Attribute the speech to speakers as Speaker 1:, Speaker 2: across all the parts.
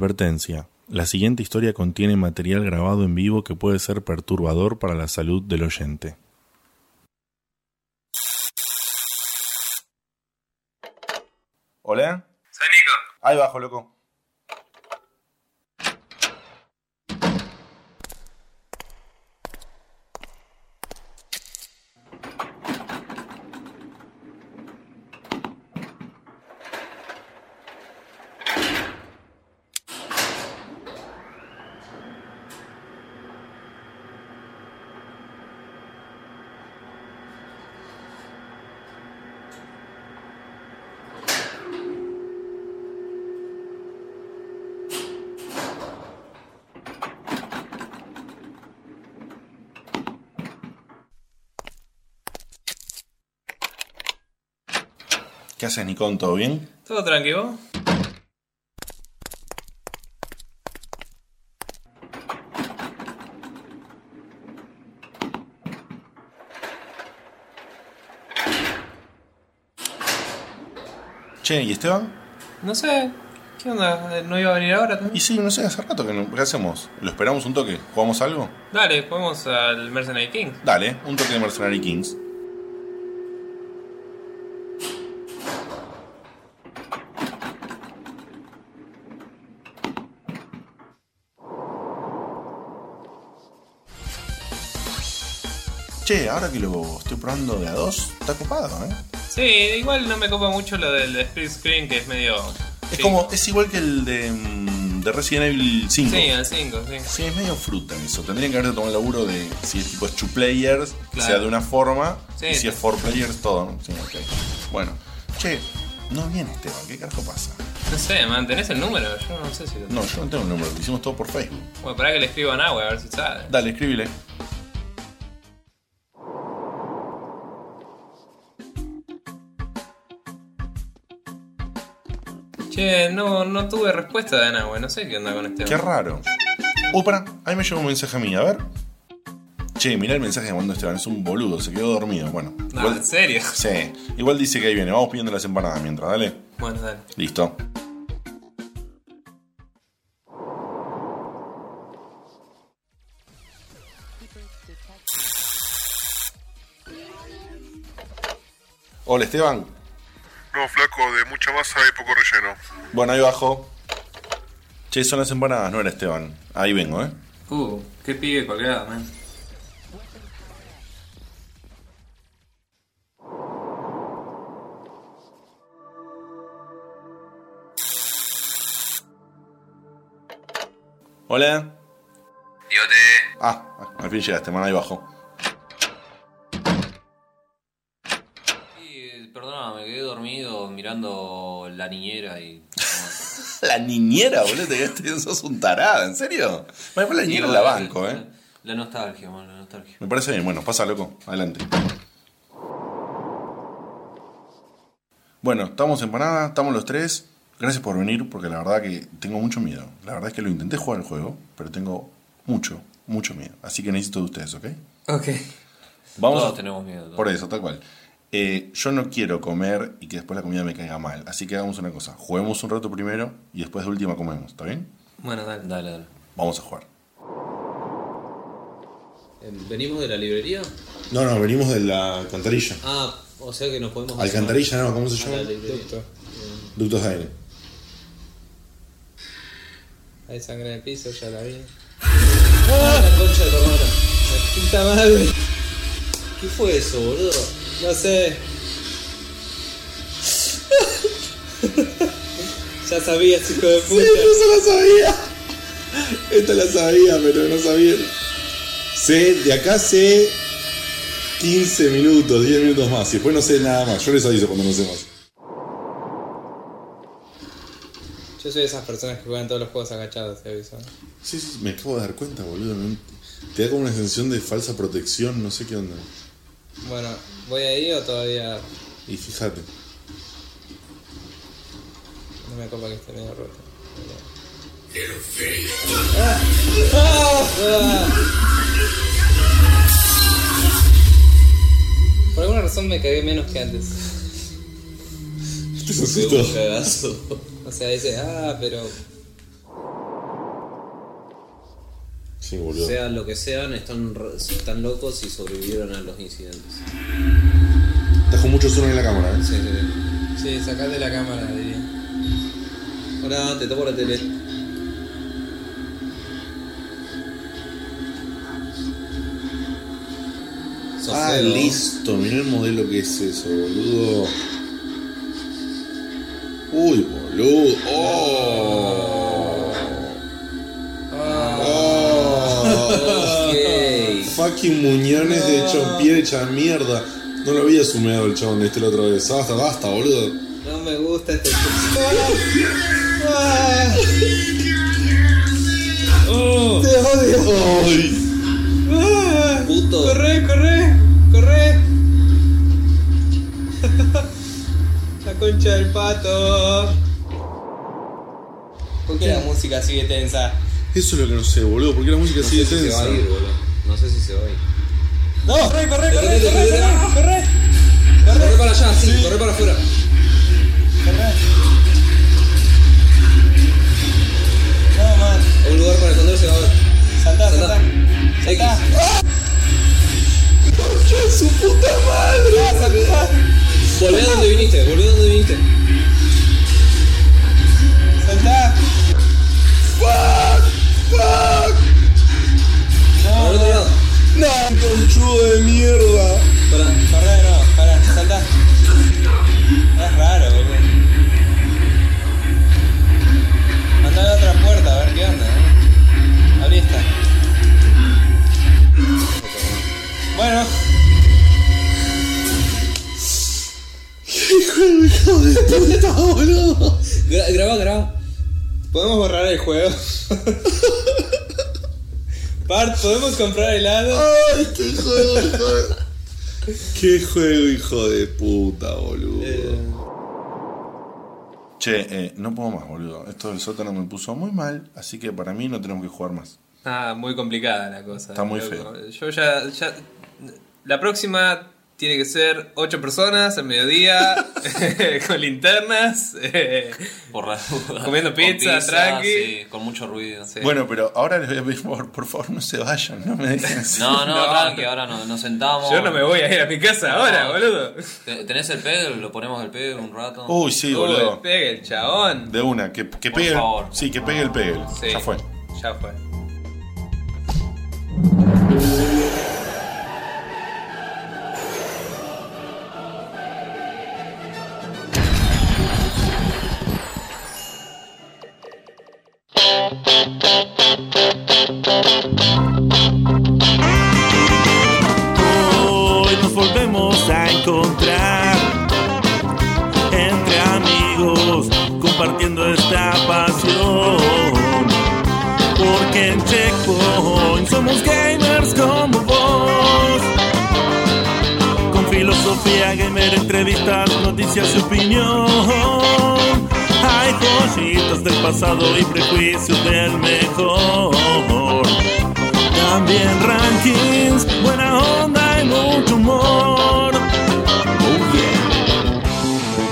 Speaker 1: Advertencia. La siguiente historia contiene material grabado en vivo que puede ser perturbador para la salud del oyente.
Speaker 2: ¿Hola?
Speaker 3: Soy Nico.
Speaker 2: Ahí bajo, loco. ¿Qué haces, Nicón? ¿Todo bien?
Speaker 3: ¿Todo tranquilo?
Speaker 2: Che, ¿y Esteban?
Speaker 3: No sé. ¿Qué onda? ¿No iba a venir ahora
Speaker 2: Y
Speaker 3: también?
Speaker 2: sí, no sé, hace rato que no. ¿Qué hacemos? ¿Lo esperamos un toque? ¿Jugamos algo?
Speaker 3: Dale, jugamos al Mercenary King.
Speaker 2: Dale, un toque de Mercenary Kings. Che, ahora que lo estoy probando de a dos, está copado, ¿eh?
Speaker 3: Sí, igual no me copa mucho lo del split screen que es medio.
Speaker 2: Es
Speaker 3: Sí.
Speaker 2: como, es igual que el de, mm, de Resident Evil 5.
Speaker 3: Sí, al 5, sí.
Speaker 2: Sí, es medio fruta eso. Tendrían que haber tomado el laburo de si el tipo es two players,
Speaker 3: Claro.
Speaker 2: sea de una forma,
Speaker 3: Sí.
Speaker 2: y si es four players, todo, ¿no? Sí, ok. Bueno, che, no viene Esteban, ¿qué carajo pasa?
Speaker 3: No sé, man, ¿tenés el número? Yo no sé si lo
Speaker 2: No, yo no tengo el número, lo hicimos todo por Facebook.
Speaker 3: Bueno, pará que le escribo a Nahue a ver si sabe.
Speaker 2: Dale, escríbile.
Speaker 3: Che, no, no tuve respuesta de Nahue, no sé qué onda con este.
Speaker 2: Qué raro. Uh, pará, ahí me llegó un mensaje a mí, a ver. Che, mirá el mensaje que mandó Esteban, es un boludo, se quedó dormido. Bueno,
Speaker 3: No,
Speaker 2: igual,
Speaker 3: en serio.
Speaker 2: sí, igual dice que ahí viene, vamos pidiendo las empanadas mientras, dale.
Speaker 3: Bueno, dale.
Speaker 2: Listo. Hola Esteban.
Speaker 4: No, flaco, de mucha masa y poco relleno.
Speaker 2: Bueno, ahí bajo. Che, son las empanadas, no era Esteban. Ahí vengo, ¿eh?
Speaker 3: Uh, qué pibe colgado, man.
Speaker 2: Hola.
Speaker 3: Diote.
Speaker 2: Ah, al fin llegaste, man, ahí bajo.
Speaker 5: Sí, perdona, Eh, me quedé dormido mirando la niñera y.
Speaker 2: La niñera, boludo, te quedaste- sos un tarada, ¿en serio? Me parece la niñera la banco, ¿eh?
Speaker 5: La nostalgia, man, la nostalgia.
Speaker 2: Me parece bien, bueno, pasa loco, adelante. Bueno, estamos empanadas, estamos los tres. Gracias por venir, porque la verdad que tengo mucho miedo. La verdad es que lo intenté jugar el juego, pero tengo mucho, mucho miedo. Así que necesito de ustedes, ¿ok?
Speaker 3: Ok.
Speaker 2: Vamos.
Speaker 5: Todos
Speaker 2: a-
Speaker 5: tenemos miedo. todos.
Speaker 2: Por eso, tal cual. Eh, yo no quiero comer y que después la comida me caiga mal. Así que hagamos una cosa. Juguemos un rato primero y después de última comemos, ¿está bien?
Speaker 3: Bueno, dale.
Speaker 5: Dale, dale.
Speaker 2: Vamos a jugar.
Speaker 5: Em, ¿Venimos de la librería?
Speaker 6: No, no, venimos de la alcantarilla.
Speaker 5: Ah, o sea que nos podemos.
Speaker 6: Alcantarilla, no, ¿cómo
Speaker 3: Ah,
Speaker 6: se
Speaker 5: A la
Speaker 6: llama?
Speaker 5: librería.
Speaker 6: Ductos de aire.
Speaker 3: Hay sangre en el piso, ya la vi.
Speaker 5: ¡Ah! La concha de tu hermana.
Speaker 3: Puta madre.
Speaker 5: ¿Qué fue eso, boludo?
Speaker 3: No sé. ya sabías, hijo de puta.
Speaker 6: se la sabía. Esta la sabía, pero no sabía. Sé, de acá sé 15 minutos, 10 minutos más. Y después no sé nada más. Yo les aviso cuando no sé más.
Speaker 3: Yo soy de esas personas que juegan todos los juegos agachados, te aviso.
Speaker 6: Sí, sí, me acabo de dar cuenta, boludo. no ent- Te da como una sensación de falsa protección, no sé qué onda.
Speaker 3: Bueno, ¿voy ahí o todavía
Speaker 6: Y fíjate.
Speaker 3: no me copa que esté medio roto?
Speaker 6: Ah.
Speaker 3: Ah. Por alguna razón me cagué menos que antes.
Speaker 6: Te asustó.
Speaker 2: Este
Speaker 5: Cagazo.
Speaker 3: O sea, dice, ah, pero
Speaker 2: Sí, boludo.
Speaker 3: Sean lo que sean, están, re- están locos y sobrevivieron a los incidentes.
Speaker 2: Estás con mucho zoom en la cámara, ¿eh?
Speaker 3: Sí, sí, sí.
Speaker 6: Sí, sacate la cámara, diría.
Speaker 3: Ahora te toco la tele.
Speaker 2: Ah,
Speaker 3: Sofero.
Speaker 2: listo, mirá el modelo que es eso, boludo. Uy, boludo. Oh. Oh.
Speaker 3: Ok. Ah.
Speaker 2: Fucking muñones de chompier hecha mierda. No lo había sumeado el chabón este la otra vez. Basta, basta, boludo.
Speaker 6: No me gusta este.
Speaker 2: Oh.
Speaker 6: ¡Te odio!
Speaker 2: Ay.
Speaker 6: Ah,
Speaker 3: Puto.
Speaker 6: ¡Corre, corre! ¡Corre! la concha del pato. ¿Por qué la música sigue tensa?
Speaker 2: Eso es lo que no sé, boludo. ¿Por qué la música
Speaker 3: No
Speaker 2: sigue
Speaker 3: sé si se va
Speaker 2: tensa?
Speaker 3: a ir, boludo. No sé si se va a ir.
Speaker 6: ¡No! ¡Corre, corre, corre,
Speaker 3: Corre,
Speaker 6: corre,
Speaker 3: corre,
Speaker 6: corre! corre.
Speaker 3: Corre para allá, sí, corre para afuera.
Speaker 6: No, man.
Speaker 3: A un lugar para esconderse ahora.
Speaker 6: Saltá,
Speaker 3: Saltá.
Speaker 6: saltá. Saltá.
Speaker 3: X.
Speaker 2: ¡Su puta madre!
Speaker 3: Volvé a donde viniste, volvé a donde viniste.
Speaker 6: Saltá.
Speaker 3: Al otro lado.
Speaker 2: ¡No! ¡Conchudo de mierda!
Speaker 3: Pará.
Speaker 6: Corre de nuevo, pará, saltá. Es raro, boludo. Mandá a la otra puerta a ver qué onda, ¿eh? Abrí esta. Bueno,
Speaker 2: ¡Hijo de puta, boludo!
Speaker 3: Gra- grabá, grabá.
Speaker 6: podemos borrar el juego. Bart, ¿podemos comprar helado?
Speaker 2: ¡Ay, qué hijo de puta! ¡Qué juego, hijo de puta, boludo!
Speaker 7: Eh. Che, eh, no puedo más, boludo. Esto del sótano me puso muy mal, así que para mí no tenemos que jugar más.
Speaker 8: Ah, muy complicada la cosa.
Speaker 7: Está muy
Speaker 8: loco. Yo ya, ya- La próxima tiene que ser ocho personas al mediodía, con linternas. eh,
Speaker 3: Por la duda.
Speaker 8: Comiendo pizza,
Speaker 3: Con
Speaker 8: tranqui.
Speaker 3: sí, con mucho ruido.
Speaker 7: Bueno, pero ahora les voy a pedir, por, favor, por favor, no se vayan, no me dejen así.
Speaker 3: No, no,
Speaker 8: No.
Speaker 3: tranqui, ahora no- nos sentamos.
Speaker 8: yo no me voy a ir a mi casa ahora,
Speaker 3: No.
Speaker 8: boludo.
Speaker 3: Te- ¿Tenés el pedo? Lo ponemos el pedo un rato.
Speaker 7: Uy, sí,
Speaker 8: Uy,
Speaker 7: boludo.
Speaker 8: pegue el chabón.
Speaker 7: De una, que, que
Speaker 3: Por
Speaker 7: pegue el.
Speaker 3: favor.
Speaker 7: Sí, que pegue el pegue. el.
Speaker 8: Sí.
Speaker 7: Ya fue.
Speaker 8: Ya fue.
Speaker 9: Hoy nos volvemos a encontrar entre amigos compartiendo esta pasión. Porque en Checkpoint somos gamers como vos. Con filosofía gamer, entrevistas, noticias y opinión. Hay joyitas del pasado y prejuicios del mejor. También rankings, buena onda y mucho humor. Oh yeah.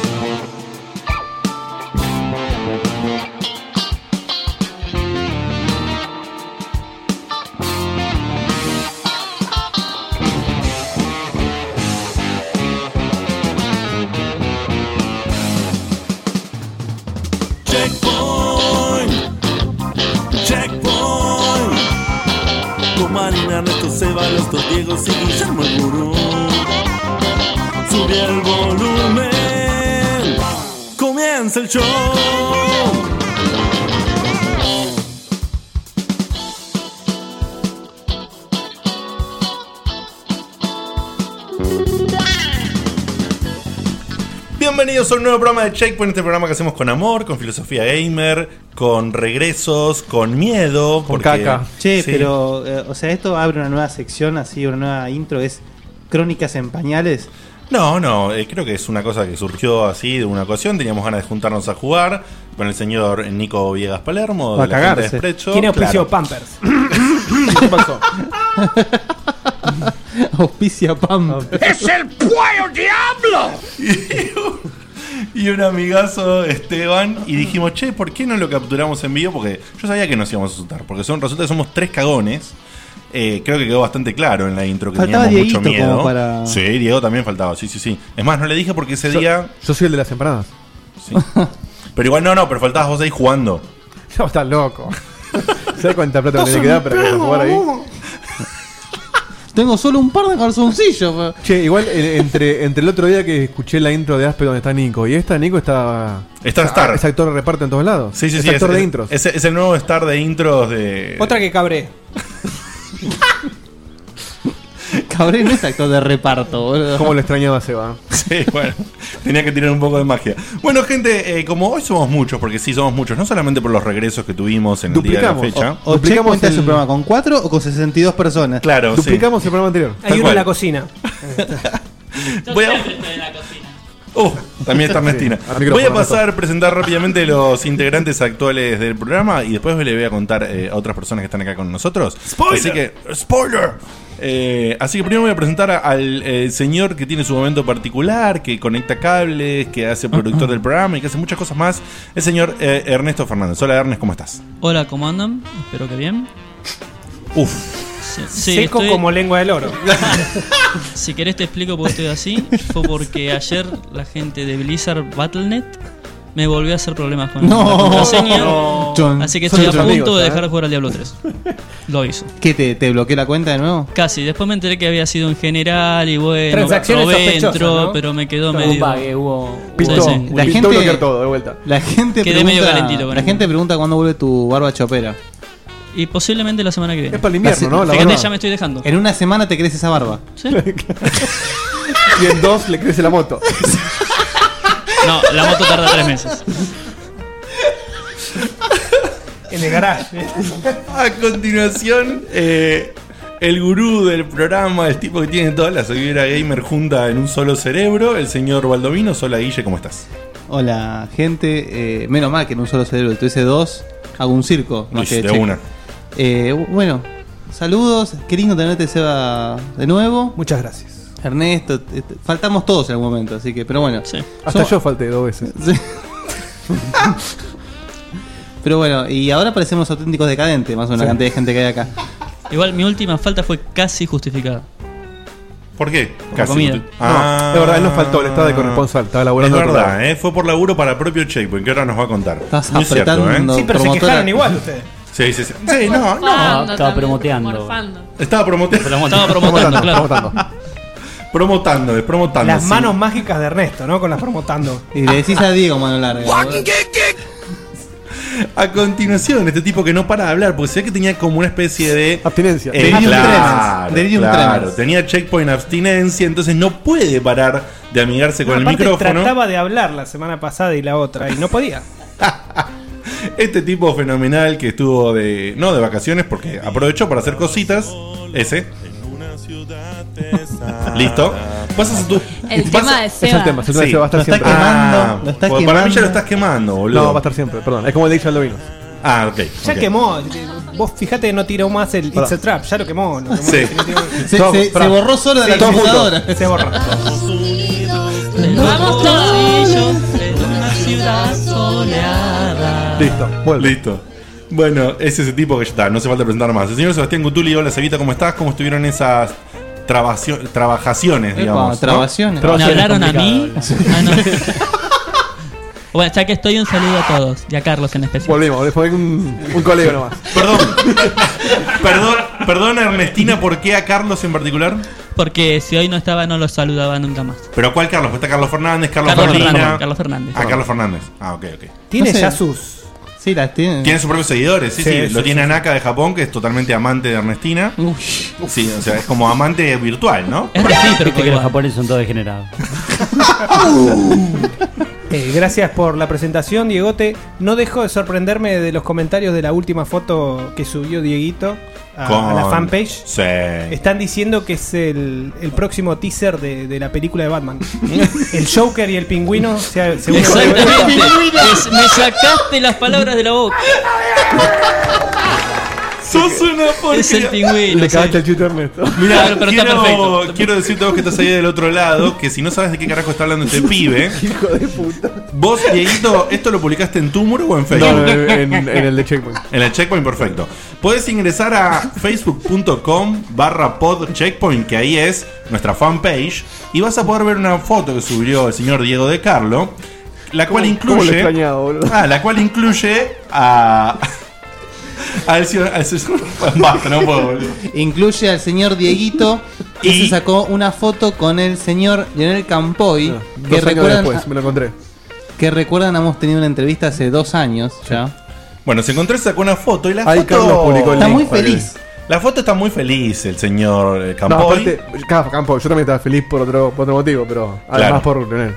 Speaker 9: Checkpoint. Checkpoint. Con Marina, Ernesto, Seba, los dos Diegos y Guillermo el Gurú. Sube el volumen. Comienza el show.
Speaker 10: Bienvenidos a un nuevo programa de Checkpoint, este programa que hacemos con amor, con filosofía gamer, con regresos, con miedo.
Speaker 11: Con
Speaker 10: porque-
Speaker 11: caca.
Speaker 12: Che,
Speaker 10: Sí.
Speaker 12: pero, eh, o sea, esto abre una nueva sección, así, una nueva intro, es Crónicas en Pañales.
Speaker 10: No, no, eh, creo que es una cosa que surgió así de una ocasión. Teníamos ganas de juntarnos a jugar con el señor Nico Viegas Palermo.
Speaker 12: Va a
Speaker 10: de la gente
Speaker 12: cagarse.
Speaker 10: de Spreadshot.
Speaker 13: Tiene auspicio
Speaker 10: Claro.
Speaker 13: Pampers. ¿Qué pasó?
Speaker 12: Auspicia Pam.
Speaker 9: ¡Es el pollo diablo!
Speaker 2: y un amigazo Esteban y dijimos, che, ¿por qué no lo capturamos en vivo? Porque yo sabía que nos íbamos a asustar, porque son, resulta que somos tres cagones. Eh, creo que quedó bastante claro en la intro que
Speaker 12: Faltaba
Speaker 2: teníamos mucho
Speaker 12: Dieguito como
Speaker 2: miedo.
Speaker 12: para-
Speaker 2: Sí, Diego también faltaba, sí, sí, sí. Es más, no le dije porque ese
Speaker 4: Yo-
Speaker 2: día.
Speaker 4: Yo soy el de las empanadas.
Speaker 2: Pero igual no, no, pero faltabas vos ahí jugando.
Speaker 4: No, estás loco. ¿Sabes cuánta plata me tiene que dar para que se jugar ahí?
Speaker 12: Tengo solo un par de calzoncillos.
Speaker 4: Che, igual eh, entre, entre el otro día que escuché la intro de Aspe donde está Nico y esta, Nico está.
Speaker 2: Está Star.
Speaker 4: Es actor de reparto en todos lados.
Speaker 2: Sí, sí,
Speaker 4: es
Speaker 2: sí.
Speaker 4: actor
Speaker 2: es,
Speaker 4: de
Speaker 2: es-
Speaker 4: intros.
Speaker 2: Es, es el nuevo star de intros de.
Speaker 10: Otra que cabré.
Speaker 12: Cabré no es actor de reparto, boludo.
Speaker 4: ¿Cómo lo extrañaba Seba?
Speaker 2: Sí, bueno, tenía que tirar un poco de magia. Bueno, gente, eh, como hoy somos muchos, porque sí somos muchos, no solamente por los regresos que tuvimos en el día de la fecha.
Speaker 12: O, o Checkpoint hace un programa con 4 o con 62 personas.
Speaker 2: Claro, sí. Duplicamos
Speaker 4: el programa anterior.
Speaker 10: Hay uno en la cocina.
Speaker 2: Voy a- Uh, también está
Speaker 10: Sí,
Speaker 2: Mestina.
Speaker 10: al micrófono,
Speaker 2: voy a
Speaker 10: Nato.
Speaker 2: pasar a presentar rápidamente los integrantes actuales del programa y después le voy a contar eh, a otras personas que están acá con nosotros.
Speaker 9: Spoiler.
Speaker 2: Así que, spoiler. Eh, así que primero voy a presentar a- al eh, señor que tiene su momento particular, que conecta cables, que hace productor del programa y que hace muchas cosas más, el señor eh, Ernesto Fernández. Hola Ernest, ¿cómo estás?
Speaker 14: Hola, ¿cómo andan? Espero que bien.
Speaker 2: Uf.
Speaker 14: Sí,
Speaker 10: Seco
Speaker 14: estoy-
Speaker 10: como lengua del oro.
Speaker 14: Si querés te explico por qué estoy así. Fue porque ayer la gente de Blizzard Battle.net me volvió a hacer problemas con
Speaker 12: No.
Speaker 14: la contraseña.
Speaker 12: No. John,
Speaker 14: Así que
Speaker 12: son
Speaker 14: estoy a
Speaker 12: tus
Speaker 14: punto
Speaker 12: amigos,
Speaker 14: de
Speaker 12: ¿eh?
Speaker 14: dejar de jugar al Diablo 3. Lo hizo.
Speaker 12: ¿Qué te, te bloqueó la cuenta de nuevo?
Speaker 14: Casi, después me enteré que había sido en general y bueno,
Speaker 12: Transacciones
Speaker 14: probé,
Speaker 12: sospechosas,
Speaker 14: entró,
Speaker 12: ¿no?
Speaker 14: pero me quedó
Speaker 12: Hubo
Speaker 14: medio.
Speaker 12: un bug,
Speaker 14: Sí, sí.
Speaker 12: La gente, La gente pregunta,
Speaker 14: Quedé medio calentito con
Speaker 12: la
Speaker 14: el-
Speaker 12: gente pregunta cuándo vuelve tu barba chopera.
Speaker 14: Y posiblemente la semana que viene.
Speaker 12: Es para el invierno,
Speaker 14: Así-
Speaker 12: ¿no? La
Speaker 14: fíjate,
Speaker 12: barba.
Speaker 14: ya me estoy dejando.
Speaker 12: En una semana te crece esa barba.
Speaker 14: Sí.
Speaker 4: Y en dos le crece la moto.
Speaker 14: No, la moto tarda tres meses.
Speaker 10: En el garage.
Speaker 2: A continuación, eh, el gurú del programa, el tipo que tiene toda la seguidora gamer junta en un solo cerebro, el señor Baldovino. Hola Guille, ¿cómo estás?
Speaker 12: Hola, gente. Eh, menos mal que en un solo cerebro tuviese dos, hago un circo. Más
Speaker 2: Uy,
Speaker 12: que
Speaker 2: de
Speaker 12: cheque.
Speaker 2: una.
Speaker 12: Eh, bu- bueno, saludos. Qué lindo tenerte, Seba, de nuevo.
Speaker 10: Muchas gracias.
Speaker 12: Ernesto, eh, faltamos todos en algún momento, así que, pero bueno.
Speaker 4: Hasta
Speaker 12: Somos-
Speaker 4: yo falté dos veces.
Speaker 12: Pero bueno, y ahora parecemos auténticos decadentes, más o menos,
Speaker 14: Sí.
Speaker 12: la cantidad de gente que hay acá.
Speaker 14: Igual mi última falta fue casi justificada.
Speaker 2: ¿Por qué?
Speaker 14: Por comida.
Speaker 4: No, de verdad, él nos faltó, él estaba de corresponsal, estaba laburando
Speaker 2: Ah. Es
Speaker 4: en otro
Speaker 2: verdad,
Speaker 4: lado.
Speaker 2: eh, fue por laburo para propio Checkpoint, que ahora nos va a contar.
Speaker 12: Estás
Speaker 2: Muy cierto,
Speaker 12: apretando,
Speaker 2: ¿eh?
Speaker 12: Sí, pero se promotora. quejaron igual
Speaker 10: ustedes.
Speaker 2: Sí, sí, sí. Sí, no, no.
Speaker 6: Morfando
Speaker 2: Estaba
Speaker 6: también,
Speaker 2: promoteando.
Speaker 6: morfando.
Speaker 2: Estaba promoteando.
Speaker 14: Estaba promotando, claro.
Speaker 2: Promotando, es promotando.
Speaker 10: Las
Speaker 2: Ah, sí.
Speaker 10: manos mágicas de Ernesto, ¿no? Con las promotando.
Speaker 12: Y le decís a Diego mano larga.
Speaker 2: A continuación, este tipo que no para de hablar, porque se ve que tenía como una especie de.
Speaker 4: Abstinencia.
Speaker 2: Eh,
Speaker 12: Delirium
Speaker 2: claro,
Speaker 12: tremens. Delirium
Speaker 2: claro.
Speaker 12: tremens.
Speaker 2: Tenía checkpoint abstinencia, entonces no puede parar de amigarse con el
Speaker 10: Aparte,
Speaker 2: micrófono.
Speaker 10: trataba de hablar la semana pasada y la otra y no podía.
Speaker 2: Este tipo fenomenal que estuvo de. No, de vacaciones, porque aprovechó para hacer cositas. Ese. Listo. Pasas a tu.
Speaker 6: El
Speaker 2: Vas-
Speaker 6: tema de
Speaker 4: Es el
Speaker 6: Seba.
Speaker 4: tema, es el tema de
Speaker 2: Sí.
Speaker 4: Seba, va a estar
Speaker 2: Lo está
Speaker 4: siempre.
Speaker 2: quemando, Ah, lo está bueno, para mí ya quemando. lo estás quemando, boludo.
Speaker 4: No, va a estar siempre, perdón. Es como el de Ixal Lovino.
Speaker 2: Ah, ok.
Speaker 10: Ya quemó. Vos fijate que no tiró más el It's a Trap. Ya lo quemó. lo quemó.
Speaker 2: Sí.
Speaker 12: Se- se- se borró solo de la
Speaker 10: todos juntos.
Speaker 12: computadora.
Speaker 10: Se borró.
Speaker 6: Vamos todos.
Speaker 14: una ciudad soleada.
Speaker 4: Listo,
Speaker 2: Listo. Bueno, es ese tipo que ya está, no hace falta presentar más. El señor Sebastián Gutuli, hola Cevita, ¿cómo estás? ¿Cómo estuvieron esas trabacio- trabajaciones,
Speaker 12: Epa,
Speaker 2: digamos? ¿no?
Speaker 12: trabaciones.
Speaker 14: ¿Me hablaron a mí? Ah, no. Bueno, ya que estoy, un saludo a todos. Y a Carlos en especial.
Speaker 4: Volvimos, le fue un, un colega nomás.
Speaker 2: Perdón, perdón, Ernestina, ¿por qué a Carlos en particular?
Speaker 14: Porque si hoy no estaba, no los saludaba nunca más.
Speaker 2: ¿Pero cuál Carlos? Pues Está Carlos Fernández, Carlos,
Speaker 14: Carlos
Speaker 2: Carolina.
Speaker 14: Fernández, Carlos Fernández.
Speaker 2: Ah, Carlos Fernández. Ah, ok, ok.
Speaker 12: No sé.
Speaker 10: sus.
Speaker 12: Sí, las tiene.
Speaker 2: Tiene sus propios seguidores, sí, sí.
Speaker 12: Sí,
Speaker 2: Lo
Speaker 12: sí,
Speaker 2: tiene
Speaker 12: sí,
Speaker 2: Anaka de Japón, que es totalmente amante de Ernestina. Sí, o sea, es como amante virtual, ¿no?
Speaker 15: Viste que los japoneses son todos degenerados.
Speaker 10: Eh, gracias por la presentación, Diegote. No dejo de sorprenderme de los comentarios de la última foto que subió Dieguito
Speaker 4: Ah,
Speaker 10: a, a
Speaker 2: Con-
Speaker 10: la fanpage.
Speaker 2: Sí.
Speaker 10: Están diciendo que es el, el próximo teaser de, de la película de Batman. el Joker y el pingüino. o sea, según-
Speaker 14: Exactamente. Es- me sacaste las palabras de la boca.
Speaker 2: ¡Sos una
Speaker 14: es el pingüino.
Speaker 4: Le
Speaker 14: sí.
Speaker 4: cagaste el chiste, Ernesto.
Speaker 2: Mira,
Speaker 14: Claro, pero está
Speaker 2: quiero,
Speaker 14: perfecto.
Speaker 2: quiero decirte a vos que estás ahí del otro lado, que si no sabes de qué carajo está hablando este pibe.
Speaker 4: Hijo de puta.
Speaker 2: Vos, Dieguito, ¿esto lo publicaste en tu muro o en Facebook?
Speaker 4: No, en- en- en el de Checkpoint.
Speaker 2: En el Checkpoint, perfecto. Puedes ingresar a facebook.com barra podcheckpoint, que ahí es nuestra fanpage, y vas a poder ver una foto que subió el señor Diego de Carlo, la cual
Speaker 4: ¿Cómo- cómo lo he
Speaker 2: incluye...
Speaker 4: extrañado, boludo?
Speaker 2: Ah, la cual incluye a... al señor... al señor- Basta, no puedo, boludo.
Speaker 12: Incluye al señor Dieguito que se sacó una foto con el señor Lionel Campoy.
Speaker 4: Dos
Speaker 12: que
Speaker 4: años
Speaker 12: recuerdan,
Speaker 4: después, me lo encontré.
Speaker 12: que recuerdan, hemos tenido una entrevista hace dos años ya.
Speaker 2: Bueno, se encontró y sacó una foto y la
Speaker 12: Ahí
Speaker 2: foto...
Speaker 12: Carlos publicó el Está link muy para que- feliz.
Speaker 2: La foto está muy feliz, el señor eh,
Speaker 4: No,
Speaker 2: Campoy.
Speaker 4: aparte, claro, Campo, yo también estaba feliz por otro, por otro motivo, pero además por Leonel.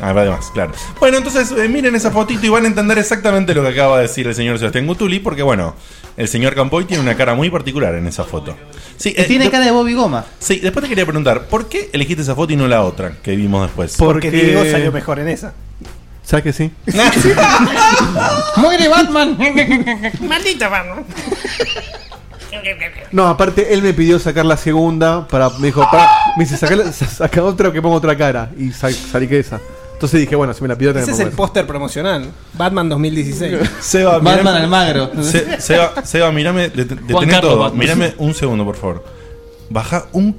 Speaker 2: Además, claro. Bueno, entonces eh, miren esa fotito y van a entender exactamente lo que acaba de decir el señor Sebastián Gutuli, porque bueno, el señor Campoy tiene una cara muy particular en esa foto. Sí, eh,
Speaker 12: Tiene
Speaker 2: de-
Speaker 12: cara de Bobby Goma.
Speaker 2: sí, después te quería preguntar, ¿por qué elegiste esa foto y no la otra que vimos después?
Speaker 10: Porque Diego salió mejor en esa.
Speaker 4: ¿Sabes que sí?
Speaker 12: ¡Muere Batman!
Speaker 10: Maldita Batman.
Speaker 4: No, aparte, él me pidió sacar la segunda para. Me dijo, para, me dice, saca, la- saca otra que pongo otra cara. Y sa- salí que esa. Entonces dije, bueno, si me la pidió
Speaker 10: Ese
Speaker 4: también
Speaker 10: es
Speaker 4: pongo
Speaker 10: el póster promocional. Batman 2016.
Speaker 2: Seba, mirame- Se-
Speaker 10: Se va.
Speaker 2: Seba, Seba, mirame, det- detené
Speaker 10: Carlos
Speaker 2: todo.
Speaker 10: Batman.
Speaker 2: Mirame un segundo, por favor. Baja un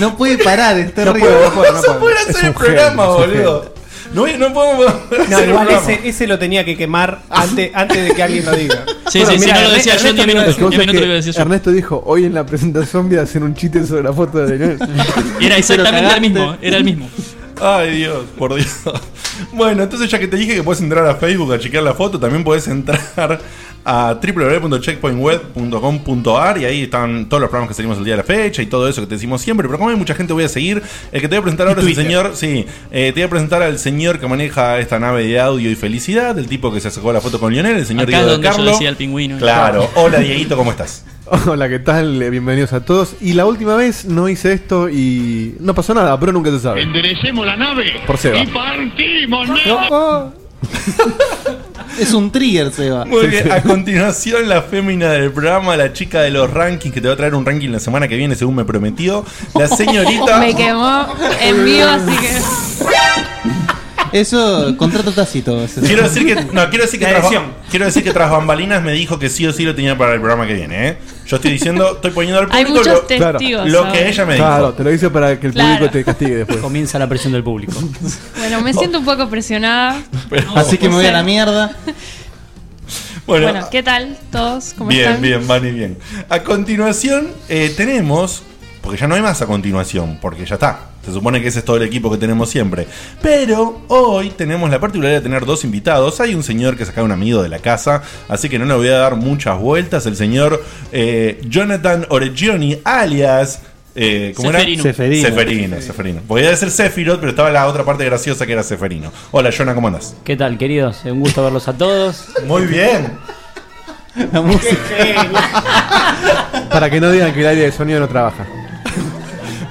Speaker 12: No puede parar, está
Speaker 10: No
Speaker 12: horrible.
Speaker 10: puedo, no puedo, no
Speaker 12: No
Speaker 10: puedo.
Speaker 12: puede hacer
Speaker 10: Es
Speaker 12: el
Speaker 10: un
Speaker 12: programa,
Speaker 10: genio, es un
Speaker 12: boludo.
Speaker 10: genio.
Speaker 2: No, no podemos.
Speaker 10: No,
Speaker 2: hacer
Speaker 10: igual
Speaker 2: el programa.
Speaker 10: ese, ese lo tenía que quemar antes, antes de que alguien lo diga.
Speaker 14: Sí,
Speaker 10: Bueno, mirá,
Speaker 14: sí, si no lo
Speaker 10: Erne-
Speaker 14: decía yo,
Speaker 10: Ernesto lo
Speaker 14: diez
Speaker 10: iba a
Speaker 14: minutos,
Speaker 10: decir.
Speaker 14: diez minutos lo iba a decir yo.
Speaker 4: Ernesto dijo, hoy en la presentación voy a hacer un chiste sobre la foto de Leonel.
Speaker 14: Era exactamente el mismo, era el mismo.
Speaker 2: Ay, Dios, por Dios. Bueno, entonces ya que te dije que puedes entrar a Facebook a chequear la foto, también puedes entrar a www.checkpointweb.com.ar y ahí están todos los programas que salimos el día de la fecha y todo eso que te decimos siempre. Pero como hay mucha gente, voy a seguir. El que te voy a presentar ahora es el señor. Sí, eh, te voy a presentar al señor que maneja esta nave de audio y felicidad, el tipo que se sacó la foto con Lionel, el señor
Speaker 14: Acá es
Speaker 2: Diego de
Speaker 14: donde yo
Speaker 2: Carlo.
Speaker 14: decía el pingüino.
Speaker 2: Claro. Hola, Dieguito, ¿cómo estás?
Speaker 4: Hola, ¿qué tal? Eh, Bienvenidos a todos. Y la última vez no hice esto y no pasó nada, pero nunca se sabe.
Speaker 6: Enderecemos la nave
Speaker 4: Por Seba.
Speaker 6: y partimos,
Speaker 12: Es un trigger, Seba.
Speaker 2: Muy bien, a continuación la fémina del programa, la chica de los rankings, que te va a traer un ranking la semana que viene, según me prometió. La señorita.
Speaker 16: Me quemó en vivo, así que.
Speaker 12: Eso, contrato tácito. ese.
Speaker 2: Quiero decir que. No, quiero decir que,
Speaker 12: La
Speaker 2: tras,
Speaker 12: elección.
Speaker 2: quiero decir que tras bambalinas me dijo que sí o sí lo tenía para el programa que viene, ¿eh? Yo estoy diciendo, estoy poniendo al
Speaker 16: Hay
Speaker 2: público
Speaker 16: muchos
Speaker 2: lo,
Speaker 16: testigos
Speaker 2: lo
Speaker 16: ahora.
Speaker 2: que ella me dijo.
Speaker 4: Claro, te lo hice para que el
Speaker 16: Claro.
Speaker 4: público te castigue después.
Speaker 17: Comienza la presión del público.
Speaker 16: Bueno, me siento un poco presionada.
Speaker 12: Así que me voy a la
Speaker 16: Sí.
Speaker 12: mierda.
Speaker 16: Bueno, ¿qué tal todos? ¿Cómo
Speaker 2: Bien,
Speaker 16: están?
Speaker 2: bien, Vani, bien. A continuación eh, tenemos, porque ya no hay más a continuación, porque ya está. Se supone que ese es todo el equipo que tenemos siempre. Pero hoy tenemos la particularidad de tener dos invitados. Hay un señor que saca un amigo de la casa, así que no le voy a dar muchas vueltas. El señor eh, Jonathan Oregioni, alias... eh, ¿Cómo
Speaker 4: Seferino.
Speaker 2: era?
Speaker 4: Seferino.
Speaker 2: Seferino, Seferino. Voy a decir Sefirot, pero estaba la otra parte graciosa que era Seferino. Hola, Jonah, ¿cómo andas?
Speaker 17: ¿Qué tal, queridos? Un gusto verlos a todos.
Speaker 2: Muy bien.
Speaker 4: Para que no digan que el aire de sonido no trabaja.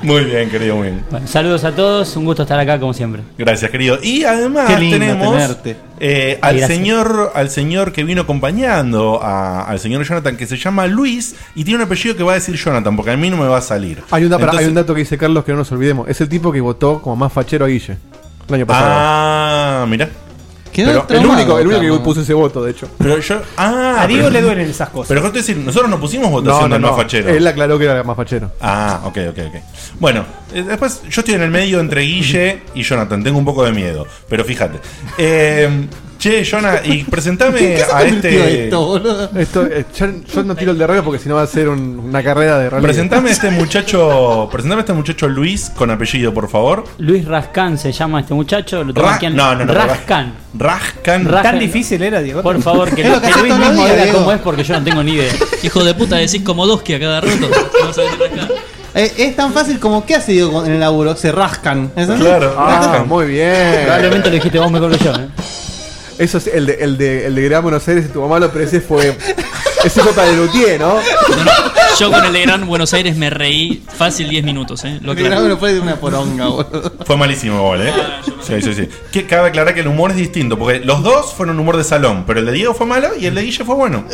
Speaker 2: Muy bien, querido, muy bien.
Speaker 17: Bueno, saludos a todos, un gusto estar acá como siempre.
Speaker 2: Gracias, querido. Y además
Speaker 17: Qué lindo
Speaker 2: tenemos
Speaker 17: tenerte.
Speaker 2: eh,
Speaker 17: Ay,
Speaker 2: al
Speaker 17: gracias.
Speaker 2: señor al señor que vino acompañando a- al señor Jonathan, que se llama Luis y tiene un apellido que va a decir Jonathan, porque a mí no me va a salir.
Speaker 4: Hay un, da- pará,
Speaker 2: Entonces-
Speaker 4: hay un dato que dice Carlos que no nos olvidemos. Es el tipo que votó como más fachero a Guille el año pasado.
Speaker 2: Ah, mira.
Speaker 4: Pero el único, el único que puso ese voto, de hecho.
Speaker 2: Pero yo. Ah,
Speaker 4: A Diego
Speaker 2: pero-
Speaker 4: le duelen esas cosas.
Speaker 2: Pero quiero decir, nosotros no pusimos votación del más fachero.
Speaker 4: Él aclaró que era el más fachero.
Speaker 2: Ah, ok, ok, ok. Bueno, eh, después yo estoy en el medio entre Guille y Jonathan. Tengo un poco de miedo, pero fíjate. Eh, che, Jonah, y presentame
Speaker 4: ¿Qué se
Speaker 2: a
Speaker 4: convirtió
Speaker 2: este.
Speaker 4: esto, Esto, eh, ya- yo no tiro el de radio porque si no va a ser un- una carrera de rally.
Speaker 2: Presentame a este muchacho. Presentame a este muchacho Luis con apellido, por favor.
Speaker 17: Luis Rascán se llama este muchacho, lo tengo
Speaker 2: Ra-
Speaker 17: aquí en-
Speaker 2: no, no, no,
Speaker 17: Rascán.
Speaker 2: Rascán.
Speaker 17: Rascán.
Speaker 10: Tan difícil era, Diego.
Speaker 17: Por favor, que,
Speaker 10: Es
Speaker 17: lo-
Speaker 10: lo que
Speaker 17: que
Speaker 10: hace
Speaker 17: Luis
Speaker 10: todos los
Speaker 17: mismo
Speaker 10: días,
Speaker 17: diga
Speaker 10: Diego.
Speaker 17: cómo es porque yo no tengo ni idea.
Speaker 14: Hijo de puta, decís como dos que a cada rato.
Speaker 12: Eh, es tan fácil como ¿qué hace Diego en el laburo? Se rascan. ¿es así?
Speaker 2: Claro,
Speaker 4: Ah, muy bien.
Speaker 12: Probablemente
Speaker 17: lo dijiste vos mejor que yo. ¿eh?
Speaker 4: Eso es el de, el de, el de Gran Buenos Aires, tu mamá lo pero ese fue. Ese fue para el Lutier, ¿no?
Speaker 14: Yo con el de Gran Buenos Aires me reí fácil 10 minutos, ¿eh? Lo
Speaker 2: El de Gran Buenos
Speaker 12: Aires una poronga, boludo.
Speaker 2: Fue malísimo igual, ¿eh? Sí, sí, sí. Que cabe aclarar que el humor es distinto, porque los dos fueron humor de salón, pero el de Diego fue malo y el de Guille fue bueno.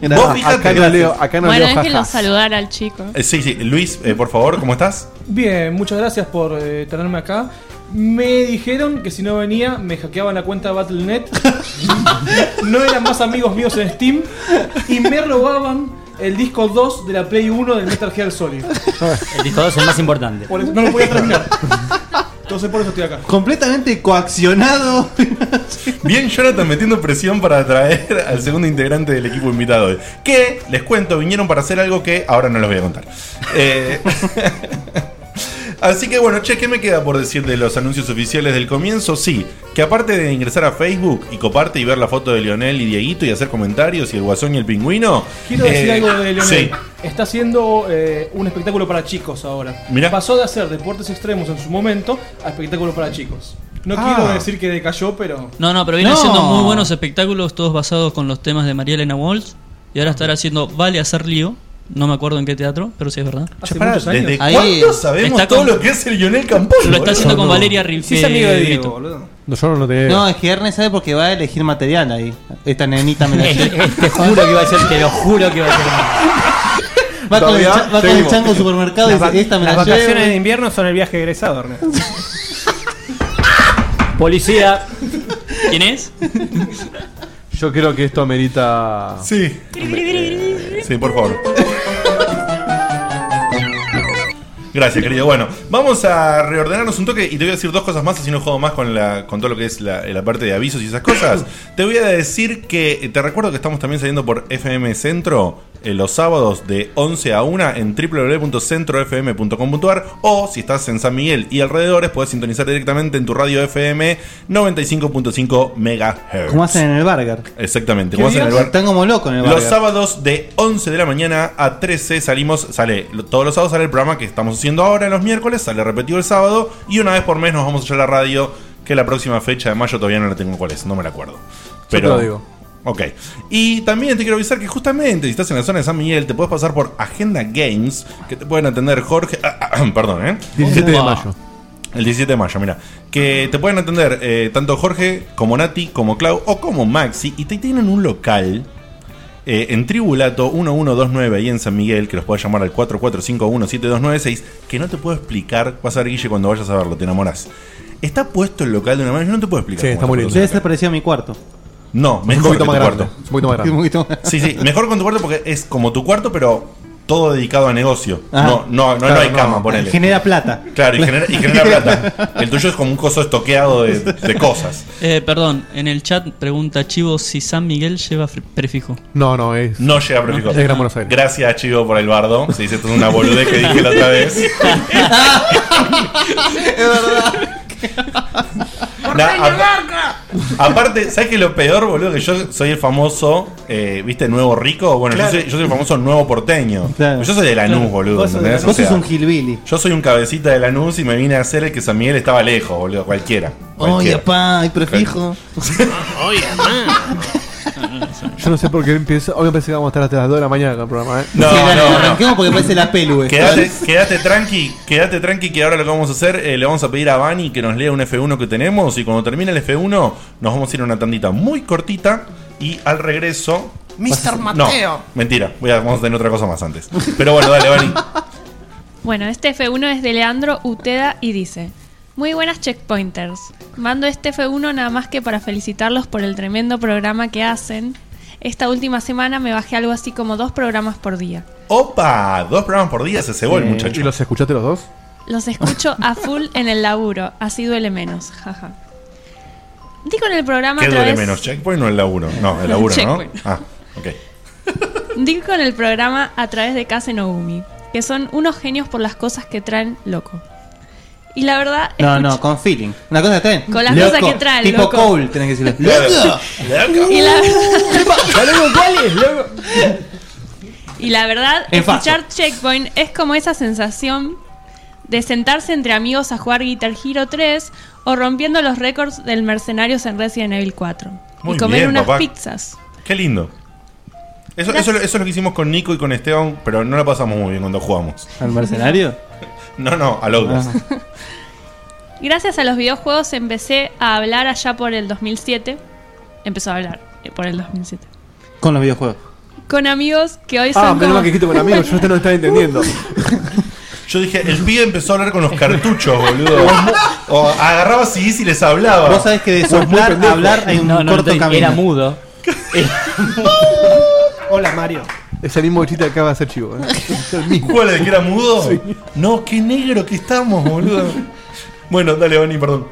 Speaker 2: Vos fíjate.
Speaker 4: acá no leo, acá no
Speaker 16: bueno,
Speaker 4: leo
Speaker 16: déjenlo
Speaker 4: jajas.
Speaker 16: saludar al chico.
Speaker 2: Eh, Sí, sí. Luis, eh, por favor, ¿cómo estás?
Speaker 8: Bien, muchas gracias por eh, tenerme acá. Me dijeron que si no venía me hackeaban la cuenta de Battle.net. no eran más amigos míos en Steam. Y me robaban el disco 2 de la Play 1 del Metal Gear Solid.
Speaker 17: El disco 2 es el más importante.
Speaker 8: Por eso no lo podía terminar. Entonces por eso estoy acá.
Speaker 12: Completamente coaccionado.
Speaker 2: Bien, Jonathan metiendo presión para traer al segundo integrante del equipo invitado hoy. Que, les cuento, vinieron para hacer algo que ahora no les voy a contar. Eh, Así que bueno, che, ¿qué me queda por decir de los anuncios oficiales del comienzo? Sí, que aparte de ingresar a Facebook y coparte y ver la foto de Lionel y Dieguito y hacer comentarios y el guasón y el pingüino.
Speaker 8: Quiero decir
Speaker 2: eh,
Speaker 8: algo de Leonel.
Speaker 2: Sí,
Speaker 8: Está haciendo eh, un espectáculo para chicos ahora.
Speaker 2: Mirá.
Speaker 8: Pasó de hacer deportes extremos en su momento a espectáculo para chicos. No
Speaker 14: Ah.
Speaker 8: quiero decir que decayó, pero.
Speaker 14: No, no, pero viene
Speaker 8: No.
Speaker 14: haciendo muy buenos espectáculos, todos basados con los temas de María Elena Walsh. Y ahora estará haciendo Vale hacer lío. No me acuerdo en qué teatro, pero sí es verdad.
Speaker 2: Che, pará, ¿desde cuándo sabemos todo lo que hace Lionel Campos?
Speaker 14: Lo está haciendo con Valeria Ri- eh, Brito.
Speaker 4: No, yo no lo tenía.
Speaker 12: No, es que Ernest sabe porque va a elegir material ahí. Esta nenita me la
Speaker 17: Eh, Te juro que iba a ser, te lo juro que iba a ser.
Speaker 12: Va con el,
Speaker 10: Todavía
Speaker 12: cha- va con el
Speaker 10: seguimos.
Speaker 12: chango al supermercado y
Speaker 10: Las, va-
Speaker 12: dice, esta me
Speaker 10: las
Speaker 12: la
Speaker 10: vacaciones
Speaker 12: llevo".
Speaker 10: de invierno son el viaje egresado, Ernesto.
Speaker 17: Policía.
Speaker 14: ¿Quién es?
Speaker 4: Yo creo que esto amerita.
Speaker 2: Sí.
Speaker 14: Eh,
Speaker 2: Sí, por favor. Gracias, querido. Bueno, vamos a reordenarnos un toque y te voy a decir dos cosas más, así no juego más con, la, con todo lo que es la, eh, la parte de avisos y esas cosas. te voy a decir que eh, te recuerdo que estamos también saliendo por FM Centro eh, los sábados de 11 a 1 en www.centrofm.com.ar o si estás en San Miguel y alrededores, puedes sintonizar directamente en tu radio FM 95.5 MHz.
Speaker 12: Como hacen en el Burger.
Speaker 2: Exactamente,
Speaker 12: ¿Qué
Speaker 2: como hacen en el
Speaker 12: días?
Speaker 2: bar.
Speaker 12: Están como locos en el
Speaker 2: Los
Speaker 12: Burger.
Speaker 2: sábados de 11 de la mañana a 13 salimos, sale, lo- todos los sábados sale el programa que estamos haciendo ahora los miércoles, sale repetido el sábado y una vez por mes nos vamos allá a la radio, que la próxima fecha de mayo todavía no la tengo cuál es, no me la acuerdo.
Speaker 4: te
Speaker 2: Pero
Speaker 4: lo digo.
Speaker 2: Ok. Y también te quiero avisar que justamente si estás en la zona de San Miguel te puedes pasar por Agenda Games, que te pueden atender Jorge, perdón, ¿eh?
Speaker 4: 17 de mayo.
Speaker 2: El 17 de mayo, mira. Que te pueden atender eh, tanto Jorge como Nati, como Clau o como Maxi. Y te tienen un local eh, en Tribulato 1129 ahí en San Miguel, que los puedes llamar al 4451-7296, que no te puedo explicar. Vas a ver, Guille, cuando vayas a verlo, te enamorás. Está puesto el local de una manera, yo no te puedo explicar.
Speaker 4: Sí,
Speaker 2: cómo
Speaker 4: está muy
Speaker 2: puesto
Speaker 12: Debe
Speaker 2: el
Speaker 12: ser parecido a mi cuarto.
Speaker 2: local. No, mejor
Speaker 4: poquito
Speaker 2: que
Speaker 4: más
Speaker 2: tu
Speaker 4: grande,
Speaker 2: cuarto.
Speaker 4: es un poquito más grande.
Speaker 12: Un poquito más.
Speaker 2: Sí, sí, mejor con tu cuarto porque es como tu cuarto, pero todo dedicado a negocio.
Speaker 12: Ah.
Speaker 2: no, no, no, no
Speaker 12: Claro,
Speaker 2: hay
Speaker 12: no.
Speaker 2: cama, ponele.
Speaker 12: Genera plata.
Speaker 2: Claro, y genera, y genera plata. El tuyo es como un coso estoqueado de, de cosas.
Speaker 14: Eh, perdón, en el chat pregunta Chivo si San Miguel lleva fre- prefijo.
Speaker 4: No, no, es.
Speaker 2: No llega a prefijo.
Speaker 4: Es Gran Buenos Aires.
Speaker 2: Gracias, Chivo, por el bardo. Se dice esto es una boludez que dije la otra vez. Nah, a- aparte, ¿sabes qué es lo peor, boludo? Que yo soy el famoso, eh, ¿viste? Nuevo rico. Bueno,
Speaker 12: Claro.
Speaker 2: yo, soy, yo soy el famoso nuevo porteño.
Speaker 12: Claro.
Speaker 2: Yo soy de Lanús,
Speaker 12: Claro.
Speaker 2: boludo.
Speaker 12: Vos sos de
Speaker 2: ¿entendés?
Speaker 12: Lanús.
Speaker 2: O sea,
Speaker 12: Vos sos un hillbilly.
Speaker 2: Yo soy un cabecita de Lanús y me vine a hacer el que San Miguel estaba lejos, boludo. Cualquiera.
Speaker 12: Oye,
Speaker 2: cualquiera.
Speaker 12: papá, hay prefijo.
Speaker 6: Oye,
Speaker 4: Yo no sé por qué empiezo. Hoy pensé que vamos a estar hasta las 2 de la mañana con el programa, ¿eh?
Speaker 2: No, no,
Speaker 12: Arranquemos porque parece la pelu. eh.
Speaker 2: Quédate, quédate tranqui, quédate tranqui que ahora lo que vamos a hacer, eh, le vamos a pedir a Vani que nos lea un F1 que tenemos y cuando termine el F1 nos vamos a ir a una tandita muy cortita y al regreso...
Speaker 16: Mr.
Speaker 2: No, mentira, voy a- vamos a tener otra cosa más antes. Pero bueno, dale, Vani.
Speaker 16: Bueno, este F1 es de Leandro Uteda y dice: Muy buenas checkpointers. Mando este F1 nada más que para felicitarlos por el tremendo programa que hacen. Esta última semana me bajé algo así como dos programas por día.
Speaker 2: Opa, dos programas por día se cebó el
Speaker 4: Eh,
Speaker 2: muchacho.
Speaker 4: ¿Y los escuchaste los dos?
Speaker 16: Los escucho a full en el laburo, así duele menos, jaja. Digo en el programa
Speaker 2: ¿Qué
Speaker 16: otra
Speaker 2: duele
Speaker 16: vez-
Speaker 2: menos, checkpoint o el laburo? No, el laburo, ¿no?
Speaker 16: Checkpoint.
Speaker 2: Ah, ok.
Speaker 16: Digo con el programa a través de Kase Nogumi, que son unos genios por las cosas que traen loco. Y la verdad,
Speaker 12: No, no, con feeling. Una cosa que traen.
Speaker 16: Con las
Speaker 12: Loco.
Speaker 16: cosas que traen,
Speaker 12: Tipo
Speaker 16: loco.
Speaker 12: Cole, tenés que decirlo. ¡Loco!
Speaker 16: y la verdad,
Speaker 12: ¿Cuál es, loco?
Speaker 16: y la verdad,
Speaker 12: En faso.
Speaker 16: escuchar Checkpoint es como esa sensación de sentarse entre amigos a jugar Guitar Hero 3 o rompiendo los récords del Mercenarios en Resident Evil 4
Speaker 2: Muy
Speaker 16: y comer
Speaker 2: bien,
Speaker 16: unas
Speaker 2: papá.
Speaker 16: pizzas.
Speaker 2: Qué lindo. Eso, eso, eso es lo que hicimos con Nico y con Esteban, pero no la pasamos muy bien cuando jugamos.
Speaker 12: ¿Al mercenario?
Speaker 2: No, no, al
Speaker 4: Ah.
Speaker 2: Outlast.
Speaker 16: Gracias a los videojuegos empecé a hablar allá por el 2007. Empezó a hablar eh, por el 2007.
Speaker 12: Con los videojuegos.
Speaker 16: con amigos que hoy son
Speaker 4: Ah, menos
Speaker 16: como-
Speaker 4: mal que dijiste con amigos, yo este no estaba entendiendo.
Speaker 2: Yo dije, el pibe empezó a hablar con los cartuchos, boludo. O agarraba así y les hablaba.
Speaker 12: Vos sabés que de soplar a hablar hay un corto camino.
Speaker 17: mudo.
Speaker 10: Hola, Mario.
Speaker 4: Ese mismo chiste acaba de hacer chivo. ¿eh? Es el mismo.
Speaker 2: ¿Cuál? ¿El que era mudo?
Speaker 4: Sí.
Speaker 2: No, qué negro que estamos, boludo. Bueno, dale, Bani, perdón.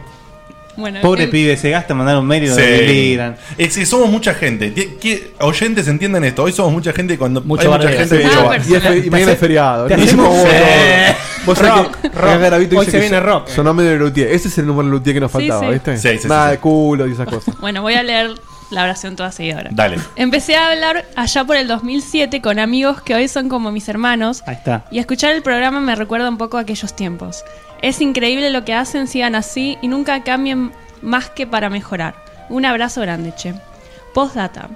Speaker 16: Bueno,
Speaker 12: Pobre
Speaker 16: él-
Speaker 12: pibe, se gasta mandar un mail y lo
Speaker 2: Sí.
Speaker 12: denigran.
Speaker 2: Es que somos mucha gente. Tie- que- oyentes entiendan esto. Hoy somos mucha gente y cuando hay mucha
Speaker 4: barbero.
Speaker 2: gente.
Speaker 4: Sí.
Speaker 2: mucho
Speaker 4: Ah,
Speaker 2: bar-
Speaker 4: Y es fe- y mañana es feriado.
Speaker 2: Te
Speaker 4: ¿no?
Speaker 2: hacemos-
Speaker 4: Como vos,
Speaker 2: Sí.
Speaker 4: ¿no? Vos sabés que
Speaker 2: Rock,
Speaker 4: acá Garavito
Speaker 2: rock.
Speaker 4: dice
Speaker 2: Hoy se
Speaker 4: que
Speaker 2: viene
Speaker 4: son-
Speaker 2: rock.
Speaker 4: Son nombres de Lutier. E. Ese es el número de Lutier que nos
Speaker 16: Sí,
Speaker 4: faltaba,
Speaker 16: sí.
Speaker 4: ¿viste?
Speaker 2: Sí, sí, sí,
Speaker 4: Nada
Speaker 2: sí.
Speaker 4: de culo y esas cosas.
Speaker 16: Bueno, voy a leer la oración toda seguida ahora.
Speaker 4: Dale.
Speaker 16: Empecé a hablar allá por el 2007 con amigos que hoy son como mis hermanos
Speaker 12: Ahí está.
Speaker 16: y escuchar el programa me recuerda un poco a aquellos tiempos. Es increíble lo que hacen, sigan así y nunca cambien más que para mejorar. Un abrazo grande, che. Postdata.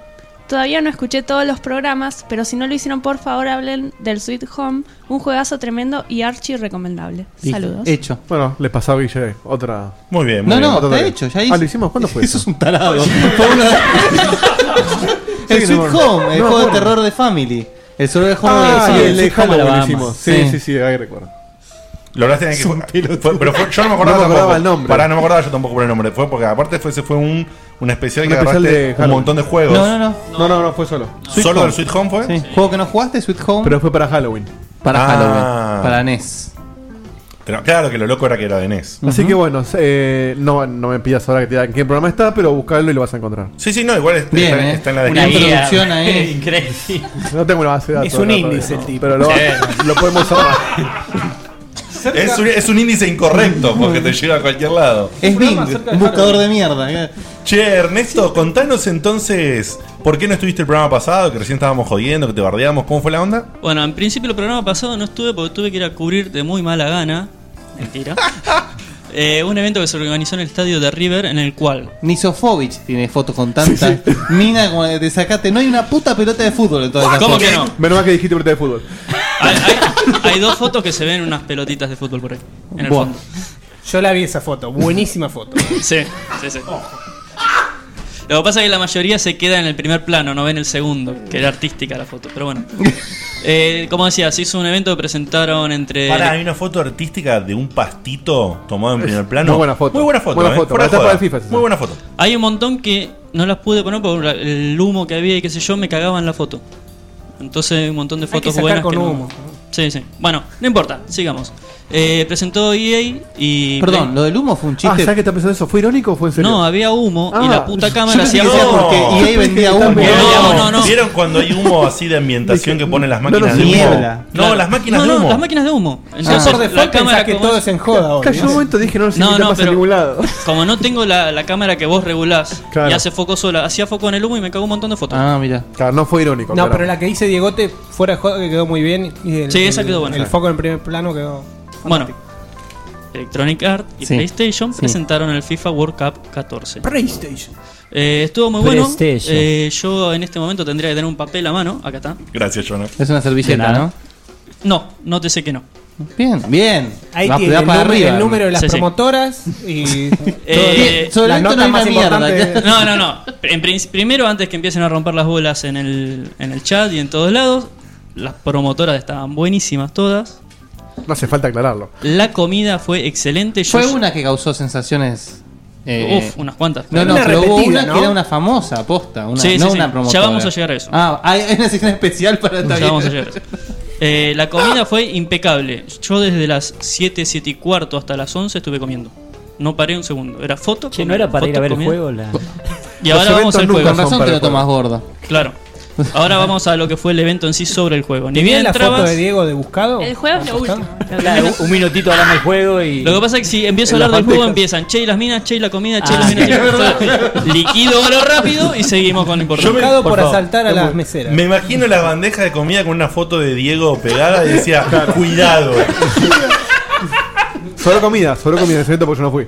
Speaker 16: Todavía no escuché todos los programas, pero si no lo hicieron, por favor hablen del Sweet Home, un juegazo tremendo y archi recomendable.
Speaker 4: Listo. Eh,
Speaker 16: Saludos.
Speaker 12: Hecho.
Speaker 4: Bueno, les pasaba a Guille otra.
Speaker 2: Muy bien,
Speaker 12: muy No, bien. no,
Speaker 4: Otra
Speaker 12: está
Speaker 4: tarea.
Speaker 12: hecho, ya hice.
Speaker 4: Ah, lo hicimos, ¿cuándo fue?
Speaker 12: Eso es un tarado. El Sweet Home, el juego de terror de Family. El Survival Home
Speaker 4: Ah,
Speaker 12: sí,
Speaker 4: y el de
Speaker 12: Sweet Home
Speaker 4: Halloween lo
Speaker 12: Alabama.
Speaker 4: hicimos. Sí, sí, sí, ahí recuerdo.
Speaker 2: Lo hablaste en el que
Speaker 4: Es un
Speaker 2: fue- fue- Pero fue- yo no me acordaba,
Speaker 4: No me acordaba
Speaker 2: tampoco.
Speaker 4: el nombre.
Speaker 2: Pará, no me acordaba yo tampoco por el nombre. Fue porque aparte fue, ese fue un, un especial
Speaker 4: Un
Speaker 2: que
Speaker 4: especial
Speaker 2: agarraste
Speaker 4: de
Speaker 2: un
Speaker 4: Halloween.
Speaker 2: montón de juegos.
Speaker 12: No, no, no.
Speaker 4: No, no, no, fue solo.
Speaker 2: ¿Solo del Sweet Home fue?
Speaker 12: Sí. Juego que no jugaste, Sweet Home.
Speaker 4: Pero fue para Halloween.
Speaker 12: Para
Speaker 2: Ah.
Speaker 12: Halloween. Para E NES.
Speaker 2: Pero claro que lo loco era que era de E NES.
Speaker 4: Así que bueno, eh, no, no me pidas ahora que te diga en qué programa está, pero buscalo y lo vas a encontrar.
Speaker 2: Sí, sí, no, igual está,
Speaker 4: Bien,
Speaker 2: está-
Speaker 4: eh.
Speaker 2: está en la
Speaker 4: Una
Speaker 2: descripción.
Speaker 4: guía. Producción ahí.
Speaker 17: Increíble.
Speaker 4: No tengo una base de datos.
Speaker 2: E Es un
Speaker 4: ¿no?
Speaker 2: índice
Speaker 4: No,
Speaker 2: el tipo.
Speaker 4: Pero lo,
Speaker 2: Sí.
Speaker 4: lo podemos saber.
Speaker 2: Es un, es un índice incorrecto porque te lleva a cualquier lado.
Speaker 12: Es Bing, un buscador de mierda. eh.
Speaker 2: Che, Ernesto, contanos entonces por qué no estuviste el programa pasado, que recién estábamos jodiendo, que te bardeamos, ¿cómo fue la onda?
Speaker 14: Bueno, en principio el programa pasado no estuve porque tuve que ir a cubrir de muy mala gana. Mentira. Eh, un evento que se organizó en el estadio de River en el cual.
Speaker 12: Nisofovich tiene fotos con tanta mina como de sacate. No hay una puta pelota de fútbol en todas esas
Speaker 14: ¿Cómo
Speaker 12: fotos.
Speaker 14: que no?
Speaker 4: Menos mal que dijiste pelota de fútbol.
Speaker 14: Hay dos fotos que se ven unas pelotitas de fútbol por ahí. En el
Speaker 10: Buah.
Speaker 14: fondo.
Speaker 10: Yo la vi esa foto, buenísima foto.
Speaker 14: Sí, sí, sí. Lo que pasa es que la mayoría se queda en el primer plano, no ven el segundo, que era artística la foto, pero bueno. Eh, como decía, se hizo un evento, presentaron entre...
Speaker 2: Pará, hay una foto artística de un pastito tomado en primer plano.
Speaker 14: Muy buena foto.
Speaker 2: Muy buena foto.
Speaker 14: Buena
Speaker 2: eh,
Speaker 14: foto,
Speaker 2: fuera
Speaker 14: la
Speaker 2: de
Speaker 14: tapa
Speaker 2: joda.
Speaker 14: del FIFA es esa.
Speaker 2: Muy buena foto.
Speaker 14: Hay un montón que no las pude poner por el humo que había y qué sé yo, me cagaba en la foto. Entonces hay un montón de
Speaker 10: que
Speaker 14: fotos
Speaker 10: sacar
Speaker 14: buenas
Speaker 10: con
Speaker 14: que no-
Speaker 10: humo.
Speaker 14: Sí, sí. Bueno, no importa, sigamos. Eh, presentó EA y...
Speaker 12: Perdón, lo del humo fue un chiste.
Speaker 4: Ah, ¿sabes qué está pensando eso? ¿Fue irónico o fue en serio? Ah.
Speaker 14: No, había humo y la puta cámara hacía
Speaker 4: porque
Speaker 14: humo.
Speaker 4: EA vendía
Speaker 14: No,
Speaker 4: humo.
Speaker 14: no, no, no.
Speaker 2: ¿Vieron cuando hay humo así de ambientación que ponen las máquinas
Speaker 4: no,
Speaker 2: de humo?
Speaker 4: niebla.
Speaker 2: No, las máquinas
Speaker 14: No,
Speaker 2: de
Speaker 14: no,
Speaker 2: humo.
Speaker 14: las máquinas de humo.
Speaker 2: Ah, por default
Speaker 14: la cámara
Speaker 2: pensás que
Speaker 14: como
Speaker 2: todo
Speaker 14: es-
Speaker 2: es en joda, obvio.
Speaker 4: Cayó un momento y dije, no, no sé
Speaker 14: No, no,
Speaker 4: qué pasa en
Speaker 14: pero-
Speaker 4: ningún lado.
Speaker 14: Como no tengo la, la cámara que vos regulás
Speaker 4: Claro.
Speaker 14: y hace foco sola, hacía foco en el humo y me cagó un montón de fotos.
Speaker 12: Ah, mira.
Speaker 4: Claro, no fue irónico.
Speaker 10: No,
Speaker 4: claro.
Speaker 10: pero la que dice Diegote fuera de juego que quedó muy bien. Y el,
Speaker 14: Sí, esa
Speaker 10: el-
Speaker 14: quedó buena.
Speaker 10: El foco en primer plano quedó.
Speaker 14: Bueno, Electronic Arts y
Speaker 10: Sí.
Speaker 14: PlayStation
Speaker 10: Sí.
Speaker 14: presentaron el FIFA World Cup 14.
Speaker 10: PlayStation.
Speaker 14: Eh, estuvo muy bueno.
Speaker 10: PlayStation.
Speaker 14: Eh, yo en este momento tendría que tener un papel a mano. Acá está.
Speaker 2: Gracias, Jonah.
Speaker 12: Es una servilleta,
Speaker 14: De
Speaker 12: ¿no?
Speaker 14: nada. No, no te sé que no.
Speaker 12: Bien, bien.
Speaker 10: Ahí
Speaker 12: Va-
Speaker 10: tiene
Speaker 12: va
Speaker 10: el,
Speaker 12: para
Speaker 10: número-
Speaker 12: arriba.
Speaker 10: el número de las
Speaker 14: Sí, sí.
Speaker 10: promotoras y.
Speaker 14: Eh,
Speaker 10: todo- las notas más importantes.
Speaker 14: No, no, no. En prin- primero, antes que empiecen a romper las bolas en el, en el chat y en todos lados, las promotoras estaban buenísimas todas.
Speaker 4: No hace falta aclararlo.
Speaker 14: La comida fue excelente. Yo-
Speaker 12: Fue una que causó sensaciones. eh,
Speaker 14: Uf, unas cuantas.
Speaker 12: No, no,
Speaker 14: Una
Speaker 12: pero hubo una
Speaker 14: repetida, ¿no?
Speaker 12: que era una famosa aposta, una,
Speaker 14: Sí, sí,
Speaker 12: no
Speaker 14: sí.
Speaker 12: una
Speaker 14: Ya
Speaker 12: promotora.
Speaker 14: vamos a llegar a eso.
Speaker 12: Ah, hay hay una sección especial para esta
Speaker 14: Ya vamos a llegar a eso. Eh, la comida fue impecable. Yo desde las 7, 7 y cuarto hasta las 11 estuve comiendo. No paré un segundo. Era foto.
Speaker 17: Che,
Speaker 14: comida,
Speaker 17: ¿no era para
Speaker 14: foto,
Speaker 17: ir a ver el
Speaker 14: comida.
Speaker 17: juego? La...
Speaker 14: Y
Speaker 12: Los
Speaker 14: ahora
Speaker 12: eventos
Speaker 14: vamos al
Speaker 12: nunca
Speaker 14: juego.
Speaker 12: Con razón son te para lo el tomas juego. gordo.
Speaker 14: Claro. Ahora vamos a lo que fue el evento en sí sobre el juego. Ni
Speaker 10: ¿Tenía
Speaker 14: bien
Speaker 10: la foto
Speaker 14: entrabas.
Speaker 10: de Diego de buscado?
Speaker 16: El juego es lo último.
Speaker 17: Claro, un minutito hablando del juego y.
Speaker 14: Lo que pasa es que si empiezo a
Speaker 17: En
Speaker 14: hablar
Speaker 17: las
Speaker 14: del juego
Speaker 17: bandejas.
Speaker 14: empiezan, che, y las minas, che, y la comida, che, y
Speaker 17: Ah,
Speaker 14: las minas,
Speaker 17: sí,
Speaker 14: che, y
Speaker 17: es
Speaker 14: las minas. Liquido lo rápido y seguimos con lo importante.
Speaker 10: Buscado por,
Speaker 2: favor.
Speaker 10: asaltar a las meseras.
Speaker 2: Me imagino las bandejas de comida con una foto de Diego pegada y decía, cuidado.
Speaker 4: Solo comida, solo comida en ese momento porque yo no fui.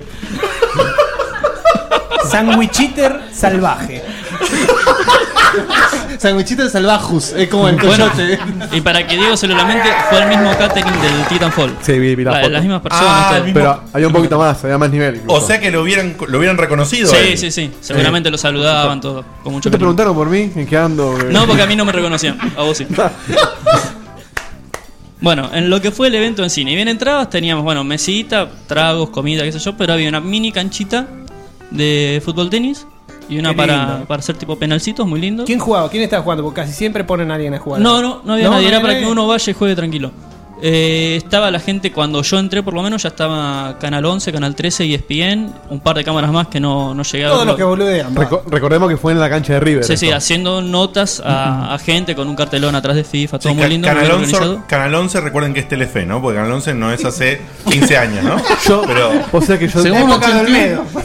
Speaker 10: Sandwichiter salvaje.
Speaker 12: Sandwichito de salvajus, es como el
Speaker 14: Bueno,
Speaker 12: coyote.
Speaker 14: y para que Diego se lo lamente, fue el mismo catering del Titanfall.
Speaker 4: Sí, vi, vi la
Speaker 14: La-
Speaker 4: foto.
Speaker 14: las mismas personas, Ah, todo. el mismo-
Speaker 4: Pero había un poquito más, había más nivel.
Speaker 2: O sea que lo hubieran, lo hubieran reconocido.
Speaker 14: Sí,
Speaker 2: él.
Speaker 14: sí, sí. Seguramente lo saludaban todo. Con mucho
Speaker 4: ¿No te
Speaker 14: cariño.
Speaker 4: preguntaron por mí? ¿En qué ando? Eh,
Speaker 14: No, porque a mí no me reconocían. A vos sí. Bueno, en lo que fue el evento en sí, ni bien entrabas, teníamos, bueno, mesita, tragos, comida, qué sé yo, pero había una mini canchita de fútbol tenis y una
Speaker 10: Qué
Speaker 14: para,
Speaker 10: lindo.
Speaker 14: para hacer tipo penalcitos, muy lindo.
Speaker 10: ¿Quién jugaba? ¿Quién estaba jugando? Porque casi siempre ponen a alguien a jugar.
Speaker 14: No, no, no había nadie, era para que
Speaker 10: nadie.
Speaker 14: uno vaya y juegue tranquilo. Eh, estaba la gente, cuando yo entré por lo menos, ya estaba Canal 11, Canal E 13 y ESPN, un par de cámaras más que no, no llegaron.
Speaker 10: Todos los que boludean. va.
Speaker 4: reco- recordemos que fue en la cancha de River.
Speaker 14: Sí, sí,
Speaker 4: esto.
Speaker 14: haciendo notas a, a gente con un cartelón atrás de FIFA, todo
Speaker 2: Sí,
Speaker 14: muy
Speaker 2: Ca-
Speaker 14: lindo, muy
Speaker 2: Canal,
Speaker 14: bien
Speaker 2: 11,
Speaker 14: organizado.
Speaker 2: Canal 11, recuerden que es Telefe, ¿no? Porque Canal 11 no es hace 15 años, ¿no?
Speaker 4: Yo,
Speaker 2: pero,
Speaker 4: o sea que yo.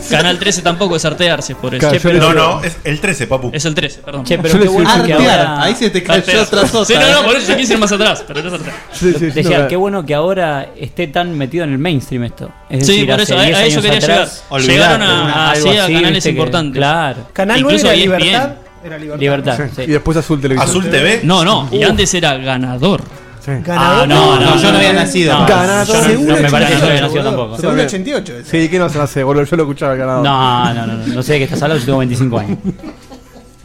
Speaker 14: Canal 13 tampoco es artearse, por eso.
Speaker 2: Claro, yo le- No, no, es el 13, papu.
Speaker 14: Es el 13, perdón.
Speaker 17: Che, pero Yo qué le- bueno que Artear, ahora- ahí se te cayó
Speaker 14: Artear.
Speaker 17: otra ¿eh? cosa.
Speaker 14: Sí, no, no, por eso yo quise ir más atrás, pero no es artear.
Speaker 17: Decía, qué bueno que ahora esté tan metido en el mainstream esto. Es
Speaker 14: Sí,
Speaker 17: decir,
Speaker 14: por
Speaker 17: hace
Speaker 14: eso, a-
Speaker 17: 10
Speaker 14: a eso
Speaker 17: años
Speaker 14: quería
Speaker 17: atrás,
Speaker 14: llegar.
Speaker 17: olvidate,
Speaker 14: Llegaron a-
Speaker 17: una-
Speaker 14: así
Speaker 17: algo
Speaker 14: a canales
Speaker 17: viste, que-
Speaker 14: importantes.
Speaker 17: Claro. Ah,
Speaker 10: Canal
Speaker 14: Incluso
Speaker 10: 9 era
Speaker 14: ESPN.
Speaker 10: Libertad. Era Libertad.
Speaker 17: Libertad,
Speaker 4: Sí. Y después Azul Televisión.
Speaker 14: No, no, y
Speaker 4: Uh.
Speaker 14: antes era ganador.
Speaker 10: Ganador.
Speaker 14: Ah, no, no,
Speaker 12: yo no había nacido.
Speaker 14: No,
Speaker 4: Ganador.
Speaker 14: yo no-
Speaker 4: Seguro
Speaker 14: no me parece que
Speaker 4: ganador,
Speaker 14: no había nacido
Speaker 4: boludo.
Speaker 14: tampoco.
Speaker 4: Yo también.
Speaker 10: 88
Speaker 4: Sí, ¿qué no se hace, boludo? Yo lo escuchaba el ganador.
Speaker 17: No, no, no, no, no sé de qué estás hablando, yo tengo 25 años.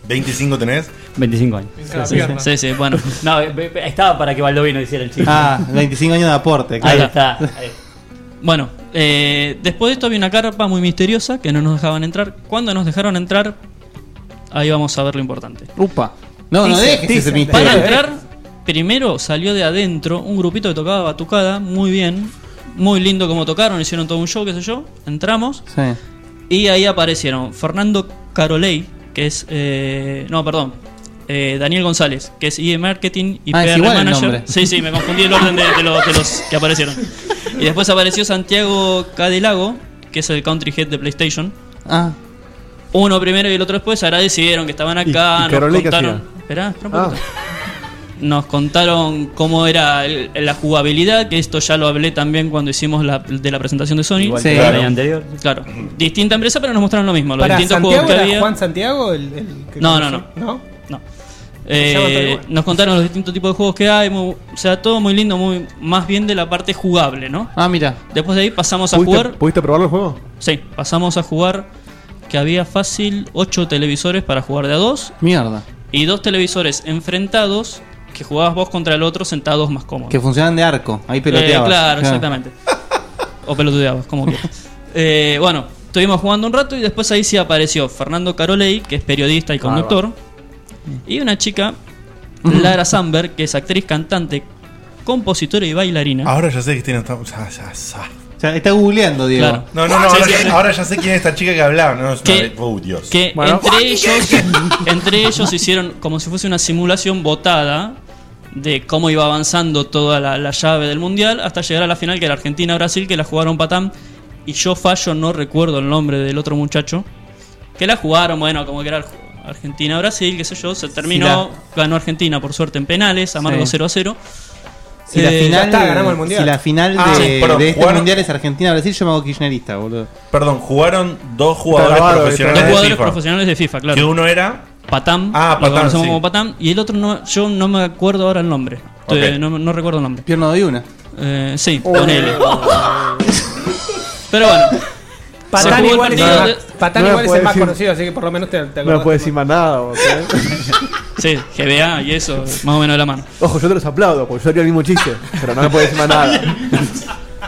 Speaker 2: ¿25 tenés?
Speaker 17: 25 años.
Speaker 14: Sí, sí, sí, sí, bueno.
Speaker 17: No, eh, eh, estaba para que Baldovino hiciera el chiste.
Speaker 12: Ah, 25 años de aporte,
Speaker 17: Ahí
Speaker 12: claro.
Speaker 17: está.
Speaker 14: Bueno, eh, después de esto había una carpa muy misteriosa que no nos dejaban entrar. Cuando nos dejaron entrar, ahí vamos a ver lo importante.
Speaker 12: Upa. No, no
Speaker 14: Dice,
Speaker 12: dejes
Speaker 14: dice,
Speaker 12: ese misterio.
Speaker 17: Eh.
Speaker 14: Para entrar, primero salió de adentro un grupito que tocaba batucada, muy bien, muy lindo como tocaron, hicieron todo un show, qué sé yo. Entramos
Speaker 12: Sí.
Speaker 14: y ahí aparecieron Fernando Carolei, que es. eh, no, perdón. eh, Daniel González, que es IE Marketing y
Speaker 12: Ah, es
Speaker 14: PR
Speaker 12: igual el
Speaker 14: Manager.
Speaker 12: nombre.
Speaker 14: Sí, sí, me confundí el orden de, de los, de los que aparecieron. Y después apareció Santiago Cadelago, que es el country head de PlayStation.
Speaker 12: Ah.
Speaker 14: Uno primero y el otro después agradecieron que estaban
Speaker 12: ¿Y- y
Speaker 14: acá, nos
Speaker 12: Carolei qué
Speaker 14: contaron.
Speaker 12: hacía?
Speaker 14: Esperá, esperá un
Speaker 12: Ah.
Speaker 14: poquito. Nos contaron cómo era el- la jugabilidad, que esto ya lo hablé también cuando hicimos la, de la presentación de Sony.
Speaker 17: Igual que Sí. la de anterior.
Speaker 14: Claro. Distinta empresa, pero nos mostraron lo mismo, los
Speaker 10: Pará,
Speaker 14: distintos
Speaker 10: ¿Santiago
Speaker 14: juegos que
Speaker 10: era
Speaker 14: había.
Speaker 10: Juan Santiago? El, el que
Speaker 14: No, no,
Speaker 10: conoció? ¿No?
Speaker 14: Eh,
Speaker 10: Se llama todo igual.
Speaker 14: nos contaron los distintos tipos de juegos que hay, muy- o sea, todo muy lindo, muy más bien de la parte jugable, ¿no?
Speaker 12: Ah, mira.
Speaker 14: Después de ahí pasamos a
Speaker 4: ¿Pudiste,
Speaker 14: jugar
Speaker 4: ¿Pudiste probarlo el juego?
Speaker 14: Sí, pasamos a jugar que había fácil 8 televisores para jugar de a dos
Speaker 12: Mierda.
Speaker 14: y dos televisores enfrentados que jugabas vos contra el otro sentados más cómodos.
Speaker 12: Que funcionan de arco, ahí peloteabas.
Speaker 14: Eh, claro, exactamente. O pelotudeabas, como quieras. Eh, bueno, estuvimos jugando un rato y después ahí sí apareció Fernando Carolei, que es
Speaker 12: Ah,
Speaker 14: periodista y conductor, y una chica,
Speaker 12: Mm.
Speaker 14: Lara Samberg, que es actriz, cantante, compositora y bailarina.
Speaker 2: Ahora ya sé que tiene. esta- ya- ya- ya.
Speaker 12: O sea, está googleando, Diego.
Speaker 14: Claro.
Speaker 2: No, no, no,
Speaker 14: Sí,
Speaker 2: ahora,
Speaker 14: sí, sí.
Speaker 2: ya, ahora ya sé quién es esta chica que hablaba. No, es una-
Speaker 14: Que-
Speaker 2: oh, Dios.
Speaker 14: Que
Speaker 2: Bueno.
Speaker 14: entre, ellos, entre ellos hicieron como si fuese una simulación votada de cómo iba avanzando toda la, la llave del mundial hasta llegar a la final que era Argentina-Brasil, que la jugaron patán. Y yo fallo, no recuerdo el nombre del otro muchacho. Que la jugaron, bueno, como que era Ar- Argentina-Brasil, qué sé yo. Se terminó, ganó Argentina por suerte en penales, amargo
Speaker 12: Sí.
Speaker 14: 0 a 0.
Speaker 12: Si la
Speaker 14: Eh,
Speaker 12: final, Si la final
Speaker 14: Ah,
Speaker 12: de,
Speaker 14: sí, perdón,
Speaker 12: de este
Speaker 14: jugaron-
Speaker 12: mundial es Argentina-Brasil, yo me hago kirchnerista, boludo.
Speaker 2: Perdón, jugaron dos jugadores
Speaker 12: grabado,
Speaker 2: profesionales.
Speaker 14: Dos
Speaker 2: de
Speaker 14: jugadores
Speaker 2: FIFA.
Speaker 14: profesionales de FIFA, claro.
Speaker 2: Que uno era.
Speaker 14: Patán.
Speaker 2: Ah,
Speaker 14: lo
Speaker 2: Patán,
Speaker 14: conocemos
Speaker 2: sí.
Speaker 14: como Patán. Y el otro, no, yo no me acuerdo ahora el nombre. Estoy-
Speaker 2: Ok.
Speaker 14: no, no recuerdo el nombre.
Speaker 12: Pierna de una.
Speaker 14: Eh, sí, ponele. Pero bueno. Se
Speaker 10: Patán
Speaker 14: jugó el
Speaker 10: igual, es,
Speaker 14: partido
Speaker 10: el
Speaker 14: de-
Speaker 10: más- Patán
Speaker 4: no me
Speaker 10: igual es
Speaker 4: puede
Speaker 10: el más
Speaker 4: decir-
Speaker 10: conocido, así que por lo menos te, te
Speaker 4: No
Speaker 10: acordás.
Speaker 4: le puedo decir más nada. vos, ¿eh?
Speaker 14: Sí, GBA y eso, más o menos de la mano.
Speaker 4: Ojo, yo te los aplaudo porque yo haría el mismo chiste. Pero no me puedes decir más nada.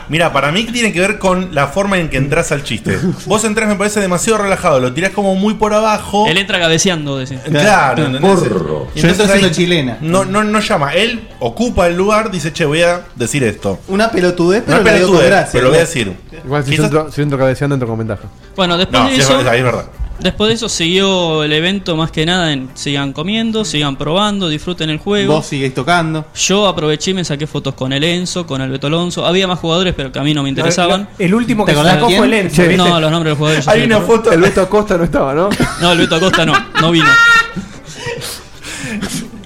Speaker 2: Mira, para mí tiene que ver con la forma en que entras al chiste. Vos entrás, me parece demasiado relajado, lo tirás como muy por abajo.
Speaker 14: Él entra cabeceando, decía.
Speaker 2: Claro, ¿entendés?
Speaker 12: Yo entro
Speaker 2: Entonces
Speaker 12: siendo
Speaker 2: ahí
Speaker 12: chilena.
Speaker 2: No, no, no llama. Él ocupa el lugar, dice, che, voy a decir esto.
Speaker 12: Una pelotudez, pero
Speaker 2: No
Speaker 12: la digo con
Speaker 2: pelotudez,
Speaker 12: gracia.
Speaker 2: pero lo voy a decir.
Speaker 4: Igual si,
Speaker 2: Quizás-
Speaker 4: yo entro, si yo entro cabeceando, entro con ventaja.
Speaker 14: Bueno, después
Speaker 2: No,
Speaker 14: de
Speaker 2: sí,
Speaker 14: eso.
Speaker 2: es verdad, es verdad.
Speaker 14: Después de eso siguió el evento más que nada en sigan comiendo, sigan probando, disfruten el juego.
Speaker 12: Vos sigues tocando.
Speaker 14: Yo aproveché y me saqué fotos con el Enzo, con el Beto Alonso. Había más jugadores, pero que a mí no me interesaban.
Speaker 10: El último que sacó fue el Enzo.
Speaker 14: No, los nombres de los jugadores. yo
Speaker 4: Hay
Speaker 14: sé,
Speaker 4: una
Speaker 14: pero-
Speaker 4: foto. El Beto Acosta no estaba, ¿no?
Speaker 14: No, el Beto Acosta no, no vino.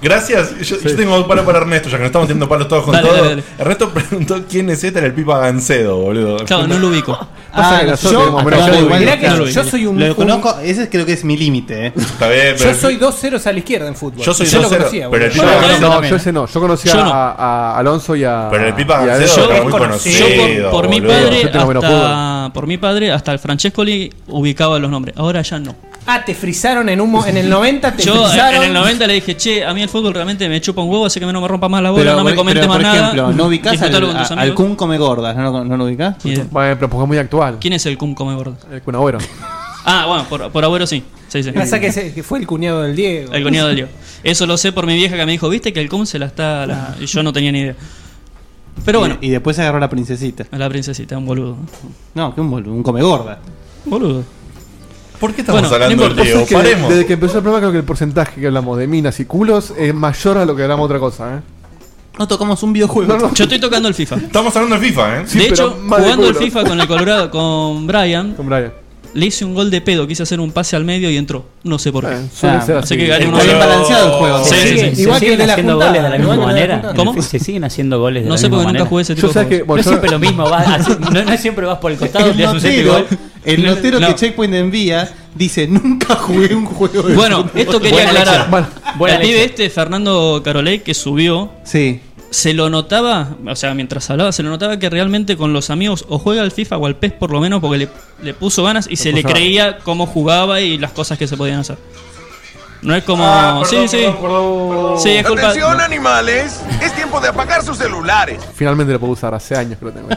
Speaker 2: Gracias. Yo, yo tengo un palo para Ernesto, ya que nos estamos tirando palos todos con
Speaker 14: Dale,
Speaker 2: todo.
Speaker 14: dale, dale.
Speaker 2: Ernesto preguntó quién es este, era el Pipa Gancedo, boludo.
Speaker 4: Ah,
Speaker 12: Ah,
Speaker 14: Claro, no lo ubico.
Speaker 18: Pasa que nosotros tenemos menos
Speaker 12: claro,
Speaker 18: móvil.
Speaker 12: igual,
Speaker 18: Mirá que
Speaker 12: claro.
Speaker 18: yo soy un-
Speaker 12: Lo
Speaker 18: un-
Speaker 12: conozco, ese creo que es mi límite. eh.
Speaker 10: yo soy dos ceros a la izquierda en fútbol.
Speaker 12: Yo soy
Speaker 10: lo
Speaker 12: 2-0,
Speaker 10: conocía,
Speaker 12: pero
Speaker 10: boludo.
Speaker 12: el Pipa
Speaker 4: No, no,
Speaker 12: también.
Speaker 4: yo ese no. Yo conocía
Speaker 12: Yo no.
Speaker 4: A, a Alonso y a.
Speaker 2: Pero el Pipa
Speaker 4: y a
Speaker 2: Gancedo
Speaker 4: Alonso.
Speaker 2: era muy Yo por- conocido,
Speaker 14: Yo por, por mi
Speaker 4: boludo.
Speaker 14: padre
Speaker 4: Yo tengo menos fútbol.
Speaker 14: hasta, por mi padre hasta el Francescoli ubicaba los nombres. Ahora ya no.
Speaker 10: Ah, te frizaron en, un, mo- en el 90, te
Speaker 14: Yo eh, en-
Speaker 10: frizaron.
Speaker 14: en el 90 le dije, "Che, a mí el fútbol realmente me chupa un huevo, así que no me rompa más la bola, no me
Speaker 12: por-
Speaker 14: comentes
Speaker 12: pero,
Speaker 14: más
Speaker 12: por ejemplo,
Speaker 14: nada."
Speaker 12: no ubicás
Speaker 14: Disfrutalo
Speaker 12: al,
Speaker 14: con tus
Speaker 12: a- al
Speaker 14: amigos.
Speaker 12: Kun come gordas, ¿no lo, no lo ubicás?
Speaker 14: ¿Quién?
Speaker 4: Bueno, pero porque es muy actual.
Speaker 14: ¿Quién es el Kun come gordo?
Speaker 4: El Kun Agüero. Eh,
Speaker 14: Ah, bueno, por, por abuelo sí. Sí, sí.
Speaker 10: Pasa que, ese- que fue el cuñado del Diego.
Speaker 14: El cuñado de Leo. Eso lo sé por mi vieja que me dijo, viste que el cum se la está.
Speaker 10: Ah.
Speaker 14: la-". Y yo no tenía ni idea. Pero bueno.
Speaker 12: Y, y después agarró a la princesita.
Speaker 14: A la princesita, un boludo.
Speaker 12: No, que un boludo, un come gorda.
Speaker 14: Boludo.
Speaker 2: ¿Por qué
Speaker 14: estamos hablando del
Speaker 4: Pasa que Desde que empezó el programa, creo que el porcentaje que hablamos de minas y culos es mayor a lo que hablamos de otra cosa, ¿eh?
Speaker 12: No tocamos un videojuego.
Speaker 14: Yo estoy tocando el FIFA.
Speaker 2: Estamos hablando de FIFA, ¿eh?
Speaker 4: Sí,
Speaker 14: de
Speaker 4: pero
Speaker 14: hecho,
Speaker 4: más de
Speaker 14: jugando el
Speaker 4: culo.
Speaker 14: FIFA con el Colorado, con Brian. Le hice un gol de pedo, quise hacer un pase al medio y entró. No sé por qué.
Speaker 4: Ah, suele ser
Speaker 14: así
Speaker 4: así.
Speaker 14: que gané
Speaker 4: Está
Speaker 14: uno.
Speaker 4: bien balanceado el
Speaker 12: juego,
Speaker 14: Sí,
Speaker 17: ¿Se
Speaker 14: sí,
Speaker 17: siguen-
Speaker 14: sí.
Speaker 17: se siguen haciendo goles de la misma manera?
Speaker 14: ¿Cómo?
Speaker 17: ¿Se siguen haciendo goles de
Speaker 14: No
Speaker 17: la
Speaker 14: sé
Speaker 17: misma
Speaker 14: porque nunca
Speaker 17: manera?
Speaker 14: jugué ese tipo de juegos.
Speaker 17: no es siempre lo mismo, vas- así- no, no siempre vas por el costado, te
Speaker 12: El
Speaker 17: das un set y
Speaker 12: notero,
Speaker 17: gol.
Speaker 12: el notero
Speaker 17: No.
Speaker 12: que Checkpoint envía dice: Nunca jugué un juego de
Speaker 14: Bueno,
Speaker 12: fútbol".
Speaker 14: esto quería aclarar.
Speaker 12: buena
Speaker 14: el pibe
Speaker 12: lección.
Speaker 14: este, Fernando Carolé, que subió,
Speaker 12: Sí.
Speaker 14: se lo notaba, o sea, mientras hablaba, se lo notaba que realmente con los amigos o juega al FIFA o al PES por lo menos, porque le, le puso ganas y se le
Speaker 4: puso ganas.
Speaker 14: creía cómo jugaba y las cosas que se podían hacer. No es como.
Speaker 4: Ah,
Speaker 14: sí, sí. Sí, es culpa.
Speaker 19: Atención animales, es tiempo de apagar sus celulares.
Speaker 4: Finalmente lo puedo usar, hace años que lo tengo.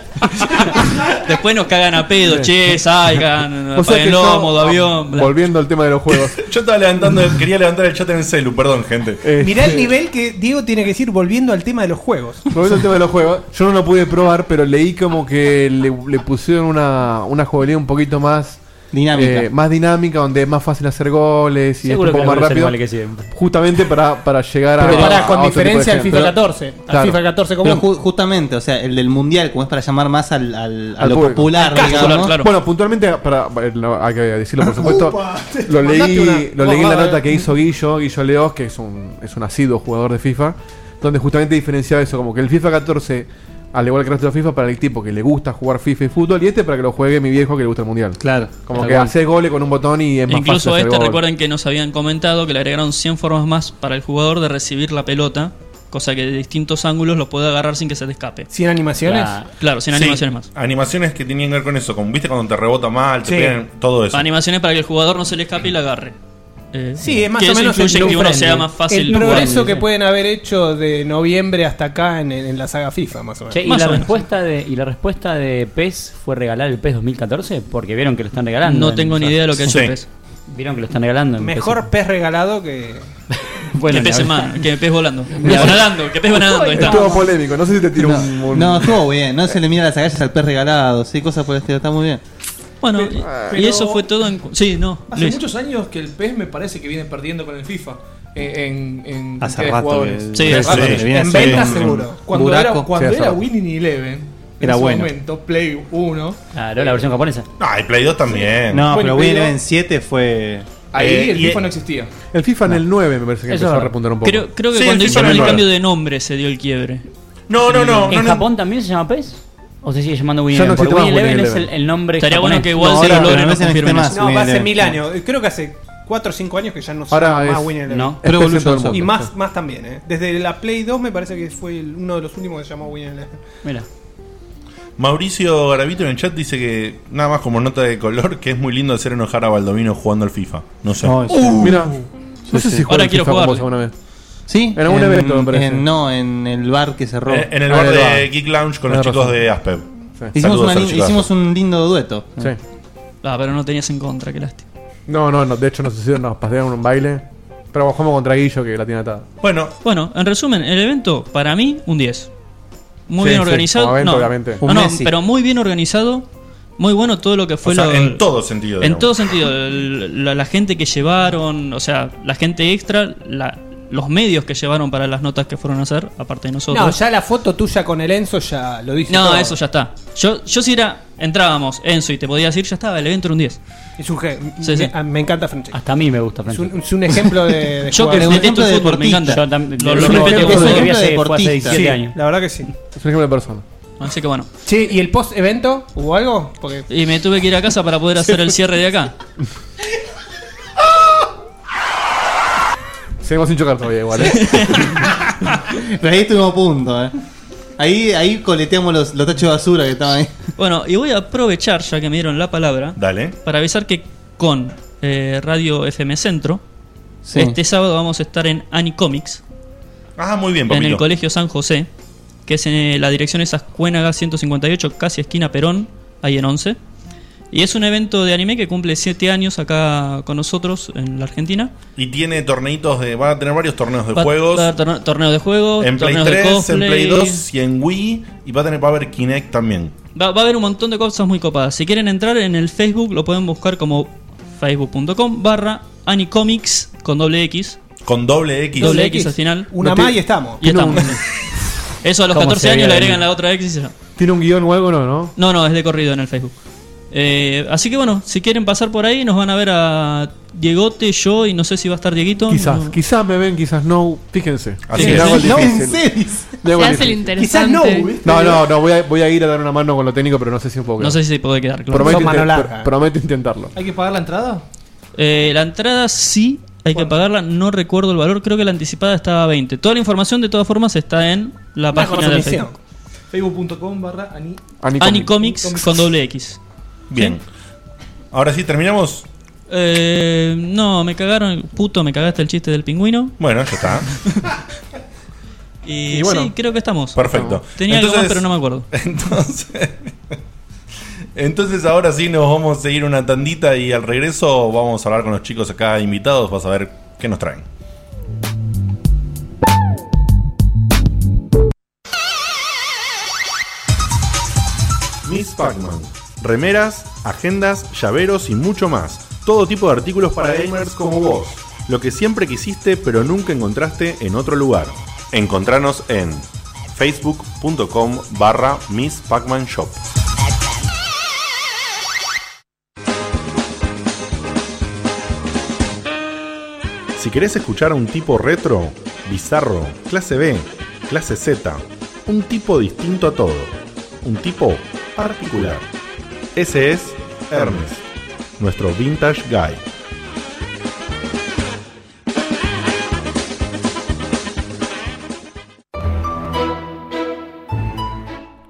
Speaker 14: Después nos cagan a pedo, che, salgan,
Speaker 4: Vos sabés que
Speaker 14: apaguen
Speaker 4: yo-
Speaker 14: modo avión. bla.
Speaker 4: Volviendo al tema de los juegos.
Speaker 2: Yo estaba levantando, quería levantar el chat en el celu, perdón, gente.
Speaker 4: Eh,
Speaker 10: Mirá
Speaker 4: Este-
Speaker 10: el nivel que Diego tiene que decir volviendo al tema de los juegos.
Speaker 4: Volviendo al tema de los juegos, yo no lo pude probar, pero leí como que le, le pusieron una, una jugabilidad un poquito más
Speaker 12: Dinámica.
Speaker 4: eh, más dinámica, donde es más fácil hacer goles y es
Speaker 17: Seguro
Speaker 4: un poco
Speaker 17: que los
Speaker 4: más
Speaker 17: goles
Speaker 4: rápido.
Speaker 17: salen igual que siempre.
Speaker 4: justamente para, para llegar a.
Speaker 12: Pero pará,
Speaker 10: con
Speaker 4: a otro tipo de
Speaker 10: diferencia al
Speaker 4: gente.
Speaker 10: FIFA 14. Al
Speaker 4: claro.
Speaker 10: FIFA 14 como
Speaker 12: Pero ju- justamente, o sea, el del mundial, como es para llamar más al, al- a
Speaker 4: Al
Speaker 12: lo
Speaker 4: público.
Speaker 12: popular, digamos.
Speaker 4: Bueno, puntualmente, para, bueno, hay que decirlo por supuesto, lo leí,
Speaker 12: mandaste una-
Speaker 4: lo leí en la
Speaker 12: Ojo,
Speaker 4: nota
Speaker 12: eh.
Speaker 4: que hizo Guillo, Guillo Leos, que es un, es un asiduo jugador de FIFA, donde justamente diferenciaba eso, como que el FIFA 14, al igual que el resto de FIFA, para el tipo que le gusta jugar FIFA y fútbol, y este para que lo juegue mi viejo que le gusta el mundial.
Speaker 12: Claro.
Speaker 4: Como
Speaker 12: Tal
Speaker 4: que
Speaker 12: cual.
Speaker 4: haces goles con un botón y es más
Speaker 14: Incluso a
Speaker 4: fácil. hacer
Speaker 14: este
Speaker 4: gol.
Speaker 14: recuerden que nos habían comentado que le agregaron 100 formas más para el jugador de recibir la pelota, cosa que de distintos ángulos lo puede agarrar sin que se te escape.
Speaker 10: ¿Sin animaciones?
Speaker 14: Claro, claro, sin
Speaker 2: Ah, Sí,
Speaker 14: animaciones más.
Speaker 2: Animaciones que tenían que ver con eso, como viste cuando te rebota mal, te
Speaker 14: Sí.
Speaker 2: pegan, todo eso.
Speaker 14: Animaciones para que el jugador no se le escape y la agarre. Eh,
Speaker 10: Sí, es más
Speaker 14: que
Speaker 10: o
Speaker 14: eso
Speaker 10: menos
Speaker 14: influye
Speaker 10: el
Speaker 14: en que uno
Speaker 10: friendly.
Speaker 14: sea más fácil
Speaker 10: El
Speaker 14: jugar.
Speaker 10: progreso que pueden haber hecho de noviembre hasta acá en, en la saga FIFA, más o menos.
Speaker 17: Che, y,
Speaker 10: Más
Speaker 17: la
Speaker 10: o menos.
Speaker 17: respuesta de, y la respuesta de PES fue regalar el PES 2014 porque vieron que lo están regalando.
Speaker 14: No
Speaker 17: en-
Speaker 14: tengo ni idea de lo que es
Speaker 17: Sí.
Speaker 14: un PES.
Speaker 17: Vieron que lo están regalando. en
Speaker 10: Mejor pez regalado que.
Speaker 17: PES. Bueno,
Speaker 14: que
Speaker 17: la-
Speaker 14: pes más, Ah, que pes volando. nadando, que pes nadando, ahí está.
Speaker 4: Estuvo polémico, no sé si te tiró un, un-
Speaker 12: No, estuvo bien, no se le mira las agallas al pez regalado, sí, cosas por el estilo, está muy bien.
Speaker 14: Bueno, y- y
Speaker 8: Pero-
Speaker 14: eso fue todo en... cu- Sí, no,
Speaker 8: Hace
Speaker 14: Luis.
Speaker 8: muchos años que el PES me parece que viene perdiendo con el FIFA. eh, En, en, en
Speaker 12: Hace
Speaker 8: cantidad de
Speaker 12: rato
Speaker 8: jugadores.
Speaker 12: que- Sí,
Speaker 8: Hace
Speaker 12: sí,
Speaker 8: rato.
Speaker 12: sí. viene
Speaker 8: En
Speaker 12: hace
Speaker 8: venta
Speaker 12: un-
Speaker 8: seguro.
Speaker 12: un
Speaker 8: Cuando
Speaker 12: buraco.
Speaker 8: era, cuando
Speaker 12: Sí, hace
Speaker 8: era
Speaker 12: rato.
Speaker 8: Winning Eleven, en
Speaker 12: Era
Speaker 8: ese
Speaker 12: bueno.
Speaker 8: momento, Play 1.
Speaker 17: Claro, la versión japonesa.
Speaker 2: Ah, el Play 2 también.
Speaker 12: No,
Speaker 8: Bueno,
Speaker 12: pero Win
Speaker 8: pero-
Speaker 12: Eleven 7 fue.
Speaker 8: Ahí
Speaker 2: Eh,
Speaker 8: el
Speaker 2: y-
Speaker 8: FIFA no existía.
Speaker 4: El FIFA en el 9 me parece que
Speaker 17: Eso
Speaker 4: empezó a
Speaker 17: es verdad.
Speaker 4: repuntar un poco.
Speaker 14: Creo, creo que
Speaker 17: Sí,
Speaker 14: cuando
Speaker 17: sí,
Speaker 14: hicieron
Speaker 17: sí,
Speaker 14: el
Speaker 17: claro.
Speaker 14: cambio de nombre se dio el quiebre.
Speaker 17: ¿En Japón también se llama PES? ¿O se sigue llamando Win
Speaker 14: Ya no
Speaker 17: Eleven? Porque
Speaker 14: existe más
Speaker 17: Win Eleven
Speaker 14: Win
Speaker 17: es el,
Speaker 14: Eleven.
Speaker 17: el nombre
Speaker 14: Estaría bueno
Speaker 17: japonés.
Speaker 14: que igual No, se lo ahora- logren, ahora no se nos confirmen existe eso. más
Speaker 10: No,
Speaker 14: Win
Speaker 10: hace
Speaker 14: Eleven.
Speaker 10: mil años. Creo que hace 4 o 5 años que ya no se
Speaker 4: Ahora
Speaker 10: llama más
Speaker 4: es-
Speaker 10: Win Eleven.
Speaker 4: no, Pro Evolution Evolution Soccer.
Speaker 10: Y
Speaker 4: Soccer.
Speaker 10: más, más también, ¿eh? Desde la Play 2 me parece que fue el- uno de los últimos que se llamó Win Eleven.
Speaker 17: Mira.
Speaker 2: Mauricio Garavito en el chat dice que, nada más como nota de color, que es muy lindo hacer enojar a Baldovino jugando al FIFA. No sé.
Speaker 4: No, sí. Mira, Uh, no sé si jugaron
Speaker 14: quiero
Speaker 4: FIFA con vos
Speaker 14: jugarle.
Speaker 4: alguna vez.
Speaker 12: Sí,
Speaker 4: En alguna vez lo me parece. Ah,
Speaker 12: en- No, en el bar que cerró.
Speaker 2: En- en el bar de Geek Lounge con los
Speaker 12: Tenés
Speaker 2: chicos
Speaker 12: razón.
Speaker 2: de Aspev. Sí.
Speaker 12: Hicimos,
Speaker 2: Saludos
Speaker 12: una lin-
Speaker 2: a los chicos de
Speaker 12: hicimos un lindo dueto.
Speaker 4: Sí.
Speaker 14: Ah, pero no tenías en contra, qué lástima.
Speaker 4: No, no, no, de hecho nos hicieron, nos pasearon un baile. Pero bajamos contra Guillo que la tiene atada.
Speaker 14: Bueno, bueno, en resumen, el evento para mí un 10. Muy
Speaker 4: Sí,
Speaker 14: bien
Speaker 4: sí,
Speaker 14: organizado.
Speaker 4: como evento,
Speaker 14: no,
Speaker 4: obviamente.
Speaker 14: no,
Speaker 4: Un
Speaker 14: no,
Speaker 4: Messi.
Speaker 14: pero muy bien organizado. Muy bueno todo lo que fue
Speaker 2: O sea,
Speaker 14: lo-
Speaker 2: en todo sentido,
Speaker 14: En
Speaker 2: digamos.
Speaker 14: todo sentido. el- La, la gente que llevaron, o sea, la gente extra, la- los medios que llevaron para las notas que fueron a hacer, aparte de nosotros.
Speaker 10: No, ya la foto tuya con el Enzo ya lo dice.
Speaker 14: No,
Speaker 10: todo.
Speaker 14: eso ya está. Yo, yo si era, entrábamos, Enzo, y te podía decir, ya estaba, el evento era un 10.
Speaker 10: Es un gen-
Speaker 14: Sí, sí.
Speaker 10: Me, me encanta Francesco.
Speaker 17: Hasta a mí me gusta
Speaker 10: Es
Speaker 17: Francia.
Speaker 10: un, es un ejemplo de, de
Speaker 14: Yo
Speaker 10: jugador.
Speaker 14: que detesto el fútbol, me encanta.
Speaker 17: Yo tam-
Speaker 14: Lo-
Speaker 17: lo
Speaker 14: lo
Speaker 17: respeto
Speaker 14: respeto
Speaker 17: como
Speaker 14: como
Speaker 17: que
Speaker 14: deportista.
Speaker 17: hace- fue hace 17
Speaker 10: Sí,
Speaker 17: años.
Speaker 10: La verdad que sí.
Speaker 4: Es un ejemplo de persona.
Speaker 14: Así que bueno.
Speaker 10: Che, ¿y el post-evento? ¿Hubo algo? Porque
Speaker 14: Y me tuve que ir a casa para poder hacer el cierre de acá.
Speaker 4: Seguimos sin chocar todavía igual, ¿eh?
Speaker 12: Pero ahí estuvimos a punto, eh. Ahí, ahí coleteamos los, los tachos de basura que estaban ahí.
Speaker 14: Bueno, y voy a aprovechar, ya que me dieron la palabra,
Speaker 2: Dale.
Speaker 14: para avisar que con eh, Radio FM Centro,
Speaker 12: Sí.
Speaker 14: este sábado vamos a estar en Anicomics.
Speaker 2: Ah, muy bien,
Speaker 14: En
Speaker 2: papito.
Speaker 14: el Colegio San José, que es en eh, la dirección esas Cuénaga 158, casi esquina Perón, ahí en 11. Y es un evento de anime que cumple 7 años acá con nosotros en la Argentina.
Speaker 2: Y tiene torneitos de. Va a tener varios torneos de
Speaker 14: Va a
Speaker 2: juegos.
Speaker 14: dar torne- torneo de juegos,
Speaker 2: en Play
Speaker 14: torneos de
Speaker 2: 3, en
Speaker 14: cosplay.
Speaker 2: Play 2 y en Wii. Y va a tener va a haber Kinect también.
Speaker 14: Va, va a haber un montón de cosas muy copadas. Si quieren entrar en el Facebook, lo pueden buscar como facebook.com barra Anicomics con doble X.
Speaker 2: Con doble X.
Speaker 14: Doble X al final.
Speaker 10: Una
Speaker 14: No te-
Speaker 10: más y estamos.
Speaker 14: Y estamos. Eso a los
Speaker 4: ¿Cómo
Speaker 14: 14
Speaker 4: se veía
Speaker 14: años le
Speaker 4: venir?
Speaker 14: agregan la otra X y ya.
Speaker 4: ¿Tiene un guión o algo no, no?
Speaker 14: No, no, es de corrido en el Facebook. Eh, así que bueno, si quieren pasar por ahí, nos van a ver a Diegote, yo y no sé si va a estar Dieguito.
Speaker 4: Quizás,
Speaker 14: No.
Speaker 4: quizás me ven, quizás no. Fíjense.
Speaker 14: Así
Speaker 4: Me
Speaker 14: es.
Speaker 4: hago el
Speaker 14: No,
Speaker 4: difícil.
Speaker 14: en serio.
Speaker 4: Me hago
Speaker 16: Se
Speaker 4: el
Speaker 16: hace el
Speaker 4: difícil.
Speaker 16: interesante.
Speaker 4: No, no, no, voy a, voy a ir a dar una mano con lo técnico, pero no sé si puedo quedar.
Speaker 14: No sé si puedo quedar, claro.
Speaker 4: Prometo,
Speaker 14: Son mano
Speaker 4: inten-
Speaker 14: larga.
Speaker 4: pr- prometo intentarlo.
Speaker 8: ¿Hay que pagar la entrada?
Speaker 14: Eh, la entrada sí, hay que pagarla, no recuerdo el valor, creo que la anticipada estaba a 20. Toda la información de todas formas está en la página del Facebook.
Speaker 8: Facebook.com barra ani-
Speaker 14: Anicomics con doble X.
Speaker 2: Bien. Ahora sí, terminamos.
Speaker 14: Eh, no, me cagaron, puto, me cagaste el chiste del pingüino.
Speaker 2: Bueno, ya está.
Speaker 14: Y,
Speaker 2: Y bueno.
Speaker 14: sí, creo que estamos.
Speaker 2: Perfecto.
Speaker 14: Tenía algo más,
Speaker 2: Entonces-
Speaker 14: pero no me acuerdo.
Speaker 2: Entonces. Entonces ahora sí nos vamos a seguir una tandita y al regreso vamos a hablar con los chicos acá invitados para saber qué nos traen. Miss Pac-Man. Remeras, agendas, llaveros y mucho más. Todo tipo de artículos para gamers como vos. Lo que siempre quisiste pero nunca encontraste en otro lugar. Encontranos en facebook.com barra Miss Pac-Man Shop. Si querés escuchar a un tipo retro, bizarro, clase B, clase Z, un tipo distinto a todo, un tipo particular. Ese es Hermes, nuestro vintage guy.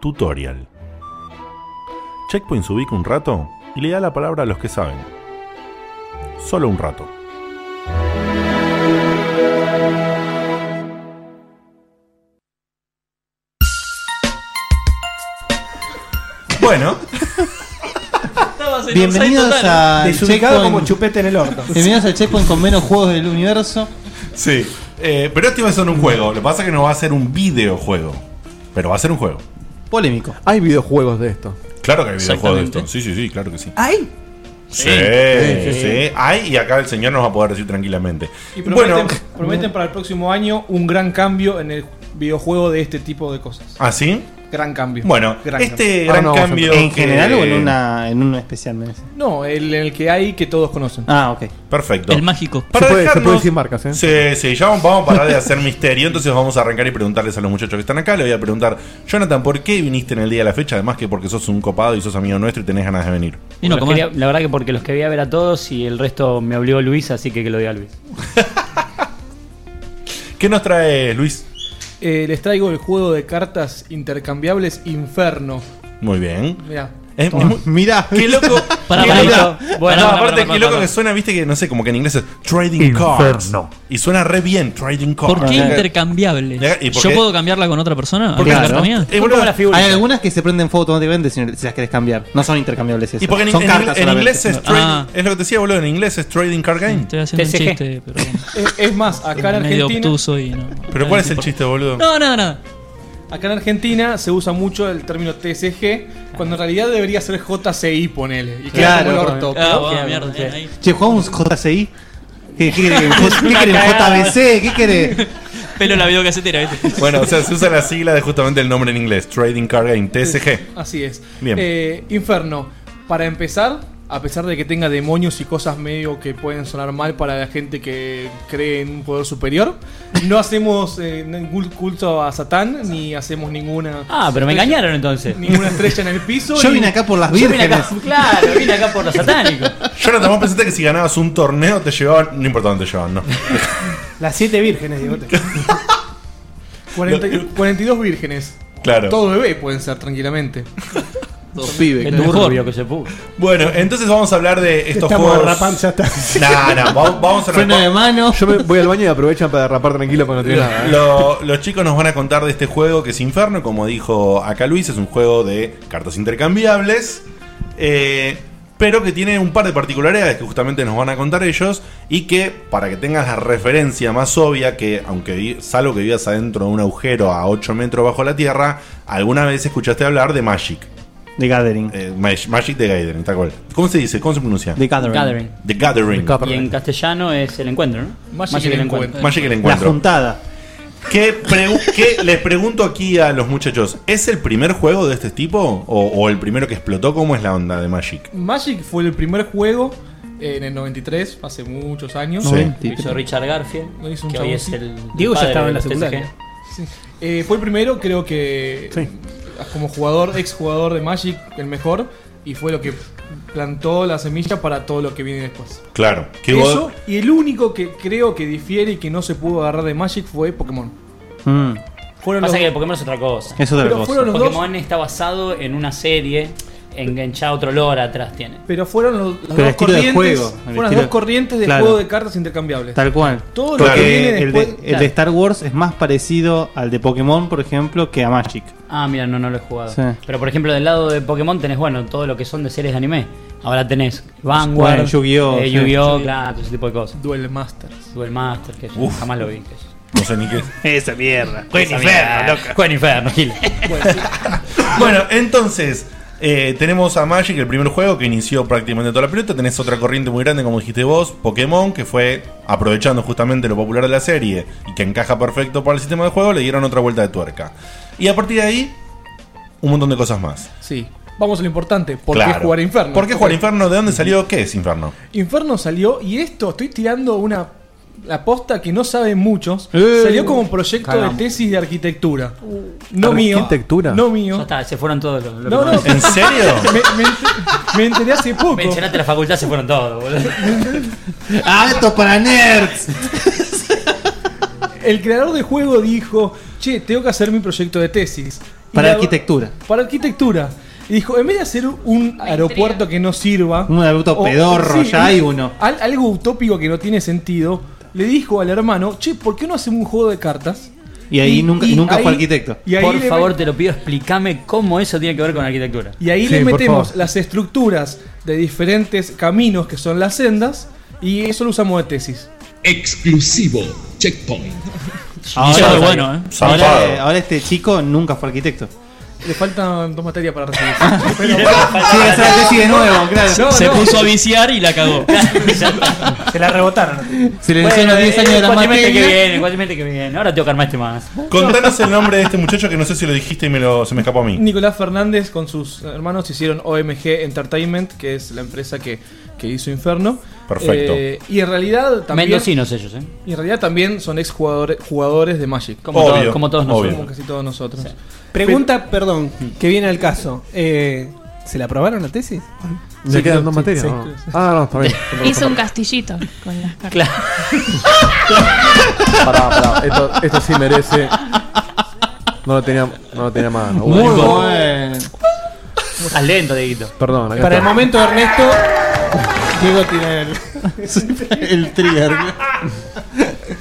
Speaker 2: Tutorial. Checkpoint se ubica un rato y le da la palabra a los que saben. Solo un rato. Bueno.
Speaker 12: Bienvenidos a
Speaker 10: Desubicado como chupete en el orto.
Speaker 12: Bienvenidos al Checkpoint con menos juegos del universo.
Speaker 2: Sí. Eh, pero este va a ser un juego. Lo que pasa es que no va a ser un videojuego. Pero va a ser un juego.
Speaker 12: Polémico.
Speaker 4: Hay videojuegos de esto.
Speaker 2: Claro que hay videojuegos de
Speaker 4: Exactamente.
Speaker 2: esto. Sí, sí, sí, claro que sí.
Speaker 12: ¿Hay?
Speaker 2: Sí,
Speaker 8: Sí.
Speaker 2: sí, sí. Hay y acá el señor nos va a poder decir tranquilamente.
Speaker 8: Y prometen,
Speaker 2: Bueno,
Speaker 8: prometen para el próximo año un gran cambio en el videojuego de este tipo de cosas.
Speaker 2: ¿ah, sí?
Speaker 8: Gran cambio.
Speaker 2: Bueno,
Speaker 8: Gran
Speaker 2: este
Speaker 8: cambio.
Speaker 2: gran cambio.
Speaker 12: Ah, ¿En
Speaker 2: que-
Speaker 12: general o en, una, en uno especial? me dice?
Speaker 8: No, el, el que hay que todos conocen.
Speaker 12: Ah, ok.
Speaker 2: Perfecto.
Speaker 14: El mágico.
Speaker 2: Para
Speaker 4: se, puede, se
Speaker 2: dejarnos-
Speaker 4: puede decir marcas, ¿eh?
Speaker 2: Sí, sí, ya vamos vamos a parar de hacer misterio. Entonces vamos a arrancar y preguntarles a los muchachos que están acá. Le voy a preguntar, Jonathan, ¿por qué viniste en el día de la fecha? Además que porque sos un copado y sos amigo nuestro y tenés ganas de venir.
Speaker 17: Los quería- la verdad que porque los quería ver a todos y el resto me obligó Luis, así que que lo diga Luis.
Speaker 2: ¿Qué nos trae Luis?
Speaker 8: Eh, les traigo el juego de cartas intercambiables Inferno.
Speaker 2: Muy bien.
Speaker 8: Mirá.
Speaker 2: Es-
Speaker 8: Toma.
Speaker 2: es muy-
Speaker 12: Mirá.
Speaker 2: Qué loco.
Speaker 8: Pará,
Speaker 2: qué
Speaker 8: pará,
Speaker 2: loco-
Speaker 8: pará.
Speaker 2: No,
Speaker 8: Bueno, pará,
Speaker 2: aparte,
Speaker 8: pará,
Speaker 2: qué loco
Speaker 8: pará.
Speaker 2: que suena, viste, que no sé, como que en inglés es trading cards.
Speaker 14: Inferno.
Speaker 2: Y suena re bien, trading cards.
Speaker 14: ¿Por qué intercambiable?
Speaker 2: ¿Y por
Speaker 14: ¿Yo
Speaker 2: qué?
Speaker 14: puedo cambiarla con otra persona? ¿Con la carta
Speaker 12: Eh,
Speaker 14: mía?
Speaker 12: Hay algunas que se prenden fuego automáticamente si, si las querés cambiar. No son intercambiables esas.
Speaker 2: Y porque en,
Speaker 12: son
Speaker 2: en-
Speaker 12: cartas
Speaker 2: en
Speaker 12: solamente.
Speaker 2: inglés es
Speaker 12: No.
Speaker 2: trading. Es lo que te decía, boludo. En inglés es trading card game. Estoy
Speaker 14: Ah. haciendo un TCG. chiste, pero.
Speaker 8: Es, es más, acá en
Speaker 14: Medio
Speaker 8: Argentina.
Speaker 14: obtuso y no.
Speaker 2: Pero ¿cuál es el chiste, boludo?
Speaker 14: No, no, no.
Speaker 8: Acá en Argentina se usa mucho el término TSG, cuando en realidad debería ser JCI, ponele. Y queda
Speaker 12: Claro.
Speaker 8: como el orto,
Speaker 12: Ah,
Speaker 8: pero-
Speaker 12: bueno, mierda, bien ahí. Che, ¿jugamos JCI? ¿Qué, qué querés? ¿Qué querés? ¿JBC? ¿Qué querés?
Speaker 14: Pelo la videocasetera, ¿viste?
Speaker 2: Bueno, o sea, se usa la sigla de justamente el nombre en inglés, Trading Card Game, TSG.
Speaker 8: Así es.
Speaker 2: Bien.
Speaker 8: Eh, Inferno, para empezar, a pesar de que tenga demonios y cosas medio que pueden sonar mal para la gente que cree en un poder superior, no hacemos eh, ningún culto a Satán ni hacemos ninguna.
Speaker 17: Ah, pero me engañaron entonces.
Speaker 8: Ninguna estrella en el piso.
Speaker 17: Yo
Speaker 8: ni-
Speaker 17: vine acá por las
Speaker 8: Yo vine acá-
Speaker 17: claro, vine acá por los satánicos.
Speaker 2: Jonathan, vos pensaste que si ganabas un torneo te llevaban. No importa dónde te llevaban, no.
Speaker 8: Las siete vírgenes, digo. 40 y- 42 vírgenes.
Speaker 2: Claro.
Speaker 8: Todo bebé pueden ser tranquilamente. Todo
Speaker 2: pibe, claro.
Speaker 17: que se puso.
Speaker 2: Bueno, entonces vamos a hablar de estos
Speaker 8: Estamos
Speaker 2: juegos.
Speaker 8: derrapando, ya está.
Speaker 2: No, no, va- vamos a
Speaker 4: Freno
Speaker 2: rapar-
Speaker 4: de
Speaker 17: mano.
Speaker 4: Yo me voy al baño y aprovechan para rapar tranquilo cuando no tiene nada. ¿eh?
Speaker 2: Lo- los chicos nos van a contar de este juego que es Inferno, como dijo acá Luis, es un juego de cartas intercambiables, eh, pero que tiene un par de particularidades que justamente nos van a contar ellos y que para que tengas la referencia más obvia que aunque vi- salvo que vivas adentro de un agujero a 8 metros bajo la tierra, alguna vez escuchaste hablar de Magic. Eh,
Speaker 18: The Gathering.
Speaker 2: Magic The Gathering, tal cual. ¿Cómo se dice? ¿Cómo se pronuncia?
Speaker 17: The Gathering. Gathering.
Speaker 2: The Gathering.
Speaker 17: Y en castellano es el encuentro, ¿no?
Speaker 2: Magic
Speaker 17: que
Speaker 2: el encuentro. Magic el encuentro.
Speaker 17: La juntada.
Speaker 2: ¿Qué, pregu- qué- les pregunto aquí a los muchachos? ¿Es el primer juego de este tipo? ¿O, o el primero que explotó? ¿Cómo es la onda de Magic?
Speaker 8: Magic fue el primer juego en el 93, hace muchos años.
Speaker 2: Sí. 93.
Speaker 17: Hizo Richard Garfield,
Speaker 8: Lo hizo un
Speaker 17: que hoy es
Speaker 8: chaboncito.
Speaker 17: el Diego ya padre estaba en de la los secundaria.
Speaker 8: Sí. Eh, fue el primero, creo que como jugador, ex jugador de Magic, el mejor, y fue lo que plantó la semilla para todo lo que viene después.
Speaker 2: Claro. ¿Qué
Speaker 8: Eso, y el único que creo que difiere y que no se pudo agarrar de Magic fue Pokémon. Fueron
Speaker 17: Pasa
Speaker 8: los-
Speaker 17: que Pokémon es otra cosa.
Speaker 8: Es otra Pero cosa. fueron los
Speaker 17: Pokémon está basado en una serie enganchado otro lore atrás tiene.
Speaker 8: Pero fueron los, las
Speaker 17: Pero el
Speaker 8: dos
Speaker 17: estilo de
Speaker 8: corrientes,
Speaker 17: juego, el
Speaker 8: fueron las
Speaker 17: estilo-
Speaker 8: dos corrientes de
Speaker 18: Claro.
Speaker 8: juego de cartas intercambiables.
Speaker 18: Tal cual.
Speaker 8: Todo lo
Speaker 18: Porque
Speaker 8: que viene
Speaker 18: el, de,
Speaker 8: después.
Speaker 18: el de Star Wars es más parecido al de Pokémon, por ejemplo, que a Magic.
Speaker 17: Ah, mira, no, no lo he jugado.
Speaker 18: Sí.
Speaker 17: Pero por ejemplo, del lado de Pokémon tenés, bueno, todo lo que son de series de anime. Ahora tenés Vanguard,
Speaker 18: Bueno, Yu-Gi-Oh,
Speaker 17: eh,
Speaker 18: sí.
Speaker 17: Yu-Gi-Oh, claro, todo ese tipo de cosas.
Speaker 8: Duel Masters.
Speaker 17: Duel Masters, que yo
Speaker 18: Uf.
Speaker 17: jamás lo vi. que yo-
Speaker 2: No sé ni qué.
Speaker 18: Esa mierda.
Speaker 17: Esa mierda. Juega en Inferno, Gil.
Speaker 2: Bueno, entonces. eh, tenemos a Magic, el primer juego que inició prácticamente toda la pelota. Tenés otra corriente muy grande, como dijiste vos, Pokémon, que fue aprovechando justamente lo popular de la serie y que encaja perfecto para el sistema de juego, le dieron otra vuelta de tuerca. Y a partir de ahí, un montón de cosas más.
Speaker 8: Sí. Vamos a lo importante. ¿Por
Speaker 2: Claro.
Speaker 8: qué jugar a Inferno?
Speaker 2: ¿Por qué jugar a
Speaker 8: Ok.
Speaker 2: Inferno? ¿De dónde salió? ¿Qué es Inferno?
Speaker 8: Inferno salió y esto, estoy tirando una aposta que no saben muchos.
Speaker 2: Eh.
Speaker 8: salió como proyecto
Speaker 17: Caramba.
Speaker 8: de tesis de arquitectura. No mío. No mío.
Speaker 17: Ya está, se fueron todos los. los
Speaker 8: No, no.
Speaker 17: que-
Speaker 8: ¿En serio? Me- me enteré hace poco.
Speaker 17: Mencionaste la facultad, se fueron todos, boludo.
Speaker 18: ¡Ah, esto es para nerds!
Speaker 8: El creador del juego dijo, che, tengo que hacer mi proyecto de tesis. Y
Speaker 18: Para
Speaker 8: la-
Speaker 18: arquitectura.
Speaker 8: Para arquitectura. Y dijo, en vez de hacer un aeropuerto que no sirva...
Speaker 18: Un aeropuerto
Speaker 8: o-
Speaker 18: pedorro, ya hay uno.
Speaker 8: al- algo utópico que no tiene sentido. Le dijo al hermano, che, ¿por qué no hacemos un juego de cartas?
Speaker 18: Y ahí nunca,
Speaker 8: y
Speaker 18: nunca fue
Speaker 8: ahí-
Speaker 18: arquitecto.
Speaker 8: y ahí
Speaker 17: Por
Speaker 8: le-
Speaker 17: favor, te lo pido, explícame cómo eso tiene que ver con arquitectura.
Speaker 8: Y ahí le metemos las estructuras de diferentes caminos que son las sendas y eso lo usamos de tesis.
Speaker 6: Exclusivo Checkpoint.
Speaker 18: Ahora,
Speaker 17: ¿eh?
Speaker 18: ahora- ahora este chico nunca fue arquitecto.
Speaker 8: Le faltan dos materias para recibir.
Speaker 18: Tiene que hacer la tesis de nuevo, claro.
Speaker 14: Se puso a viciar y la cagó.
Speaker 10: Se la rebotaron.
Speaker 18: Se
Speaker 17: Bueno,
Speaker 18: enseñó
Speaker 17: eh, cuatrimestre
Speaker 18: materia.
Speaker 17: que viene, cuatrimestre que viene. Ahora tengo que armar este más.
Speaker 2: Contanos el nombre de este muchacho que no sé si lo dijiste y me lo, se me escapó a mí.
Speaker 8: Nicolás Fernández con sus hermanos hicieron OMG Entertainment, que es la empresa que, que hizo Inferno.
Speaker 2: Perfecto.
Speaker 8: Eh, y en realidad también.
Speaker 17: Mendocinos ellos, ¿eh?
Speaker 8: Y en realidad también son ex jugadores, jugadores de Magic.
Speaker 17: Como Obvio, todos- como todos
Speaker 10: nosotros.
Speaker 8: Como casi todos nosotros.
Speaker 10: Pregunta, perdón, que viene al caso. Eh, ¿Se la aprobaron la tesis?
Speaker 4: Le quedan dos materias.
Speaker 10: sí.
Speaker 4: ¿no? Ah, no, está bien.
Speaker 16: Hizo un castillito con las cartas.
Speaker 4: Pará, pará. Esto, esto sí merece. No lo tenía, no lo tenía más.
Speaker 10: Muy
Speaker 17: Ah, bueno. Haz lento, Dieguito.
Speaker 4: Perdón, acá
Speaker 10: Para el
Speaker 4: está.
Speaker 10: momento, Ernesto, Diego tiene el,
Speaker 18: el trigger.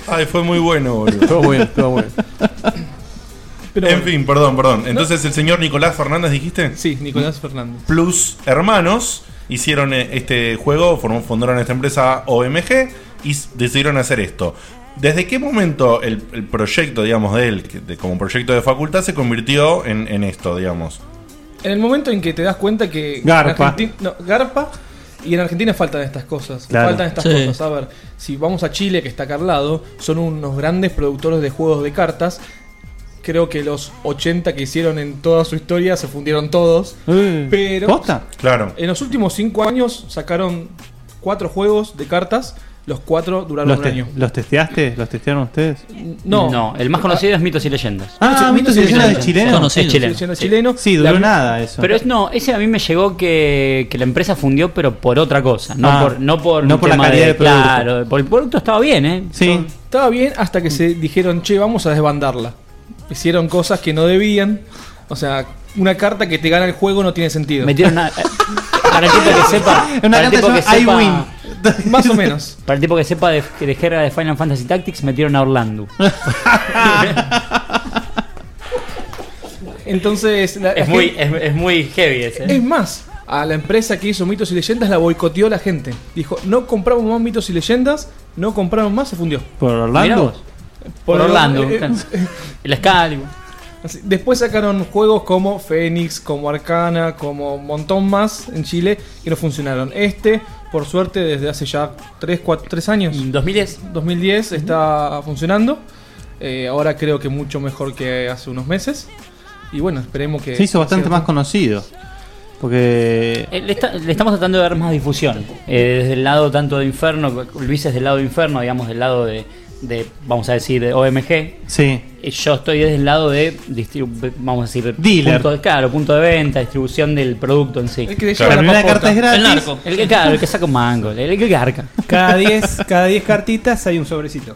Speaker 2: Ay, fue muy bueno, boludo.
Speaker 4: Estuvo bueno, estuvo bueno.
Speaker 2: en fin, perdón, perdón. Entonces, el señor Nicolás Fernández, dijiste?
Speaker 8: Sí, Nicolás Fernández.
Speaker 2: Plus hermanos hicieron eh, este juego, formó- fundaron esta empresa OMG y s- decidieron hacer esto. ¿Desde qué momento el, el proyecto, digamos, de él, que- de- como proyecto de facultad, se convirtió en, en esto, digamos?
Speaker 8: En el momento en que te das cuenta que.
Speaker 2: Garpa.
Speaker 8: en Argenti- no, garpa. Y en Argentina faltan estas cosas.
Speaker 2: Claro.
Speaker 8: Faltan estas
Speaker 2: Sí.
Speaker 8: cosas. A ver, si vamos a Chile, que está acá al lado, son unos grandes productores de juegos de cartas. creo que los 80 que hicieron en toda su historia se fundieron todos. Pero.
Speaker 2: ¿posta? Claro.
Speaker 8: En los últimos 5 años sacaron 4 juegos de cartas. Los 4 duraron
Speaker 12: ¿Los,
Speaker 8: un
Speaker 12: te-
Speaker 8: año.
Speaker 12: ¿Los testeaste? ¿Los testearon ustedes?
Speaker 8: No.
Speaker 17: No, el más conocido es Mitos y Leyendas.
Speaker 12: Ah, Mitos y Leyendas es chileno.
Speaker 17: Es chileno.
Speaker 12: Sí. Sí, duró nada eso.
Speaker 17: Pero es, no, ese a mí me llegó que, que la empresa fundió, pero por otra cosa. No
Speaker 12: Ah.
Speaker 17: por, no por,
Speaker 12: No
Speaker 17: un
Speaker 12: por la
Speaker 17: tema
Speaker 12: calidad del producto.
Speaker 17: Claro, por el producto estaba bien, ¿eh?
Speaker 12: Sí.
Speaker 8: Estaba bien hasta que se dijeron, che, vamos a desbandarla. Hicieron cosas que no debían. O sea, una carta que te gana el juego no tiene sentido.
Speaker 17: Metieron a- Para el
Speaker 12: Ah.
Speaker 17: tipo que sepa.
Speaker 8: Una
Speaker 17: para el
Speaker 8: carta
Speaker 17: tipo
Speaker 8: que
Speaker 17: que
Speaker 8: se llama
Speaker 17: sepa-
Speaker 8: Más o menos.
Speaker 17: Para el tipo que sepa de, de jerga de Final Fantasy Tactics, metieron a Orlando.
Speaker 8: Entonces. la-
Speaker 17: es,
Speaker 8: la
Speaker 17: muy,
Speaker 8: gente-
Speaker 17: es, es muy heavy ese. ¿eh?
Speaker 8: Es más, a la empresa que hizo Mitos y Leyendas la boicoteó la gente. Dijo, no compramos más Mitos y Leyendas, no compraron más, se fundió.
Speaker 12: ¿Por
Speaker 17: Mirá
Speaker 12: Orlando?
Speaker 17: vos. Por Orlando.
Speaker 8: eh,
Speaker 17: claro.
Speaker 8: eh,
Speaker 17: El Excalibur.
Speaker 8: Así, Después sacaron juegos como Fénix, como Arcana, como un montón más en Chile que no funcionaron. Este, por suerte, desde hace ya 3, 4, 3 años.
Speaker 17: 2010.
Speaker 8: 2010 está funcionando. Eh, ahora creo que mucho mejor que hace unos meses. Y bueno, esperemos que...
Speaker 12: Se hizo bastante
Speaker 8: siga-
Speaker 12: más conocido. Porque.
Speaker 17: Eh, Le, está- le estamos tratando de dar más difusión. Eh, desde el lado tanto de Inferno, Luis es del lado de Inferno, digamos, del lado de, de, vamos a decir, de OMG.
Speaker 12: Sí.
Speaker 17: Eh, Yo estoy desde el lado de, distribu- vamos a decir,
Speaker 12: Dealer.
Speaker 17: Punto de, claro, punto de venta, distribución del producto en sí. El
Speaker 8: que
Speaker 12: lleva Claro. la La primera papota. carta es
Speaker 17: El
Speaker 12: gratis.
Speaker 17: narco. El que, claro, el que saca un mango, el, el que garca.
Speaker 10: Cada 10 cada 10 cartitas hay un sobrecito.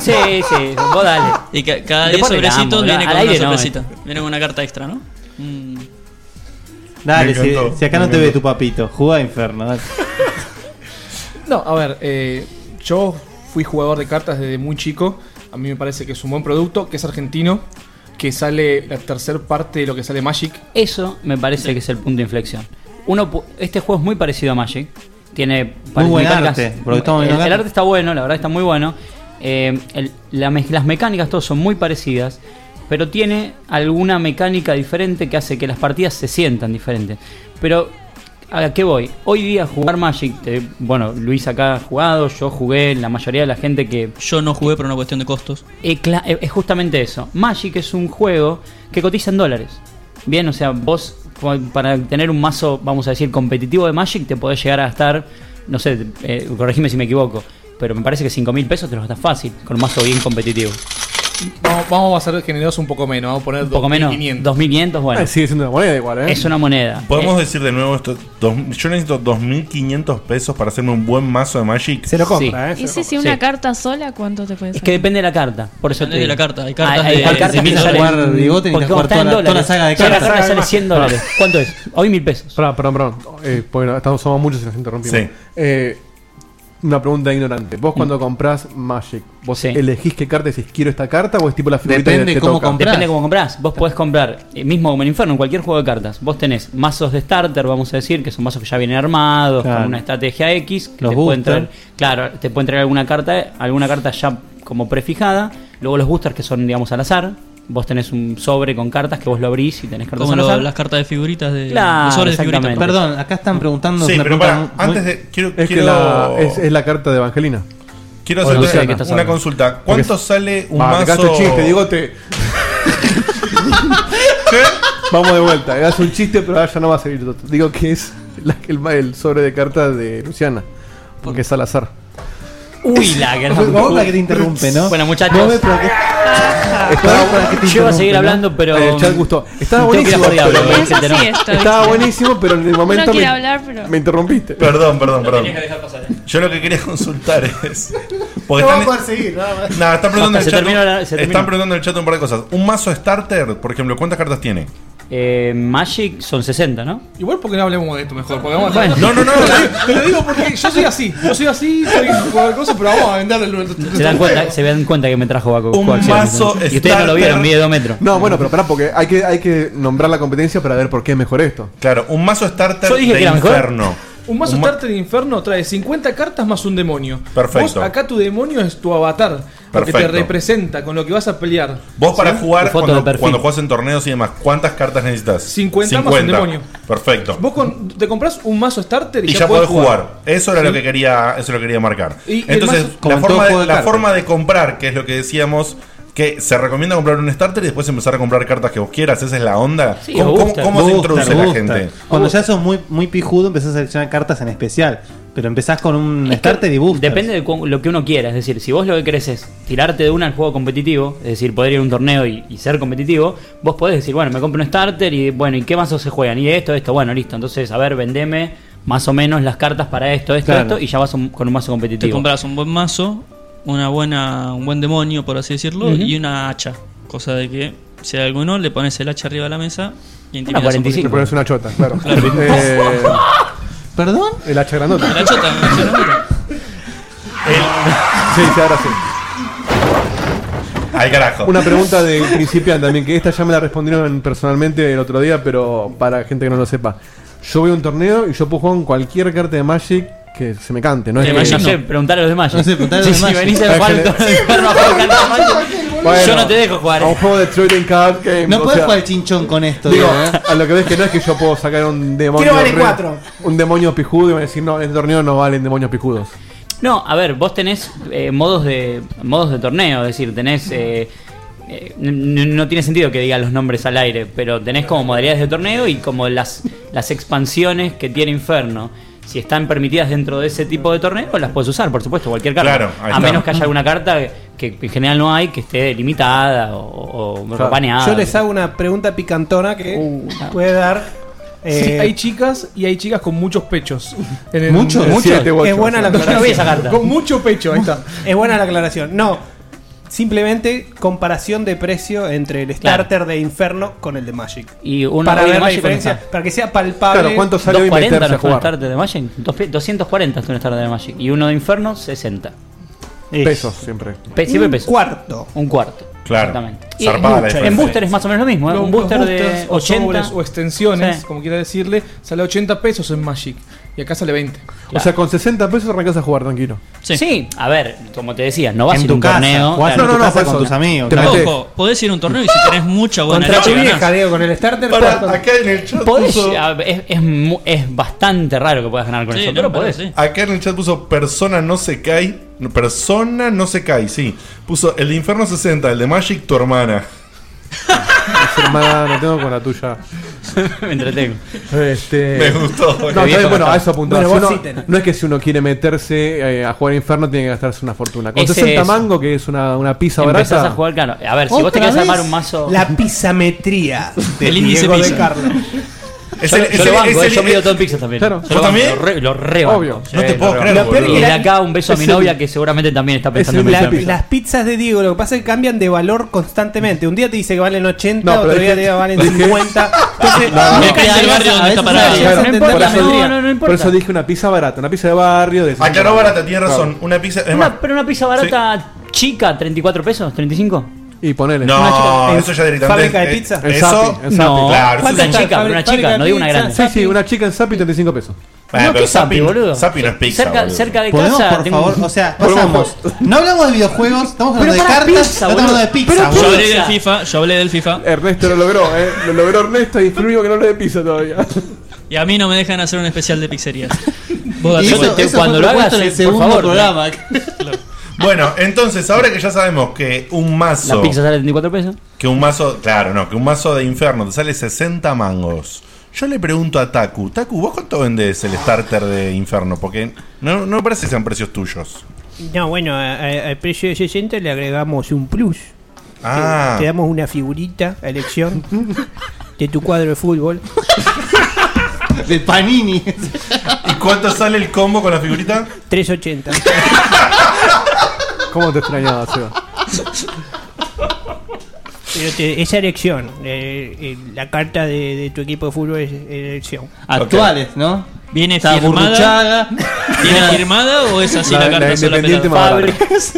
Speaker 17: Sí, sí, vos dale.
Speaker 14: Y ca- cada
Speaker 17: Le
Speaker 14: 10
Speaker 17: pone el
Speaker 14: sobrecitos
Speaker 17: ambo,
Speaker 14: viene
Speaker 17: al
Speaker 14: con una
Speaker 17: aire no,
Speaker 14: sorpresita. viene con una carta extra, ¿no? Mm.
Speaker 12: Dale,
Speaker 8: Me
Speaker 12: si,
Speaker 8: encantó,
Speaker 12: si acá
Speaker 8: me
Speaker 12: no te ve
Speaker 8: encantó.
Speaker 12: tu papito, jugá a Inferno. dale.
Speaker 8: No, a ver, eh, yo fui jugador de cartas desde muy chico. A mí me parece que es un buen producto, que es argentino, que sale la tercera parte de lo que sale Magic.
Speaker 17: Eso me parece que es el punto de inflexión. Uno, pu- este juego es muy parecido a Magic. Tiene
Speaker 12: Muy buen
Speaker 17: mecánicas-
Speaker 12: arte, porque estamos
Speaker 17: el,
Speaker 12: viendo acá.
Speaker 17: el arte está bueno, la verdad está muy bueno. Eh, el- la mez- las mecánicas todas son muy parecidas, pero tiene alguna mecánica diferente que hace que las partidas se sientan diferentes. Pero, ¿a qué voy? Hoy día jugar Magic, te- bueno, Luis acá ha jugado, yo jugué, la mayoría de la gente que...
Speaker 14: Yo no jugué por una cuestión de costos.
Speaker 17: Eh, cla- eh, es justamente eso. Magic es un juego que cotiza en dólares. Bien, o sea, vos pa- para tener un mazo, vamos a decir, competitivo de Magic, te podés llegar a gastar, no sé, eh, corregime si me equivoco, pero me parece que 5 mil pesos te los gastas fácil con un mazo bien competitivo.
Speaker 8: Vamos, vamos a ser generosos un poco menos, vamos a poner
Speaker 17: Un poco menos,
Speaker 8: 2500.
Speaker 17: 2.500, bueno.
Speaker 2: Eh,
Speaker 4: Ah, sigue siendo una moneda igual, ¿eh?
Speaker 17: Es una moneda.
Speaker 2: ¿Podemos decir de nuevo esto? Dos- yo necesito 2.500 pesos para hacerme un buen mazo de Magic.
Speaker 17: Se lo compra,
Speaker 16: Y si, si una carta sola, ¿cuánto te puede
Speaker 17: Es que
Speaker 16: salir?
Speaker 17: depende de la carta. Por eso
Speaker 14: Depende
Speaker 17: te
Speaker 14: de la
Speaker 17: digo.
Speaker 14: carta, hay cartas de-
Speaker 17: hay cartas
Speaker 14: de
Speaker 17: que
Speaker 14: mil
Speaker 17: salen-
Speaker 14: jugar bigote,
Speaker 17: porque
Speaker 14: necesitas
Speaker 17: como
Speaker 14: jugar
Speaker 17: está en
Speaker 14: toda la- toda la
Speaker 17: dólares,
Speaker 14: saga de
Speaker 17: toda la
Speaker 14: cartas.
Speaker 17: saga
Speaker 14: Saga de
Speaker 17: sale 100
Speaker 14: más.
Speaker 17: dólares. ¿Cuánto es? Hoy mil pesos.
Speaker 4: Perdón, perdón, perdón. Eh, porque no, estamos, somos muchos y nos interrumpimos.
Speaker 17: Sí.
Speaker 4: Eh, una pregunta ignorante. Vos cuando comprás Magic, ¿vos
Speaker 17: Mm. Sí.
Speaker 4: elegís qué carta decís quiero esta carta o es tipo la figurita que te toca?
Speaker 17: Depende cómo comprás. Vos podés comprar, eh, mismo como en Inferno, en cualquier juego de cartas. Vos tenés mazos de starter, vamos a decir, que son mazos que ya vienen armados,
Speaker 12: Claro.
Speaker 17: con una estrategia X, que
Speaker 12: Los
Speaker 17: te pueden
Speaker 12: booster.
Speaker 17: traer, claro, te pueden traer alguna carta, alguna carta ya como prefijada. Luego los boosters que son, digamos, al azar. Vos tenés un sobre con cartas que vos lo abrís y tenés cartas
Speaker 14: Como
Speaker 17: al
Speaker 14: lo-
Speaker 17: azar.
Speaker 14: las cartas de figuritas de.
Speaker 17: Claro,
Speaker 14: los sobres de figuritas,
Speaker 17: exactamente.
Speaker 14: perdón.
Speaker 12: Perdón, acá están preguntando.
Speaker 2: Sí,
Speaker 12: una
Speaker 2: pero
Speaker 12: pregunta
Speaker 2: para,
Speaker 12: muy-
Speaker 2: antes de. Quiero.
Speaker 4: Es que
Speaker 2: quiero-
Speaker 4: la, es, es la carta de Evangelina.
Speaker 2: Quiero
Speaker 4: O
Speaker 2: hacerte
Speaker 4: Luciana.
Speaker 2: una consulta. ¿Cuánto sale un
Speaker 4: Va, me cagaste
Speaker 2: mazo-
Speaker 4: el chiste, Diegote. Vamos de vuelta. Hagas un chiste, pero ahora ya no va a servir. Digo que es la- el, ma- el sobre de cartas de Luciana. Porque es al azar.
Speaker 17: Uy, la gran
Speaker 4: Vos la que te interrumpe, ¿no?
Speaker 17: Bueno,
Speaker 4: Vos
Speaker 17: muchachos.
Speaker 4: ves para
Speaker 17: Estaba- Yo iba a seguir hablando, pero.
Speaker 4: Eh, El chat gustó. Estaba
Speaker 17: Tengo que ir a
Speaker 4: buenísimo.
Speaker 17: Jordi a hablar,
Speaker 4: pero-
Speaker 17: porque hay gente, ¿no?
Speaker 4: Estaba buenísimo, pero en el momento.
Speaker 16: quiere
Speaker 4: me-
Speaker 16: hablar, pero-
Speaker 4: Me interrumpiste.
Speaker 2: Perdón, perdón, perdón.
Speaker 4: tenías que
Speaker 2: Yo lo que quería consultar es. Porque
Speaker 4: No va
Speaker 2: están,
Speaker 4: a poder seguir, nada más.
Speaker 2: Nada, están preguntando en
Speaker 4: Hasta
Speaker 2: el
Speaker 4: se
Speaker 2: chat.
Speaker 4: terminó la- se terminó.
Speaker 2: están preguntando en el chat un par de cosas. Un mazo starter, por ejemplo, ¿cuántas cartas tiene?
Speaker 17: Eh, Magic son 60, ¿no?
Speaker 8: Igual porque no hablemos de esto mejor. Porque vamos a-
Speaker 17: Bueno.
Speaker 2: No, no, no.
Speaker 8: Te lo digo porque yo soy así. Yo soy así, soy cualquier cosa, pero vamos a venderle el
Speaker 17: Se dan cuenta, se dan cuenta que me trajo Baco.
Speaker 2: Un
Speaker 17: coaxial,
Speaker 2: mazo
Speaker 17: ¿no? Y ustedes no lo vieron, mide dos metros.
Speaker 4: No, bueno, pero pará, porque hay que, hay que nombrar la competencia para ver por qué es mejor esto.
Speaker 2: Claro, un mazo starter
Speaker 4: Yo dije de que era mejor. inferno.
Speaker 8: Un mazo
Speaker 4: Un ma-
Speaker 8: starter de inferno trae 50 cartas más un demonio.
Speaker 2: Perfecto.
Speaker 8: Vos, acá tu demonio es tu avatar. Lo que te
Speaker 2: Perfecto.
Speaker 8: representa, con lo que vas a pelear.
Speaker 2: Vos para
Speaker 8: ¿Sí?
Speaker 2: jugar, cuando, cuando juegas en torneos y demás, ¿cuántas cartas necesitas?
Speaker 8: 50 más un demonio.
Speaker 2: Perfecto.
Speaker 8: Vos con- te compras un mazo starter y,
Speaker 2: Y ya podés jugar. Eso era
Speaker 8: Sí.
Speaker 2: lo que quería, eso lo quería marcar.
Speaker 8: Y- y el
Speaker 2: Entonces,
Speaker 8: mazo- como
Speaker 2: la,
Speaker 8: en todo
Speaker 2: forma de,
Speaker 8: juego de
Speaker 2: la
Speaker 8: cartas.
Speaker 2: forma de comprar, que es lo que decíamos, que se recomienda comprar un starter y después empezar a comprar cartas que vos quieras. Esa es la onda.
Speaker 17: Sí,
Speaker 2: ¿Cómo, cómo- cómo se introduce la gente?
Speaker 18: Cuando ya sos muy, muy pijudo, empezás a seleccionar cartas en especial. Pero empezás con un starter y boosters.
Speaker 17: Depende de cu- lo que uno quiera. Es decir, si vos lo que querés es tirarte de una al juego competitivo, es decir, poder ir a un torneo y, y ser competitivo, vos podés decir, bueno, me compro un starter y bueno, ¿y qué mazos se juegan? Y esto, esto, bueno, listo. Entonces, a ver, vendeme más o menos las cartas para esto, esto,
Speaker 14: Claro.
Speaker 17: esto, y ya vas un- con un mazo
Speaker 14: Te
Speaker 17: competitivo.
Speaker 14: compras un buen mazo, una buena, un buen demonio, por así decirlo,
Speaker 17: Ujú.
Speaker 14: y una hacha. Cosa de que si hay alguno, le pones el hacha arriba de la mesa y intimidas un poquito.
Speaker 4: Le pones una chota, claro.
Speaker 14: Claro.
Speaker 4: Eh,
Speaker 18: ¿Perdón?
Speaker 4: El hacha grandota.
Speaker 14: La chota, ¿no? Sí, ¿no?
Speaker 4: Sí, sí, ahora sí.
Speaker 2: Uh, Al carajo.
Speaker 4: Una pregunta de principiante también, que esta ya me la respondieron personalmente el otro día, pero para gente que no lo sepa. Yo voy a un torneo y yo puedo jugar con cualquier carta de Magic que se me cante. No es
Speaker 17: De
Speaker 4: que-
Speaker 17: Magic no sé, preguntar a los demás.
Speaker 4: No sé, preguntar a los
Speaker 17: si
Speaker 4: demás.
Speaker 17: venís al
Speaker 4: Ángeles.
Speaker 17: cuarto del perro a jugar cartas Magic, yo
Speaker 4: Bueno,
Speaker 17: no te dejo jugar.
Speaker 4: A un juego de Trading Card Game.
Speaker 17: No
Speaker 4: o
Speaker 17: podés
Speaker 4: sea,
Speaker 17: jugar al
Speaker 18: chinchón con esto.
Speaker 4: Digo,
Speaker 18: digo, ¿eh?
Speaker 4: a lo que ves que no es que yo puedo sacar un demonio.
Speaker 18: Quiero vale
Speaker 4: re-
Speaker 18: cuatro.
Speaker 4: Un demonio pijudo y van a decir, no, en el torneo no valen demonios pijudos.
Speaker 17: No, a ver, vos tenés eh, modos de modos de torneo, es decir, tenés eh, eh, n- no tiene sentido que diga los nombres al aire, pero tenés como modalidades de torneo y como las las expansiones que tiene Inferno. Si están permitidas dentro de ese tipo de torneo, las puedes usar, por supuesto, cualquier carta.
Speaker 2: Claro, ahí
Speaker 17: a
Speaker 2: está.
Speaker 17: menos que haya alguna carta que en general no hay, que esté limitada o, o baneada.
Speaker 10: Yo les hago una pregunta picantona que puede dar.
Speaker 8: Uh, Sí,
Speaker 10: eh,
Speaker 8: hay chicas y hay chicas con muchos pechos. En el-
Speaker 10: ¿Muchos?
Speaker 8: en-
Speaker 10: Siete u ocho.
Speaker 8: Es buena la
Speaker 10: No, no
Speaker 8: aclaración.
Speaker 10: vi esa carta.
Speaker 8: Con mucho pecho, ahí está.
Speaker 10: Es buena la aclaración. No, simplemente comparación de precio entre el starter de Inferno con el de Magic.
Speaker 17: Y uno
Speaker 10: para
Speaker 17: hoy
Speaker 10: ver la
Speaker 17: Magic,
Speaker 10: diferencia,
Speaker 17: ¿cuánto
Speaker 10: para que sea palpable.
Speaker 17: hoy no fue un starter de Magic? Dos pe- 240 es un starter de Magic. Y uno de Inferno, 60.
Speaker 4: Pesos siempre.
Speaker 17: Pe- siempre
Speaker 10: Un
Speaker 17: pesos.
Speaker 10: cuarto.
Speaker 17: Un cuarto.
Speaker 2: Claro.
Speaker 17: Exactamente. Y es
Speaker 2: Zarpada la
Speaker 17: mucho.
Speaker 2: diferencia.
Speaker 17: en booster es más o menos lo mismo. ¿eh?
Speaker 8: Los-
Speaker 17: un booster
Speaker 8: los
Speaker 17: de
Speaker 8: boosters o
Speaker 17: 80.
Speaker 8: sobres O, extensiones,
Speaker 17: Sí.
Speaker 8: como quiera decirle, sale 80 pesos en Magic. Y acá sale 20.
Speaker 4: O sea, con 60 pesos arrancás a jugar tranquilo.
Speaker 17: Sí. a ver, como te decía, no vas a ir a un torneo.
Speaker 4: jugás
Speaker 17: claro,
Speaker 4: en tu
Speaker 17: no, no, no,
Speaker 4: casa con
Speaker 17: por
Speaker 4: tus
Speaker 17: eso.
Speaker 4: amigos,
Speaker 17: Te
Speaker 4: claro.
Speaker 17: metés.
Speaker 14: Ojo, podés ir a un torneo y si tenés mucha buena
Speaker 17: Contra
Speaker 14: leche,
Speaker 17: tu
Speaker 14: ganás.
Speaker 17: vieja,
Speaker 10: Digo, con el starter.
Speaker 17: Pará,
Speaker 10: cuarto.
Speaker 2: acá en el chat
Speaker 17: Podés-
Speaker 2: puso-
Speaker 17: a ver, es, es mu- es bastante raro que puedas ganar con eso, pero podés.
Speaker 2: Acá en el chat puso persona no se cae. no, Persona no se cae, sí. Puso el de Inferno 60, el de Magic, tu hermana.
Speaker 4: hermana, no tengo con la tuya.
Speaker 17: Me entretengo.
Speaker 4: Este...
Speaker 2: Me gustó.
Speaker 4: No,
Speaker 2: Qué
Speaker 4: también,
Speaker 2: viejo
Speaker 4: bueno,
Speaker 2: está.
Speaker 4: a eso apuntaba.
Speaker 2: Bueno,
Speaker 4: Si
Speaker 2: vos
Speaker 4: uno-
Speaker 2: sí tenés.
Speaker 4: no es que si uno quiere meterse eh, a jugar Inferno tiene que gastarse una fortuna. Con
Speaker 17: Ese
Speaker 4: 60
Speaker 17: es.
Speaker 4: mango, que es una, una pizza barata.
Speaker 17: Empezás a jugar, claro. A ver, si vos te
Speaker 10: Otra
Speaker 17: querés armar
Speaker 10: vez,
Speaker 17: un mazo.
Speaker 10: La pisametría del
Speaker 17: El índice
Speaker 10: Diego de
Speaker 17: pisa.
Speaker 10: Carlos.
Speaker 17: yo, yo lo banco, eh, yo pido todo en pizza también.
Speaker 10: Claro.
Speaker 17: Yo
Speaker 10: ¿Vos
Speaker 17: lo banco,
Speaker 10: también?
Speaker 17: Lo re, lo re banco.
Speaker 10: Obvio.
Speaker 17: Sí,
Speaker 10: No te
Speaker 17: lo
Speaker 10: puedo
Speaker 17: re
Speaker 10: creer,
Speaker 17: banco.
Speaker 10: boludo.
Speaker 17: Y de acá un beso a mi
Speaker 10: Es el-
Speaker 17: novia que seguramente también está pensando en
Speaker 10: La-
Speaker 17: pizza.
Speaker 10: las pizzas de Diego, lo que pasa es que cambian de valor constantemente. Un día te dice que valen 80,
Speaker 17: No, pero
Speaker 10: otro día
Speaker 17: dije-
Speaker 10: te dice que valen
Speaker 17: dije-
Speaker 10: 50. Entonces,
Speaker 4: No, no.
Speaker 10: nunca
Speaker 4: Depende del
Speaker 10: llegás
Speaker 4: barrio
Speaker 10: a-
Speaker 4: donde
Speaker 10: a veces
Speaker 4: está
Speaker 10: llegás
Speaker 4: parado.
Speaker 10: a
Speaker 4: Claro,
Speaker 10: entender
Speaker 4: por
Speaker 10: la
Speaker 4: eso-
Speaker 10: metría.
Speaker 4: Por eso dije una pizza barata, una pizza de barrio. De
Speaker 2: Aclaró barata, tiene razón. Una pizza. Es más,
Speaker 17: Una- pero una pizza barata chica, 34 pesos, 35.
Speaker 4: Y ponele.
Speaker 2: No,
Speaker 17: eh,
Speaker 2: eso ya directamente ¿Fábrica de es- pizza? es- eso-
Speaker 17: no,
Speaker 2: claro, eso
Speaker 17: ¿Cuántas
Speaker 2: es un-
Speaker 17: chicas? Una
Speaker 2: fábrica
Speaker 17: chica,
Speaker 2: de
Speaker 17: no digo una
Speaker 2: pizza,
Speaker 17: grande.
Speaker 4: Sí, sí, una chica en Zapi, 35 pesos.
Speaker 17: no, ¿qué Zapi, boludo? cerca, cerca de
Speaker 18: ¿Podemos,
Speaker 17: casa,
Speaker 18: por
Speaker 17: tengo
Speaker 18: favor?
Speaker 17: un-
Speaker 18: O sea, pasamos. No hablamos de videojuegos, estamos hablando
Speaker 17: Pero
Speaker 18: de
Speaker 17: para
Speaker 18: cartas,
Speaker 17: pizza,
Speaker 18: estamos hablando de pizza.
Speaker 14: yo
Speaker 18: boludo.
Speaker 14: hablé del FIFA, yo hablé del FIFA.
Speaker 4: Ernesto lo logró, eh. Lo logró Ernesto y fue el único que no le de pizza todavía.
Speaker 14: Y a mí no me dejan hacer un especial de pizzerías. Vos
Speaker 2: Y
Speaker 14: date
Speaker 2: eso-
Speaker 14: cuenta.
Speaker 2: eso fue Cuando lo propuesto hagas, en el eh, por segundo favor. programa.
Speaker 14: Claro.
Speaker 2: Bueno, entonces, ahora que ya sabemos que un mazo.
Speaker 17: La pizza sale 34 pesos.
Speaker 2: Que un mazo. Claro, no, que un mazo de Inferno te sale 60 mangos. Yo le pregunto a Taku, Taku, ¿vos cuánto vendés el starter de Inferno? Porque no, no me parece que sean precios tuyos.
Speaker 10: No, bueno, a- a- al precio de 60 le agregamos un plus.
Speaker 2: Ah.
Speaker 10: Te, te damos una figurita a elección de tu cuadro de fútbol.
Speaker 18: De Panini.
Speaker 2: ¿Y cuánto sale el combo con la figurita?
Speaker 10: 380.
Speaker 4: ¿Cómo te extrañaba, Seba?
Speaker 10: Pero te- esa elección, eh, eh, la carta de, de tu equipo de fútbol es elección.
Speaker 18: Actuales, ¿no?
Speaker 14: ¿Viene
Speaker 18: Está
Speaker 14: ¿eh? firmada?
Speaker 18: Burruchaga.
Speaker 14: ¿Viene firmada o es así la, carta sola pelada?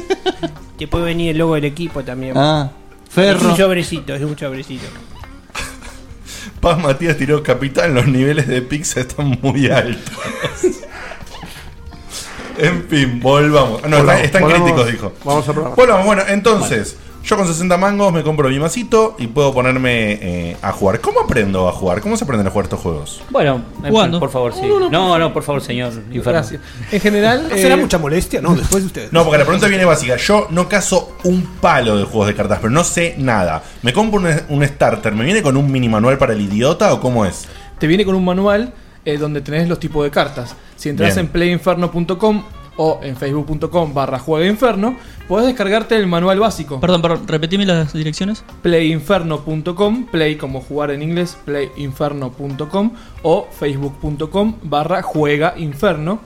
Speaker 10: Te puede venir el logo del equipo también.
Speaker 18: Ah, Ferro.
Speaker 10: Es un sobrecito, es un sobrecito.
Speaker 2: Paz Matías tiró capitán, los niveles de pizza están muy altos. en fin, volvamos. No,
Speaker 4: Volvamos,
Speaker 2: están, están
Speaker 4: volvamos.
Speaker 2: críticos, dijo.
Speaker 4: Vamos al programa.
Speaker 2: Volvamos, bueno, entonces, Yo con 60 mangos me compro mi masito y puedo ponerme eh, a jugar. ¿Cómo aprendo a jugar? ¿Cómo se aprenden a jugar estos juegos?
Speaker 17: Bueno, eh,
Speaker 2: Jugando.
Speaker 17: por favor, sí.
Speaker 2: No, no,
Speaker 17: No, no, por favor, señor. Inferno.
Speaker 2: Gracias.
Speaker 10: En general.
Speaker 2: eh,
Speaker 10: ¿Será mucha molestia? No, después de ustedes.
Speaker 2: No, porque la pregunta viene básica. Yo no caso un palo de juegos de cartas, pero no sé nada. Me compro un, un starter, ¿me viene con un mini manual para el idiota o cómo es?
Speaker 8: Te viene con un manual eh, donde tenés los tipos de cartas. Si entras
Speaker 2: Bien.
Speaker 8: en playinferno.com o en facebook.com barra juegainferno, podés descargarte el manual básico.
Speaker 14: Perdón, perdón, repetime las direcciones.
Speaker 8: Playinferno.com, play como jugar en inglés, playinferno.com o facebook.com barra juegainferno.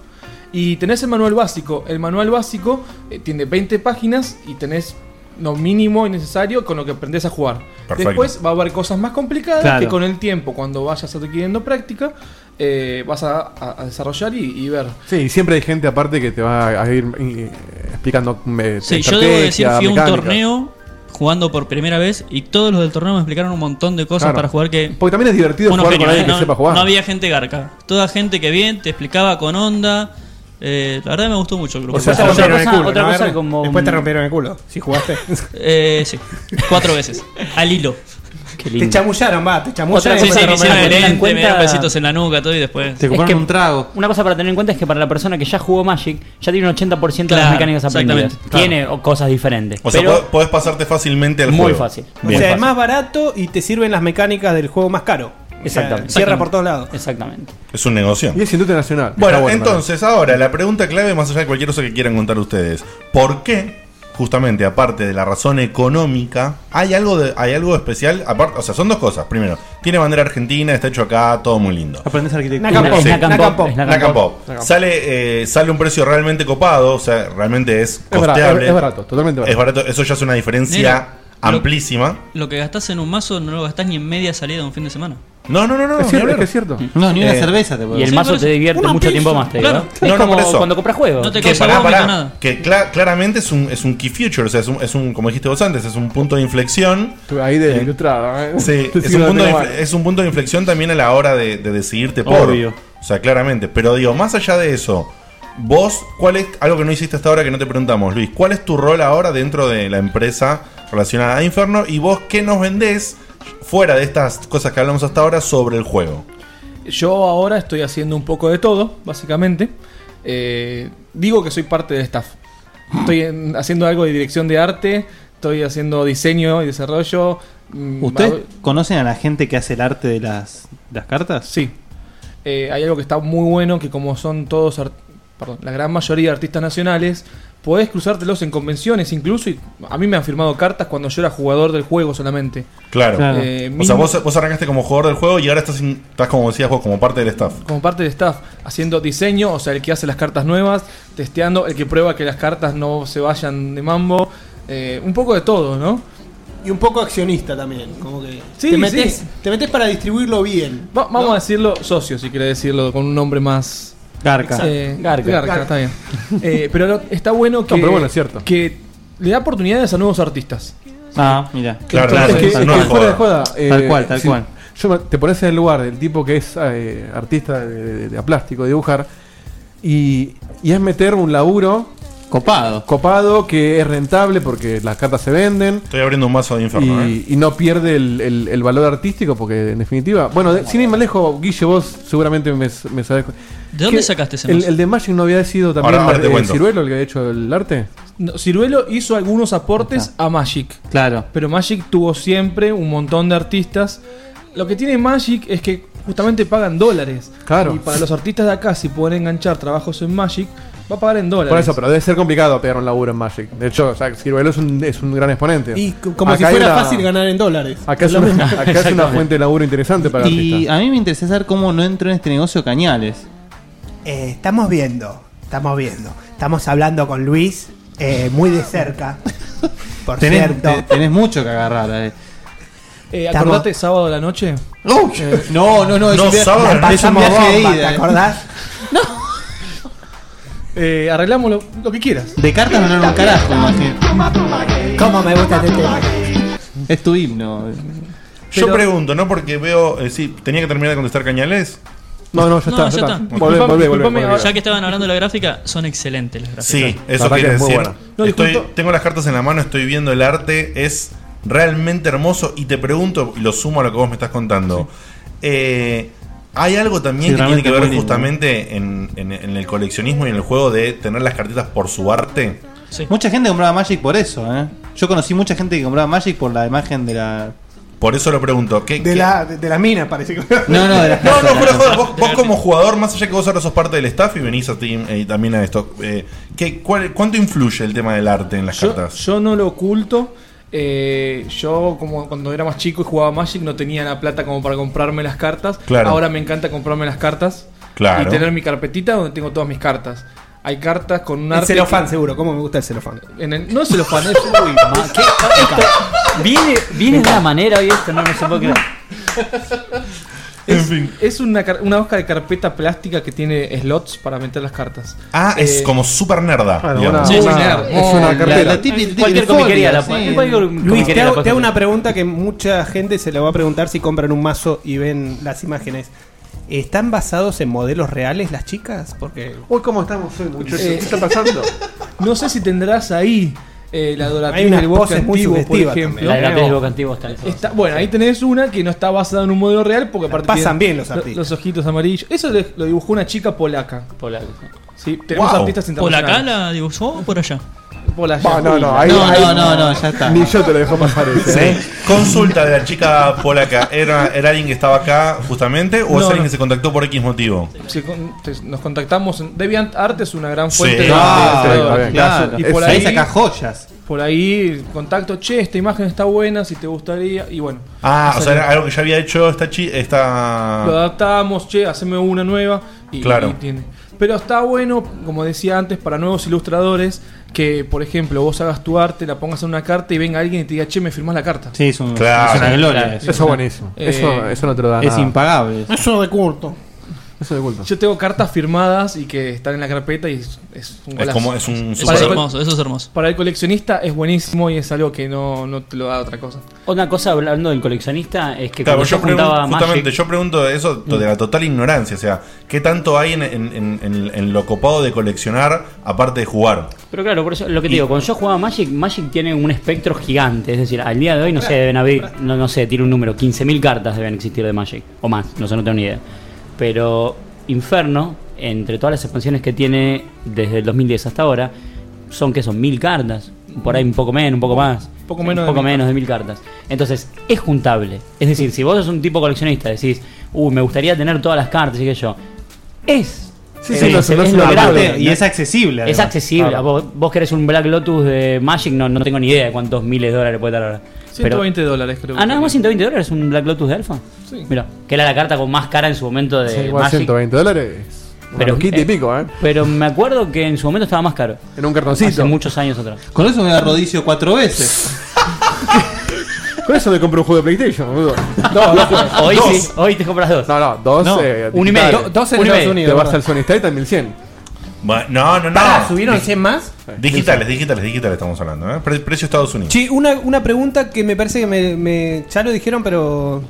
Speaker 8: Y tenés el manual básico. El manual básico eh, tiene 20 páginas y tenés lo mínimo y necesario con lo que aprendés a jugar.
Speaker 2: Perfecto.
Speaker 8: Después va a haber cosas más complicadas
Speaker 2: Claro.
Speaker 8: que con el tiempo, cuando vayas adquiriendo práctica, eh, vas a, a- a desarrollar y, y ver.
Speaker 4: Sí, y siempre hay gente aparte que te va a ir eh, explicando. eh,
Speaker 14: Sí, yo debo decir,
Speaker 4: estrategia,
Speaker 14: fui a un
Speaker 4: mecánica.
Speaker 14: torneo jugando por primera vez y todos los del torneo me explicaron un montón de cosas
Speaker 4: Claro.
Speaker 14: para jugar que.
Speaker 4: Porque también es divertido
Speaker 14: Unos
Speaker 4: jugar con
Speaker 14: genios,
Speaker 4: alguien
Speaker 14: ¿eh?
Speaker 4: que
Speaker 14: no,
Speaker 4: sepa jugar.
Speaker 14: No había gente garca. Toda gente que bien te explicaba con onda. Eh, la verdad me gustó mucho el grupo.
Speaker 10: Después te
Speaker 14: Otra
Speaker 10: rompieron el
Speaker 14: cosa-
Speaker 10: culo.
Speaker 14: otra
Speaker 10: ¿no,
Speaker 14: cosa
Speaker 10: Erne?
Speaker 14: como-
Speaker 10: Después te rompieron el culo. Si jugaste.
Speaker 14: Eh, sí, cuatro veces. Al hilo.
Speaker 10: Te chamullaron, va, te chamullaron.
Speaker 14: Sí, sí, me hicieron el
Speaker 17: Tengan en
Speaker 14: lente, me dieron
Speaker 17: cuenta-
Speaker 14: besitos en la nuca, todo y después.
Speaker 17: Es que Una cosa para tener en cuenta es que para la persona que ya jugó Magic, ya tiene un 80% de
Speaker 14: Claro,
Speaker 17: las mecánicas aprendidas.
Speaker 14: exactamente.
Speaker 17: Tiene o- cosas diferentes.
Speaker 2: O sea,
Speaker 17: pero-
Speaker 2: po- podés pasarte fácilmente al
Speaker 17: Muy
Speaker 2: juego.
Speaker 17: fácil.
Speaker 10: O
Speaker 2: Bien.
Speaker 10: sea, es más barato y te sirven las mecánicas del juego más caro. O sea,
Speaker 2: Exactamente.
Speaker 10: Cierra por todos lados.
Speaker 17: Exactamente.
Speaker 2: Es un negocio.
Speaker 4: Y es internacional.
Speaker 2: Bueno,
Speaker 4: Está bueno,
Speaker 2: entonces ahora la pregunta clave, más allá de cualquier cosa que quieran contar ustedes, ¿por qué, justamente aparte de la razón económica, hay algo, de, hay algo especial? Aparte, o sea, son dos cosas. Primero, tiene bandera argentina, está hecho acá, todo muy lindo.
Speaker 18: Aprendes arquitectura.
Speaker 2: Nacan Pop.
Speaker 18: Sí.
Speaker 2: Nacan Pop. Nacan Pop.
Speaker 18: Nacan Pop.
Speaker 2: Sale, eh, sale un precio realmente copado, o sea, realmente es
Speaker 4: Es barato,
Speaker 2: costeable.
Speaker 4: es barato, totalmente barato.
Speaker 2: Es barato, eso ya es una diferencia
Speaker 14: Mira, lo-
Speaker 2: amplísima.
Speaker 14: Lo que gastás en un mazo no lo gastás ni en media salida de un fin de semana.
Speaker 2: No, no, no, no.
Speaker 14: Es
Speaker 2: ni
Speaker 14: cierto,
Speaker 2: hablar. Eh,
Speaker 14: es que es cierto.
Speaker 17: No, ni una cerveza te puede- Y el mazo te divierte Una mucho pizza. tiempo más, te digo,
Speaker 2: Claro.
Speaker 17: ¿eh? Es como cuando compras juegos. No te
Speaker 2: que
Speaker 17: causa
Speaker 2: pará,
Speaker 17: vómito,
Speaker 2: pará.
Speaker 17: nada.
Speaker 2: Que cla- claramente es un, es un key feature, o sea, es un, es un, como dijiste vos antes, es un punto de inflexión.
Speaker 4: Ahí de
Speaker 2: Eh,
Speaker 4: ilustrada. ¿eh?
Speaker 2: Sí,
Speaker 4: Te
Speaker 2: es
Speaker 4: sigo
Speaker 2: un, punto de,
Speaker 4: dando la
Speaker 2: infle- es un punto de inflexión también a la hora de, de decidirte por.
Speaker 4: Obvio.
Speaker 2: O sea, claramente. Pero digo, más allá de eso, vos, ¿cuál es algo que no hiciste hasta ahora que no te preguntamos, Luis? ¿Cuál es tu rol ahora dentro de la empresa relacionada a Inferno? Y vos, ¿qué nos vendés fuera de estas cosas que hablamos hasta ahora sobre el juego?
Speaker 8: Yo ahora estoy haciendo un poco de todo, básicamente. Eh, digo que soy parte del staff. Estoy en- haciendo algo de dirección de arte, estoy haciendo diseño y desarrollo. mm,
Speaker 18: ¿Ustedes
Speaker 8: hago-
Speaker 18: conocen a la gente que hace el arte de las, las cartas?
Speaker 8: Sí. eh, hay algo que está muy bueno, que como son todos, art- perdón, la gran mayoría de artistas nacionales, podés cruzártelos en convenciones incluso. Y a mí me han firmado cartas cuando yo era jugador del juego solamente.
Speaker 2: Claro.
Speaker 8: Eh,
Speaker 2: o sea,
Speaker 8: mismo-
Speaker 2: vos, vos arrancaste como jugador del juego y ahora estás, in- estás como decías vos, como parte del staff.
Speaker 8: como parte del staff, haciendo diseño, o sea, el que hace las cartas nuevas, testeando, el que prueba que las cartas no se vayan de mambo, eh, un poco de todo, ¿no?
Speaker 10: Y un poco accionista también. Como que
Speaker 8: Sí,
Speaker 10: te, metes,
Speaker 8: sí.
Speaker 10: te metes para distribuirlo bien.
Speaker 8: Va- vamos a decirlo socio, si quiere decirlo, con un nombre más...
Speaker 18: Garca.
Speaker 8: Eh,
Speaker 18: Garca.
Speaker 8: garca.
Speaker 18: Garca.
Speaker 8: está bien. Eh, pero lo- está bueno que...
Speaker 18: pero bueno, es cierto.
Speaker 8: Que le da oportunidades a nuevos artistas.
Speaker 18: Ah, mira.
Speaker 8: Claro,
Speaker 4: Entonces,
Speaker 8: claro,
Speaker 4: es
Speaker 8: sí,
Speaker 4: que-
Speaker 8: no
Speaker 4: es
Speaker 8: es
Speaker 4: que fuera de
Speaker 8: joda.
Speaker 4: joda, eh,
Speaker 18: Tal cual, tal
Speaker 4: si
Speaker 18: cual.
Speaker 4: yo me- te pones en el lugar del tipo que es eh, artista de, de- de plástico, de dibujar, y, y es meter un laburo.
Speaker 18: Copado.
Speaker 4: Copado, que es rentable porque las cartas se venden.
Speaker 2: Estoy abriendo un mazo de Inferno, ¿eh?
Speaker 4: Y, y no pierde el, el- el valor artístico porque, en definitiva. Bueno, de- sin ir más lejos, Guille, vos seguramente me, me sabés.
Speaker 14: ¿De dónde
Speaker 4: ¿Qué-
Speaker 14: sacaste ese
Speaker 4: el,
Speaker 14: mazo?
Speaker 4: el de Magic no había sido también
Speaker 2: Ahora- ahora te
Speaker 4: eh,
Speaker 2: cuento.
Speaker 4: Ciruelo el que había hecho el arte.
Speaker 8: No, Ciruelo hizo algunos aportes a Magic.
Speaker 18: Claro.
Speaker 8: Pero Magic tuvo siempre un montón de artistas. Lo que tiene Magic es que justamente pagan dólares.
Speaker 4: Claro.
Speaker 8: Y para los artistas de acá, si pueden enganchar trabajos en Magic, va a pagar en dólares.
Speaker 4: Por eso, pero debe ser complicado pegar un laburo en Magic. De hecho, o sea, Ciruelo es un, es un gran exponente.
Speaker 10: Y co- como
Speaker 4: Acá
Speaker 10: si
Speaker 4: hay
Speaker 10: fuera
Speaker 4: una-
Speaker 10: fácil ganar en dólares.
Speaker 4: Acá es
Speaker 10: Lo
Speaker 4: una,
Speaker 10: mismo.
Speaker 4: acá es una
Speaker 10: Exactamente.
Speaker 4: fuente de laburo interesante para el
Speaker 18: Y
Speaker 4: artista.
Speaker 18: a mí me interesa saber cómo no entró en este negocio Cañales.
Speaker 20: Eh, estamos viendo, estamos viendo. Estamos hablando con Luis eh, muy de cerca. Por
Speaker 18: tenés,
Speaker 20: cierto.
Speaker 18: te- tenés mucho que agarrar. eh.
Speaker 8: Eh,
Speaker 20: Estamos-
Speaker 8: acordate, sábado a la noche. Eh,
Speaker 18: No, no, no, es un viaje-
Speaker 20: la
Speaker 18: es un
Speaker 20: pasamos
Speaker 18: viaje de
Speaker 20: bomba,
Speaker 18: ida,
Speaker 20: ¿te
Speaker 18: eh.
Speaker 20: acordás?
Speaker 8: eh, arreglamos lo, lo que quieras.
Speaker 18: De cartas no era un carajo, imagino.
Speaker 20: ¿Cómo me gusta este tema?
Speaker 18: Es tu himno.
Speaker 2: Yo pregunto, ¿no? Porque veo. eh, sí, tenía que terminar de contestar Cañales.
Speaker 4: No, no, ya está, ya está. Volvé, volvé, volvé, volvé.
Speaker 14: Ya que estaban hablando de la gráfica, son excelentes las gráficas.
Speaker 2: Sí, eso
Speaker 4: que
Speaker 2: quiere
Speaker 4: es muy
Speaker 2: decir.
Speaker 4: buena.
Speaker 8: No,
Speaker 2: Estoy-
Speaker 8: disculpa.
Speaker 2: tengo las cartas en la mano, estoy viendo el arte, es realmente hermoso. Y te pregunto, y lo sumo a lo que vos me estás contando. eh, hay algo también
Speaker 4: Sí,
Speaker 2: que tiene
Speaker 4: realmente
Speaker 2: que
Speaker 4: muy
Speaker 2: ver
Speaker 4: lindo.
Speaker 2: justamente en, en- en el coleccionismo y en el juego de tener las cartitas por su arte.
Speaker 18: Mucha gente compraba Magic por eso, ¿eh? Yo conocí mucha gente que compraba Magic por la imagen de la.
Speaker 2: Por eso lo pregunto. ¿qué,
Speaker 18: de,
Speaker 10: Ah,
Speaker 20: La, de, de las minas parece que.
Speaker 18: No, no, de las
Speaker 2: No, no, fuera de joda. Vos, vos como jugador, más allá que vos ahora sos parte del staff y venís a ti, eh, también a esto, eh, ¿qué- cuál- ¿cuánto influye el tema del arte en las
Speaker 8: Yo,
Speaker 2: cartas?
Speaker 8: yo no lo oculto. eh, yo, como cuando era más chico y jugaba Magic, no tenía la plata como para comprarme las cartas.
Speaker 2: Claro.
Speaker 8: Ahora me encanta comprarme las cartas.
Speaker 2: Claro.
Speaker 8: Y tener mi carpetita donde tengo todas mis cartas. Hay cartas con un
Speaker 10: El
Speaker 8: arte.
Speaker 10: celofán, seguro. ¿Cómo me gusta el celofán?
Speaker 8: que- en el- no es celofán, es. uy,
Speaker 17: Viene, viene de una manera hoy esto, no, no se puede creer.
Speaker 8: Es, es una, car- una hoja de carpeta plástica que tiene slots para meter las cartas.
Speaker 2: Ah, es
Speaker 8: Eh,
Speaker 2: como super nerda.
Speaker 8: Claro,
Speaker 2: digamos.
Speaker 8: una- Sí, una- sí, claro. es una La- carpeta. la típica- Cualquier típica comiquería la- folia, sí. cualquier
Speaker 10: Luis, te
Speaker 8: comiquería la
Speaker 10: hago, te hago
Speaker 8: puedes
Speaker 10: una pregunta que mucha gente se la va a preguntar si compran un mazo y ven las imágenes. ¿Están basados en modelos reales las chicas? Porque
Speaker 4: Uy, ¿cómo estamos hoy, muchachos?
Speaker 8: Eh,
Speaker 4: ¿Qué está pasando?
Speaker 8: No sé si tendrás ahí eh, la
Speaker 10: Hay
Speaker 8: doratriz
Speaker 10: unas
Speaker 8: del bosque
Speaker 10: poses muy
Speaker 8: antiguo, por
Speaker 10: sugestivas
Speaker 8: ejemplo.
Speaker 10: también. La doratriz del bosque
Speaker 17: antiguo está en
Speaker 8: Está- Bueno, ahí tenés una que no está basada en un modelo real porque aparte
Speaker 10: pasan
Speaker 8: tiene
Speaker 10: bien los
Speaker 8: lo-
Speaker 10: artistas.
Speaker 8: Los ojitos amarillos. Eso le- lo dibujó una chica polaca.
Speaker 17: Polaca.
Speaker 8: Sí, tenemos artistas
Speaker 14: ¿Por acá
Speaker 8: internacionales.
Speaker 14: la dibujó o por allá?
Speaker 8: Por allá.
Speaker 4: No, no, no, ahí,
Speaker 8: No,
Speaker 4: ahí-
Speaker 8: no, no, no, ya está.
Speaker 4: Ni yo te lo dejo pasar ese. ¿eh?
Speaker 2: Sí. Consulta de la chica polaca. ¿Era, ¿Era alguien que estaba acá justamente o es
Speaker 8: No,
Speaker 2: alguien
Speaker 8: no.
Speaker 2: que se contactó por X motivo?
Speaker 8: Se con- te- nos contactamos. en- DeviantArt es una gran fuente.
Speaker 2: Sí.
Speaker 8: de-
Speaker 2: Ah, sí,
Speaker 8: de- de-
Speaker 2: está bien.
Speaker 8: claro.
Speaker 2: Claro.
Speaker 8: Y por
Speaker 2: Es-
Speaker 8: ahí
Speaker 2: ahí sacás
Speaker 18: joyas.
Speaker 8: Por ahí contacto, che, esta imagen está buena, si te gustaría. Y bueno.
Speaker 2: Ah, o sea,
Speaker 8: salió.
Speaker 2: era algo que ya había hecho esta chi-
Speaker 18: Ah.
Speaker 2: esta
Speaker 8: lo adaptamos, che, haceme una nueva. Y,
Speaker 2: Claro.
Speaker 8: y tiene. Pero está bueno, como decía antes, para nuevos ilustradores, que por ejemplo vos hagas tu arte, la pongas en una carta y venga alguien y te diga, che, me firmás la carta. Eh,
Speaker 18: Sí, es un- Claro. es una gloria. Eso es buenísimo. Eso- eso no te lo da Es nada. impagable.
Speaker 10: Eso de culto.
Speaker 4: Eso de culto.
Speaker 8: Yo tengo cartas firmadas y que están en la carpeta y es, es un
Speaker 2: Es
Speaker 8: golazo.
Speaker 2: como- es un
Speaker 8: Para
Speaker 2: super- Eso
Speaker 8: el-
Speaker 2: es hermoso,
Speaker 14: eso es hermoso.
Speaker 8: Para el coleccionista es buenísimo y es algo que no, no te lo da otra cosa.
Speaker 17: Otra cosa hablando del coleccionista es que
Speaker 2: Claro,
Speaker 17: cuando
Speaker 2: yo
Speaker 17: yo
Speaker 2: pregunto,
Speaker 17: juntaba
Speaker 2: justamente,
Speaker 17: Magic, Mm.
Speaker 2: yo pregunto de eso de la total ignorancia, o sea, ¿qué tanto hay en, en- en- en- en lo copado de coleccionar aparte de jugar?
Speaker 17: Pero claro, por eso lo que te digo, cuando yo jugaba Magic, Magic tiene un espectro gigante. Es decir, al día de hoy, no sé, deben haber, no, no sé, tiene un número, 15.000 cartas deben existir de Magic, o más, no sé, no tengo ni idea. Pero Inferno, entre todas las expansiones que tiene desde el 2010 hasta ahora, son que son mil cartas, por ahí un poco menos, un poco más.
Speaker 8: Poco menos de
Speaker 17: un poco
Speaker 8: mil
Speaker 17: menos de mil cartas. Entonces, es juntable. Es decir, si vos sos un tipo coleccionista, decís, uy, me gustaría tener todas las cartas, y que yo, es.
Speaker 18: Sí,
Speaker 4: Eh,
Speaker 18: sí, no
Speaker 17: Eh, es-
Speaker 18: se- no
Speaker 17: es
Speaker 18: se lo
Speaker 17: lograble.
Speaker 18: aparte, y es accesible,
Speaker 17: Es
Speaker 18: además.
Speaker 17: accesible.
Speaker 18: Claro.
Speaker 17: Vos, vos querés un Black Lotus de Magic, no, no tengo ni idea de cuántos miles de dólares puede dar ahora. Pero-
Speaker 8: 120 dólares creo.
Speaker 17: Ah, nada más 120 dólares un Black Lotus de Alfa.
Speaker 8: Sí.
Speaker 17: Mira, que era la carta con más cara en su momento de
Speaker 4: Sí, igual
Speaker 17: Magic.
Speaker 4: 120 dólares. Pero
Speaker 17: Pero,
Speaker 4: kit
Speaker 17: eh,
Speaker 4: y pico, ¿eh?
Speaker 17: Pero me acuerdo que en su momento estaba más caro.
Speaker 4: En un cartoncito.
Speaker 17: Hace muchos años atrás.
Speaker 18: Con eso me da rodicio cuatro veces.
Speaker 4: Con eso me compré un juego de PlayStation, boludo.
Speaker 17: No, hoy sí, hoy te compras dos.
Speaker 4: No, no, dos.
Speaker 17: No,
Speaker 4: eh,
Speaker 17: un y
Speaker 4: digitales.
Speaker 17: medio. Do- dos en
Speaker 4: Un y
Speaker 17: Estados
Speaker 4: medio.
Speaker 17: Unidos,
Speaker 4: Te vas
Speaker 17: ¿verdad?
Speaker 4: al Sony State también 100.
Speaker 2: Bueno, no, no, no.
Speaker 10: Pará, ¿subieron
Speaker 2: Dig-
Speaker 10: 100 más?
Speaker 2: Digitales, digitales, digitales estamos hablando, ¿eh? Pre- precio Estados Unidos.
Speaker 10: Che, una, una pregunta que me parece que me, me- ya lo dijeron, pero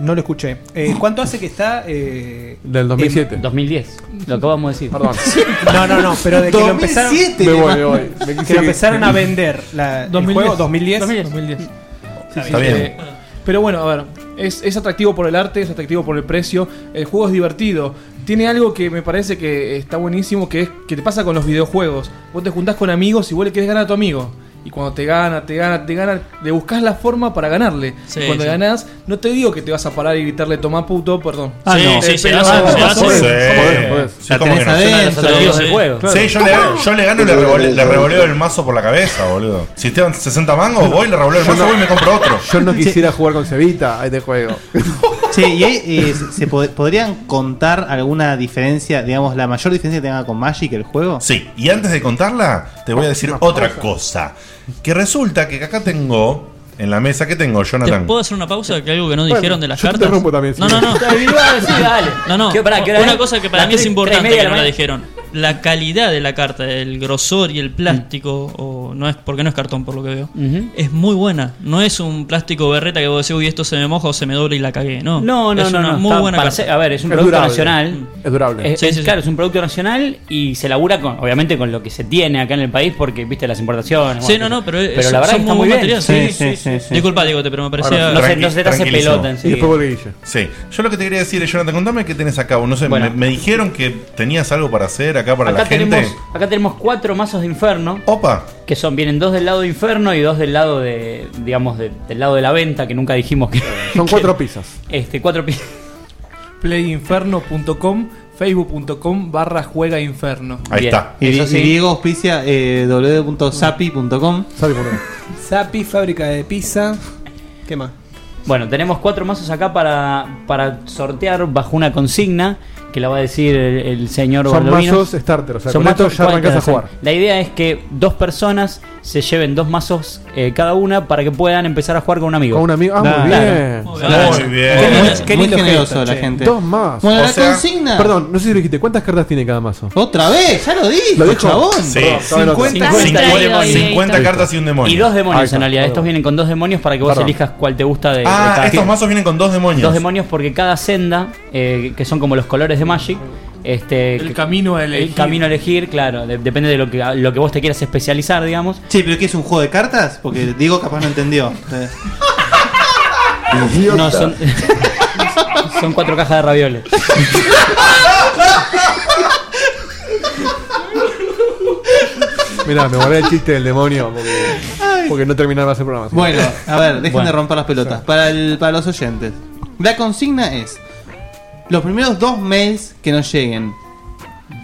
Speaker 10: no lo escuché. Eh, ¿Cuánto hace que está? eh,
Speaker 4: Del 2007.
Speaker 17: 2010. Lo acabamos de decir.
Speaker 4: Perdón.
Speaker 10: No, no, no, pero de que lo empezaron,
Speaker 4: 2007, Me voy, me voy. Me quise
Speaker 10: que lo
Speaker 4: que-
Speaker 10: empezaron a vender la, el
Speaker 8: 2010.
Speaker 10: juego 2010.
Speaker 8: 2010. Sí, sí,
Speaker 2: Está
Speaker 8: sí.
Speaker 2: bien.
Speaker 8: Eh, pero bueno, a ver, es, es atractivo por el arte, es atractivo por el precio, el juego es divertido. Tiene algo que me parece que está buenísimo, que es que te pasa con los videojuegos. Vos te juntás con amigos y vos le querés ganar a tu amigo. Y cuando te gana, te gana, te gana, le buscás la forma para ganarle.
Speaker 14: Sí,
Speaker 8: y cuando
Speaker 14: sí.
Speaker 8: ganás, no te digo que te vas a parar y gritarle tomá puto, perdón.
Speaker 14: Ah, Sí, no. sí,
Speaker 8: Eh,
Speaker 14: se
Speaker 8: pero-
Speaker 14: hace,
Speaker 8: ah,
Speaker 14: se
Speaker 8: más
Speaker 14: hace.
Speaker 8: o menos.
Speaker 14: Sí.
Speaker 2: Podés,
Speaker 8: pues.
Speaker 2: podés.
Speaker 14: La
Speaker 2: Sí, cómo
Speaker 14: tenés
Speaker 2: que no.
Speaker 14: adentro, Son los atractivos del
Speaker 2: Sí.
Speaker 14: juego.
Speaker 2: Sí, yo le, yo le gano y le, revole- le revoleo el mazo por la cabeza, boludo. Si te dan 60 mangos, voy, le revoleo el
Speaker 4: Yo
Speaker 2: mazo,
Speaker 4: no-
Speaker 2: voy y me compro otro.
Speaker 4: Yo no quisiera jugar con Cevita a este juego.
Speaker 18: Che, ¿y ahí, eh, se- se pod- podrían contar alguna diferencia, digamos, la mayor diferencia que tenga con Magic el juego?
Speaker 2: Sí, y antes de contarla, te voy a decir otra cosa. Que resulta que acá tengo, en la mesa que tengo,
Speaker 14: ¿Te
Speaker 2: Jonathan.
Speaker 14: puedo hacer una pausa? Que algo que no
Speaker 2: Bueno,
Speaker 14: dijeron de las
Speaker 2: yo te
Speaker 14: cartas.
Speaker 2: interrumpo también,
Speaker 14: No,
Speaker 2: sí.
Speaker 14: no, no.
Speaker 17: Sí, dale.
Speaker 14: No, no.
Speaker 17: ¿Qué- pará, qué hora
Speaker 14: una
Speaker 17: es?
Speaker 14: cosa que
Speaker 17: Las
Speaker 14: para mí es
Speaker 17: tres- tres y
Speaker 14: importante
Speaker 17: media de
Speaker 14: que
Speaker 17: la
Speaker 14: no la
Speaker 17: mañana. Mm.
Speaker 14: dijeron. la calidad de la carta, el grosor y el plástico, o no es porque no es cartón por lo que veo,
Speaker 17: Ujú.
Speaker 14: es muy buena. No es un plástico berreta que vos decís, uy, esto se me moja o se me dobla y la cagué. No,
Speaker 17: No, no,
Speaker 14: es
Speaker 17: no,
Speaker 14: una
Speaker 17: no,
Speaker 14: Muy
Speaker 17: está
Speaker 14: buena
Speaker 17: para
Speaker 14: carta.
Speaker 17: ser- a ver, es un producto nacional.
Speaker 4: Es durable.
Speaker 17: Es- es- claro, es un producto nacional y se labura con, obviamente con lo que se tiene acá en el país porque viste las importaciones.
Speaker 14: Sí,
Speaker 17: bueno,
Speaker 14: no, no, pero, es-
Speaker 17: la verdad
Speaker 14: son
Speaker 17: que está
Speaker 14: buen
Speaker 17: muy bien.
Speaker 14: material. Sí, sí, sí, Disculpa, Digote, pero me parecía.
Speaker 17: no se, no se te hace
Speaker 2: tranquilísimo.
Speaker 17: pelota en sí.
Speaker 2: Sí. Yo lo que te quería decir es, Jonathan, contame qué tenés acá. No sé,
Speaker 17: Bueno.
Speaker 2: me, me dijeron que tenías algo para hacer acá para
Speaker 17: Acá
Speaker 2: la gente.
Speaker 17: tenemos, acá tenemos cuatro mazos de inferno.
Speaker 2: Opa.
Speaker 17: Que son, vienen dos del lado de inferno y dos del lado de. digamos, de- del lado de la venta, que nunca dijimos que.
Speaker 4: Son cuatro pizzas.
Speaker 17: Este, cuatro pizzas.
Speaker 8: Playinferno.com, facebook.com barra juega inferno.
Speaker 18: Bien. Y, y Diego auspicia eh, www.sapi.com.
Speaker 10: Zapi, fábrica de pizza. ¿Qué más?
Speaker 17: Bueno, tenemos cuatro mazos acá para, para sortear bajo una consigna que la va a decir el, el señor
Speaker 4: Son
Speaker 17: Baldovinos.
Speaker 4: mazos starter, o sea,
Speaker 17: Son
Speaker 4: con esto
Speaker 17: mazos
Speaker 4: ya arrancás a
Speaker 17: starter,
Speaker 4: jugar.
Speaker 17: sí. La idea es que dos personas se lleven dos mazos eh, cada una para que puedan empezar a jugar con un amigo.
Speaker 4: Con un amigo. Ah, muy bien.
Speaker 17: Claro.
Speaker 4: Muy generoso la gente. Dos más.
Speaker 17: Bueno,
Speaker 4: O
Speaker 17: la consigna.
Speaker 4: Perdón, no sé si lo dijiste. ¿Cuántas cartas tiene cada mazo?
Speaker 12: ¿Otra vez? Ya lo dije,
Speaker 4: ¿Lo dijo?
Speaker 12: chabón.
Speaker 4: Sí.
Speaker 17: Perdón,
Speaker 4: Cincuenta-
Speaker 17: perdón,
Speaker 4: cincuenta
Speaker 17: perdón.
Speaker 4: y un demonio. Cincuenta cartas y un demonio.
Speaker 17: Y dos demonios
Speaker 4: Ahí está,
Speaker 17: en realidad.
Speaker 4: perdón.
Speaker 17: Estos vienen con dos demonios para que vos
Speaker 4: Perdón.
Speaker 17: elijas cuál te gusta de, de
Speaker 2: Ah,
Speaker 17: cada
Speaker 2: estos mazos vienen con dos demonios.
Speaker 17: Dos demonios porque cada senda, eh, que son como los colores de Magic, este,
Speaker 8: El
Speaker 17: que-
Speaker 8: camino a elegir.
Speaker 17: El camino a elegir, claro, de- depende de lo que, lo que vos te quieras especializar, digamos.
Speaker 12: Sí, pero ¿qué es un juego de cartas? Porque Diego capaz no entendió. Eh.
Speaker 17: No, son, son cuatro cajas de ravioles.
Speaker 4: Mirá, me guardé el chiste del demonio porque, porque no terminaba ese programa. así que-
Speaker 12: Bueno, a ver, dejen
Speaker 4: Bueno.
Speaker 12: de romper las pelotas. Para, el- para los oyentes, la consigna es: los primeros dos mails que nos lleguen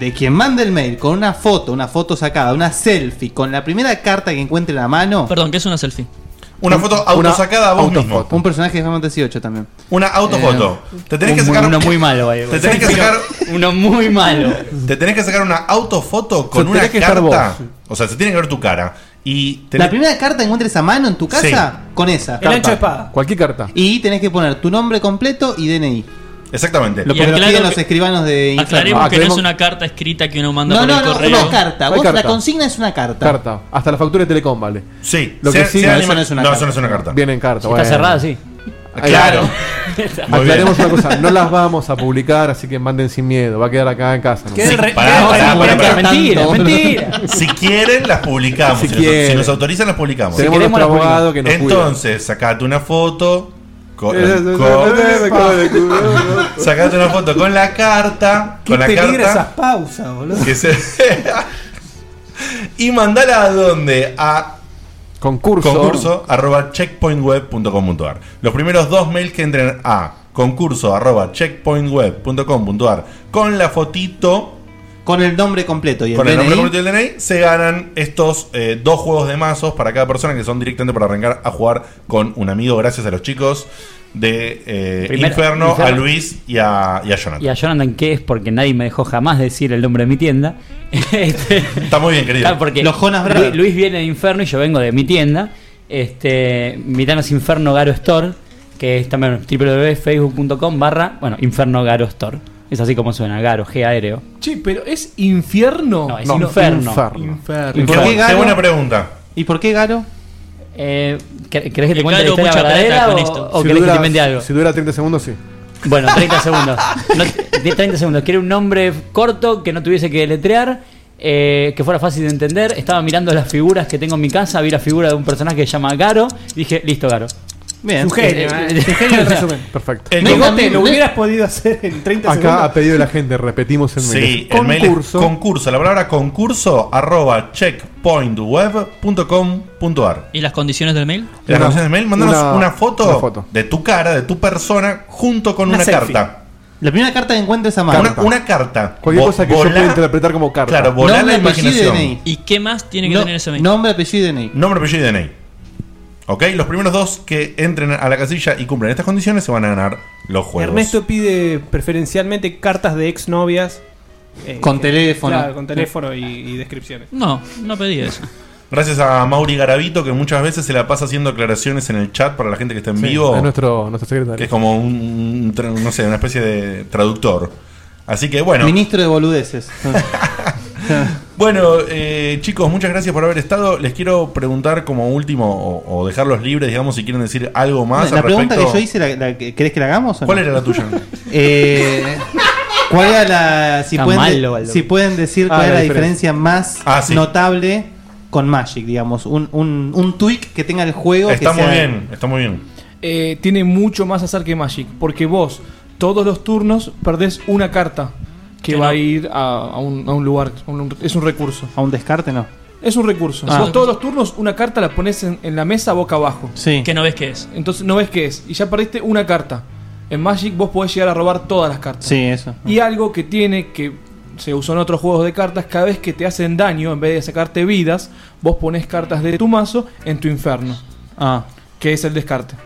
Speaker 12: de quien mande el mail con una foto, una foto sacada, una selfie, con la primera carta que encuentre en la mano.
Speaker 14: Perdón, ¿qué es una selfie?
Speaker 2: Una foto autosacada a vos mismo.
Speaker 12: Un personaje de Final 18 también. Eh,
Speaker 2: Una autofoto. Te tenés que sacar-
Speaker 17: Uno Eh, muy malo, vaya.
Speaker 2: Te tenés que sacar.
Speaker 17: Uno muy malo.
Speaker 2: Te tenés que sacar una autofoto
Speaker 12: O
Speaker 2: con
Speaker 12: sea,
Speaker 2: una
Speaker 12: tenés que estar
Speaker 2: carta.
Speaker 12: vos.
Speaker 2: O sea, se tiene que ver tu cara. Y
Speaker 12: La
Speaker 2: tenés-
Speaker 12: primera carta que encuentres a mano en tu casa, con esa. carta.
Speaker 4: Cualquier carta.
Speaker 12: Y tenés que poner tu nombre completo y DNI.
Speaker 2: Exactamente.
Speaker 12: Lo que lo piden los escribanos de Inferno.
Speaker 14: Aclaremos que no es
Speaker 12: Aclaremos-
Speaker 14: una carta escrita que uno manda
Speaker 12: No,
Speaker 14: por
Speaker 12: no,
Speaker 14: el
Speaker 12: no,
Speaker 14: correo.
Speaker 12: una carta.
Speaker 4: No hay
Speaker 12: Vos, La
Speaker 4: carta.
Speaker 12: consigna es una carta.
Speaker 4: Carta. Hasta la factura de Telecom, vale.
Speaker 2: Sí.
Speaker 4: Lo que
Speaker 2: Sea-
Speaker 4: sí,
Speaker 2: sea
Speaker 4: no,
Speaker 2: anima-
Speaker 4: eso no es una
Speaker 2: no,
Speaker 4: carta.
Speaker 2: eso no es una carta.
Speaker 4: Viene en carta.
Speaker 2: Está
Speaker 4: bueno.
Speaker 2: cerrada, sí.
Speaker 4: Ahí
Speaker 2: Claro.
Speaker 4: está.
Speaker 2: Muy bien.
Speaker 4: Aclaremos una cosa, no las vamos a publicar, así que manden sin miedo, va a quedar acá en casa. ¿no?
Speaker 2: Sí,
Speaker 4: Ah,
Speaker 2: pará, pará, pará, pará. Si quieren, las publicamos.
Speaker 4: Si
Speaker 2: Si, nos- si
Speaker 4: quieren.
Speaker 2: nos autorizan, las publicamos.
Speaker 4: Tenemos Si queremos, nuestro las publicamos. abogado que nos cuida. Eh,
Speaker 2: Entonces, sacate una foto.
Speaker 8: Eh,
Speaker 2: con-
Speaker 4: con-
Speaker 2: sacate una foto con la carta.
Speaker 20: Qué
Speaker 2: Con la
Speaker 20: peligro
Speaker 2: carta.
Speaker 20: esas pausas,
Speaker 4: eh.
Speaker 20: boludo.
Speaker 2: que se- y mandala a dónde? A
Speaker 4: concurso,
Speaker 2: arroba checkpointweb.com.ar. Los primeros dos mails que entren a concurso arroba checkpointweb.com.ar con la fotito.
Speaker 12: Con el nombre completo y el
Speaker 2: con el nombre
Speaker 12: DNI.
Speaker 2: completo y el DNI se ganan estos eh, dos juegos de mazos para cada persona que son directamente para arrancar a jugar con un amigo. Gracias a los chicos de eh,
Speaker 17: Primero,
Speaker 2: Inferno, a
Speaker 17: Inferno.
Speaker 2: Luis y a, y a Jonathan.
Speaker 17: Y a Jonathan, ¿qué es? Porque nadie me dejó jamás decir el nombre de mi tienda.
Speaker 2: Está muy bien, querido.
Speaker 17: Claro, porque
Speaker 2: Los Jonas
Speaker 17: Lu-
Speaker 2: Brothers.
Speaker 17: Luis viene de Inferno y yo vengo de mi tienda. Este, mi tienda es Inferno Garo Store, que es también www.facebook.com barra, bueno, Inferno Garo Store. Es así como suena, Garo, G-A-R-O.
Speaker 8: Che, pero es infierno.
Speaker 17: No, es inferno.
Speaker 8: Inferno.
Speaker 17: Inferno.
Speaker 2: Tengo una pregunta.
Speaker 12: ¿Y por qué Garo?
Speaker 17: Eh, ¿quer- ¿Querés que te cuente
Speaker 14: Garo
Speaker 17: la historia
Speaker 14: mucha plata
Speaker 17: verdadera
Speaker 14: con
Speaker 17: o,
Speaker 14: esto.
Speaker 17: o
Speaker 4: Si
Speaker 17: querés que
Speaker 4: dura-
Speaker 17: te invente algo?
Speaker 4: Si dura 30 segundos, sí.
Speaker 17: Bueno, 30 segundos. No, de 30 segundos. Quiero un nombre corto que no tuviese que deletrear, eh, que fuera fácil de entender. Estaba mirando las figuras que tengo en mi casa, vi la figura de un personaje que se llama Garo. Dije, listo, Garo.
Speaker 12: Bien.
Speaker 8: Un genio, eh. Un genio del resumen.
Speaker 4: Perfecto.
Speaker 2: El
Speaker 8: No,
Speaker 2: con-
Speaker 8: te lo hubieras podido hacer en 30
Speaker 4: Acá
Speaker 8: segundos.
Speaker 4: a pedido de la gente, repetimos el mail.
Speaker 2: Sí,
Speaker 4: Es
Speaker 2: el mail es concurso. La palabra concurso arroba checkpointweb.com.ar.
Speaker 14: ¿Y las condiciones del mail?
Speaker 2: En Las
Speaker 14: Una-
Speaker 2: condiciones del mail, mandanos
Speaker 14: una-
Speaker 2: una, foto
Speaker 14: una foto.
Speaker 2: de tu cara, de tu persona, junto con
Speaker 12: Una
Speaker 2: una,
Speaker 12: selfie.
Speaker 2: carta.
Speaker 12: La primera carta que encuentres a mano.
Speaker 2: Una, una carta.
Speaker 4: Cualquier
Speaker 2: Vo-
Speaker 4: cosa que yo
Speaker 2: volá-
Speaker 4: pueda interpretar como carta.
Speaker 2: Claro, volá
Speaker 12: Nombre,
Speaker 2: la
Speaker 12: apellido y
Speaker 2: imaginación.
Speaker 12: DNI.
Speaker 14: ¿Y qué más tiene que
Speaker 12: No-
Speaker 14: tener ese mail?
Speaker 12: Nombre, apellido y DNI.
Speaker 2: Nombre, apellido y DNI. Ok, los primeros dos que entren a la casilla y cumplen estas condiciones se van a ganar los juegos.
Speaker 10: Ernesto pide preferencialmente cartas de exnovias. eh,
Speaker 2: Con
Speaker 10: que-
Speaker 2: teléfono.
Speaker 10: Claro, con teléfono y, y descripciones.
Speaker 14: No, no pedí eso.
Speaker 2: Gracias a Mauri Garavito, que muchas veces se la pasa haciendo aclaraciones en el chat para la gente que está en
Speaker 4: Sí,
Speaker 2: vivo.
Speaker 4: es nuestro, nuestro secretario.
Speaker 2: Que es como un, un tra- no sé, una especie de traductor. eh, Así que bueno.
Speaker 12: Ministro de boludeces.
Speaker 2: Bueno, eh, chicos, muchas gracias por haber estado. Les quiero preguntar como último, o, o dejarlos libres, digamos, si quieren decir algo más.
Speaker 18: la
Speaker 2: al
Speaker 18: pregunta que
Speaker 2: respecto.
Speaker 18: yo hice, la, la- ¿querés que la hagamos? o no?
Speaker 2: ¿Cuál era la tuya?
Speaker 18: Eh, ¿Cuál era la. Si
Speaker 2: Está
Speaker 18: pueden,
Speaker 2: mal, Waldo.
Speaker 18: si pueden decir
Speaker 2: Ah,
Speaker 18: cuál era
Speaker 2: la
Speaker 18: la diferencia
Speaker 2: diferencia.
Speaker 18: más
Speaker 2: Ah, sí.
Speaker 18: notable con Magic, digamos. Un, un, un tweak que tenga el juego. que
Speaker 2: Está muy
Speaker 18: sea-
Speaker 2: bien, está muy bien.
Speaker 8: eh, tiene mucho más azar que Magic. Porque vos, todos los turnos, perdés una carta que va a ir a, a un, a un lugar. a un- es un recurso.
Speaker 18: A un descarte, no.
Speaker 8: Es un recurso.
Speaker 18: Ah.
Speaker 8: Vos todos los turnos una carta la pones en, en la mesa boca abajo.
Speaker 18: Sí.
Speaker 14: Que no ves qué es.
Speaker 8: Entonces no ves qué es. Y ya perdiste una carta. En Magic vos podés llegar a robar todas las cartas.
Speaker 18: Sí, eso.
Speaker 8: Y algo que tiene que se usó en otros juegos de cartas, cada vez que te hacen daño, en vez de sacarte vidas, vos pones cartas de tu mazo en tu infierno.
Speaker 18: Ah.
Speaker 8: Que es el descarte.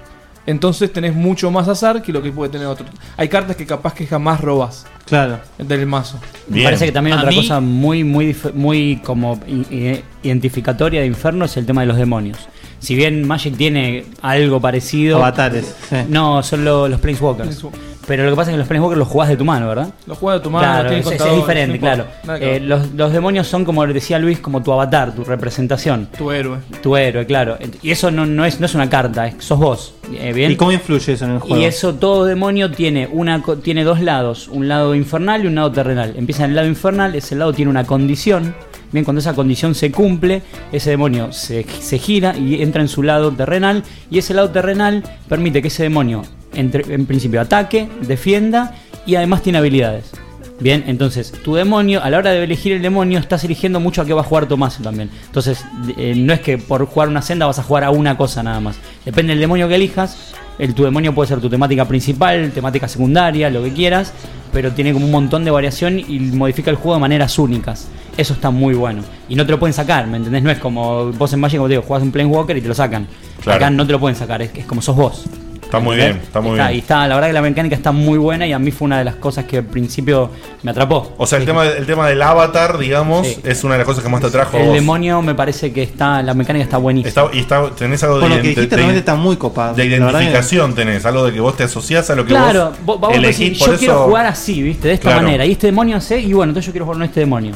Speaker 8: Entonces tenés mucho más azar que lo que puede tener otro. Hay cartas que capaz que jamás robás.
Speaker 18: Claro.
Speaker 8: Del mazo.
Speaker 17: Me parece que también
Speaker 8: A
Speaker 17: otra
Speaker 8: mí-
Speaker 17: cosa muy, muy, dif- muy como i- i- identificatoria de Inferno es el tema de los demonios. Si bien Magic tiene algo parecido.
Speaker 18: Avatares, sí.
Speaker 17: No, son lo- los Planeswalkers. Pero lo que pasa es que los Planeswalkers los jugás de tu mano, ¿verdad?
Speaker 8: Los juegos de tu mano,
Speaker 17: Claro,
Speaker 8: tienen
Speaker 17: es, es- es
Speaker 8: contadores,
Speaker 17: diferente,
Speaker 8: no importa.
Speaker 17: claro.
Speaker 8: Nada que
Speaker 17: Eh,
Speaker 8: ver.
Speaker 17: los, los demonios son, como decía Luis, como tu avatar, tu representación.
Speaker 8: Tu héroe.
Speaker 17: Tu héroe, claro. Y eso no, no es, no es una carta, es- sos vos. Eh, ¿bien?
Speaker 18: ¿Y cómo influye eso en el juego?
Speaker 17: Y eso, todo demonio tiene, una, co- tiene dos lados, un lado infernal y un lado terrenal. Empieza en el lado infernal, ese lado tiene una condición. Bien, cuando esa condición se cumple, ese demonio se, se gira y entra en su lado terrenal. Y ese lado terrenal permite que ese demonio, entre- en principio, ataque, defienda y además tiene habilidades. Bien, entonces tu demonio, a la hora de elegir el demonio, estás eligiendo mucho a qué va a jugar tu mazo también. Entonces, de- eh, no es que por jugar una senda vas a jugar a una cosa nada más. Depende del demonio que elijas. El, tu demonio puede ser tu temática principal, temática secundaria, lo que quieras, pero tiene como un montón de variación y modifica el juego de maneras únicas. Eso está muy bueno. Y no te lo pueden sacar, ¿me entendés? No es como vos en Magic, como te digo, jugás un Planeswalker y te lo sacan.
Speaker 2: Claro.
Speaker 17: Acá no te lo pueden sacar, es, es como sos vos.
Speaker 2: Está muy bien, está muy bien.
Speaker 17: Y está, la verdad que la mecánica está muy buena y a mí fue una de las cosas que al principio me atrapó.
Speaker 2: O sea, el tema, el tema del avatar, digamos,
Speaker 17: Sí.
Speaker 2: es una de las cosas que más te atrajo. a
Speaker 17: El
Speaker 2: vos.
Speaker 17: demonio me parece que está, la mecánica está buenísima.
Speaker 2: Está- y está, tenés algo
Speaker 17: Por
Speaker 2: de,
Speaker 17: lo que
Speaker 2: ident-
Speaker 17: dijiste,
Speaker 2: de-
Speaker 17: realmente
Speaker 18: Está muy copado.
Speaker 2: de
Speaker 18: La verdad que-
Speaker 2: identificación, tenés algo de que vos te asociás a lo que
Speaker 17: Claro,
Speaker 2: vos,
Speaker 17: vos, vamos a
Speaker 2: elegís.
Speaker 17: decir,
Speaker 2: por
Speaker 17: yo
Speaker 2: eso-
Speaker 17: quiero jugar así, ¿viste? De esta
Speaker 2: Claro.
Speaker 17: manera. Y este demonio sé, y bueno, entonces yo quiero jugar con este demonio.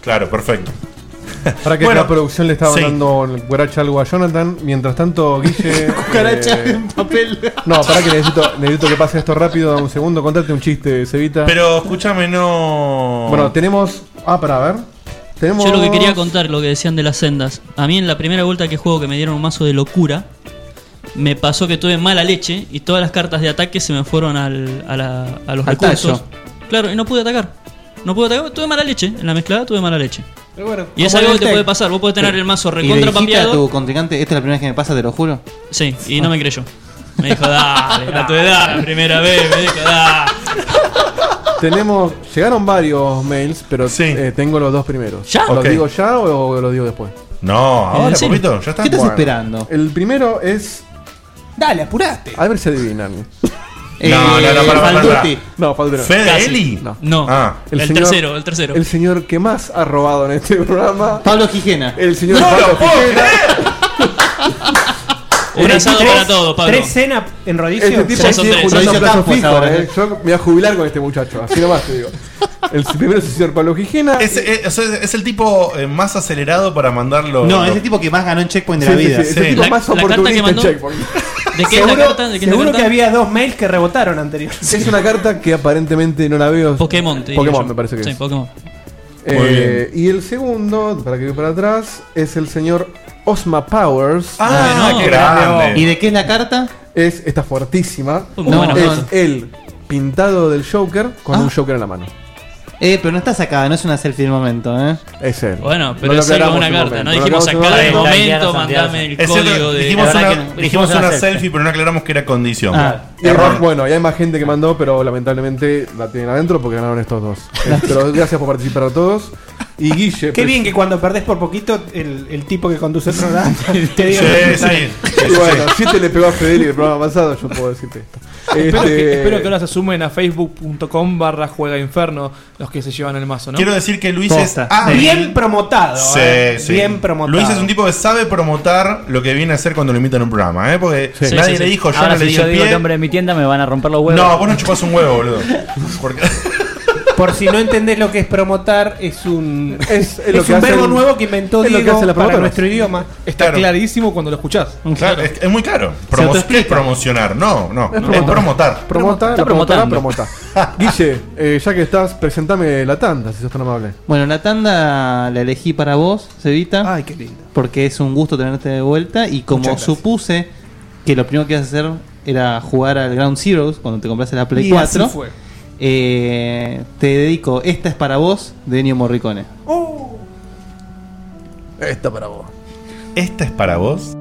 Speaker 2: Claro, perfecto.
Speaker 4: Para que
Speaker 2: Bueno,
Speaker 4: la producción le estaba
Speaker 2: sí.
Speaker 4: dando el cucaracha algo a Jonathan. Mientras tanto, Guille.
Speaker 2: Cucaracha
Speaker 4: en papel. No, para que necesito, necesito que pase esto rápido. Dame un segundo, contate un chiste, Cevita.
Speaker 2: Pero escúchame, no.
Speaker 4: Bueno, tenemos. Ah, para ver. Tenemos.
Speaker 14: Yo lo que quería contar, lo que decían de las sendas. A mí en la primera vuelta que juego que me dieron un mazo de locura, me pasó que tuve mala leche y todas las cartas de ataque se me fueron al- a, la- a los
Speaker 18: Al
Speaker 14: recursos.
Speaker 18: tacho.
Speaker 14: Claro, y no pude atacar. No pude atacar, tuve mala leche. En la mezclada tuve mala leche.
Speaker 8: Pero bueno,
Speaker 14: y es
Speaker 18: como
Speaker 14: algo
Speaker 18: en
Speaker 14: que te
Speaker 18: el
Speaker 14: puede
Speaker 18: tech.
Speaker 14: pasar. Vos podés tener el mazo
Speaker 18: ¿Y le
Speaker 14: recontra
Speaker 18: dijiste a
Speaker 14: pampeado.
Speaker 18: tu contrincante, esta es la primera vez que me pasa, te lo juro.
Speaker 14: Sí, y no me creyó. Me dijo, dale, a tu edad, la primera vez, me dijo, dale.
Speaker 4: Tenemos. Llegaron varios mails, pero eh, tengo los dos primeros.
Speaker 2: ¿Ya?
Speaker 4: ¿Los
Speaker 2: Ok.
Speaker 4: digo ya o los digo después?
Speaker 2: No, ahora, Popito, ya está. Bueno.
Speaker 4: El primero es.
Speaker 20: Dale, apurate.
Speaker 4: A ver si adivinan.
Speaker 2: No, no, no, para, para, para.
Speaker 4: No, Falduti.
Speaker 2: ¿Fede Casi. Eli?
Speaker 4: No.
Speaker 14: No.
Speaker 2: Ah.
Speaker 14: El tercero, el tercero.
Speaker 4: El señor que más ha robado en este programa.
Speaker 18: Pablo Gijena.
Speaker 4: El señor
Speaker 18: ¡No
Speaker 4: Pablo
Speaker 18: lo puedo
Speaker 4: Gijena.
Speaker 14: Un asado
Speaker 4: Tres-
Speaker 14: para todos, Pablo.
Speaker 10: Tres cenas en rodillo.
Speaker 4: Este tipo
Speaker 10: Ya son
Speaker 4: sigue
Speaker 10: tres.
Speaker 4: juntando
Speaker 10: Rodillo
Speaker 4: plazos
Speaker 10: Campos
Speaker 4: fijos,
Speaker 10: ahora,
Speaker 4: eh.
Speaker 10: ¿eh?
Speaker 4: Yo me voy a jubilar con este muchacho, así nomás te digo. El primero es el señor Pablo Gijena.
Speaker 2: Es, es- o sea, es el tipo eh, más acelerado para mandarlo.
Speaker 18: No, es el tipo que más ganó en Checkpoint de la
Speaker 2: Sí, sí,
Speaker 18: vida.
Speaker 2: sí, es el tipo La- más la carta que oportunista en mandó- Checkpoint.
Speaker 14: ¿De
Speaker 2: qué es la carta? ¿De qué es la
Speaker 10: seguro
Speaker 2: carta?
Speaker 10: que había dos mails que rebotaron anteriormente.
Speaker 4: Es una carta que aparentemente no la veo.
Speaker 14: Pokémon, te diría
Speaker 4: Pokémon,
Speaker 14: yo.
Speaker 4: me parece que
Speaker 14: Sí,
Speaker 4: es.
Speaker 14: Pokémon.
Speaker 4: Eh,
Speaker 2: Muy bien.
Speaker 4: y el segundo, para que voy para atrás, es el señor Osma Powers.
Speaker 2: Ah, Bueno. qué grande.
Speaker 18: ¿Y de qué es la carta?
Speaker 4: Es esta fuertísima.
Speaker 18: Uy, muy buena
Speaker 4: es
Speaker 18: foto.
Speaker 4: el pintado del Joker con un Joker en la mano.
Speaker 18: Eh, pero no está sacada, no es una selfie del momento, ¿eh?
Speaker 4: Es él.
Speaker 14: Bueno, pero es algo una carta, no dijimos sacar el momento, mandame el
Speaker 2: Es cierto,
Speaker 14: código de.
Speaker 2: dijimos
Speaker 14: La verdad
Speaker 2: una,
Speaker 14: que no.
Speaker 2: dijimos una selfie, pero no aclaramos que era condición.
Speaker 4: Y hay- Bueno, y hay más gente que mandó, pero lamentablemente la tienen adentro porque ganaron estos dos. Eh, pero gracias por participar a todos. Y Guille.
Speaker 10: Qué
Speaker 4: pues-
Speaker 10: bien que cuando perdés por poquito, el, el tipo que conduce el programa te diga.
Speaker 4: Sí,
Speaker 10: que está bien.
Speaker 4: Y bueno, si te le pegó a Federico el programa pasado, yo puedo decirte esto.
Speaker 8: Espero, que,
Speaker 4: Este-
Speaker 8: espero que ahora se sumen a facebook.com barra juega inferno los que se llevan el mazo, ¿no?
Speaker 2: Quiero decir que Luis es
Speaker 8: Ah, bien
Speaker 10: promotado.
Speaker 2: Sí,
Speaker 8: eh.
Speaker 2: sí.
Speaker 8: Bien promotado.
Speaker 2: Luis es un tipo que sabe promotar lo que viene a hacer cuando lo invitan a un programa, ¿eh? Porque
Speaker 17: Sí,
Speaker 2: nadie
Speaker 17: sí, sí.
Speaker 2: le dijo, yo
Speaker 17: Ahora,
Speaker 2: no le
Speaker 17: si
Speaker 2: di
Speaker 17: yo
Speaker 2: el
Speaker 17: digo
Speaker 2: pie.
Speaker 17: el nombre de mi tienda, me van a romper los huevos.
Speaker 2: No, vos no chupás un huevo, boludo. Porque-
Speaker 10: Por si no entendés lo que es promotar, es un, es,
Speaker 8: es lo que
Speaker 10: un
Speaker 8: hace
Speaker 10: verbo
Speaker 8: el-
Speaker 10: nuevo que inventó
Speaker 8: es lo que
Speaker 10: Diego
Speaker 8: hace la
Speaker 10: para
Speaker 8: promotora.
Speaker 10: nuestro idioma.
Speaker 8: Está clarísimo cuando lo escuchás.
Speaker 2: Claro, es, es muy caro. Promo- ¿Qué es promocionar? No, no.
Speaker 4: Es
Speaker 2: Es, promotar.
Speaker 4: Promota,
Speaker 2: Está
Speaker 4: la promotora,
Speaker 2: promotando.
Speaker 4: promota. Guille, eh, ya que estás, presentame la tanda, si sos tan amable.
Speaker 12: Bueno, la tanda la elegí para vos, Cevita.
Speaker 10: Ay, qué lindo.
Speaker 12: Porque es un gusto tenerte de vuelta. Y como
Speaker 10: gracias.
Speaker 12: supuse que lo primero que ibas a hacer era jugar al Ground Zeroes cuando te compraste la Play
Speaker 10: Y así
Speaker 12: 4,
Speaker 10: fue.
Speaker 12: eh, te dedico Esta es para vos de Ennio Morricone.
Speaker 4: Esta para vos.
Speaker 2: ¿Esta es para vos?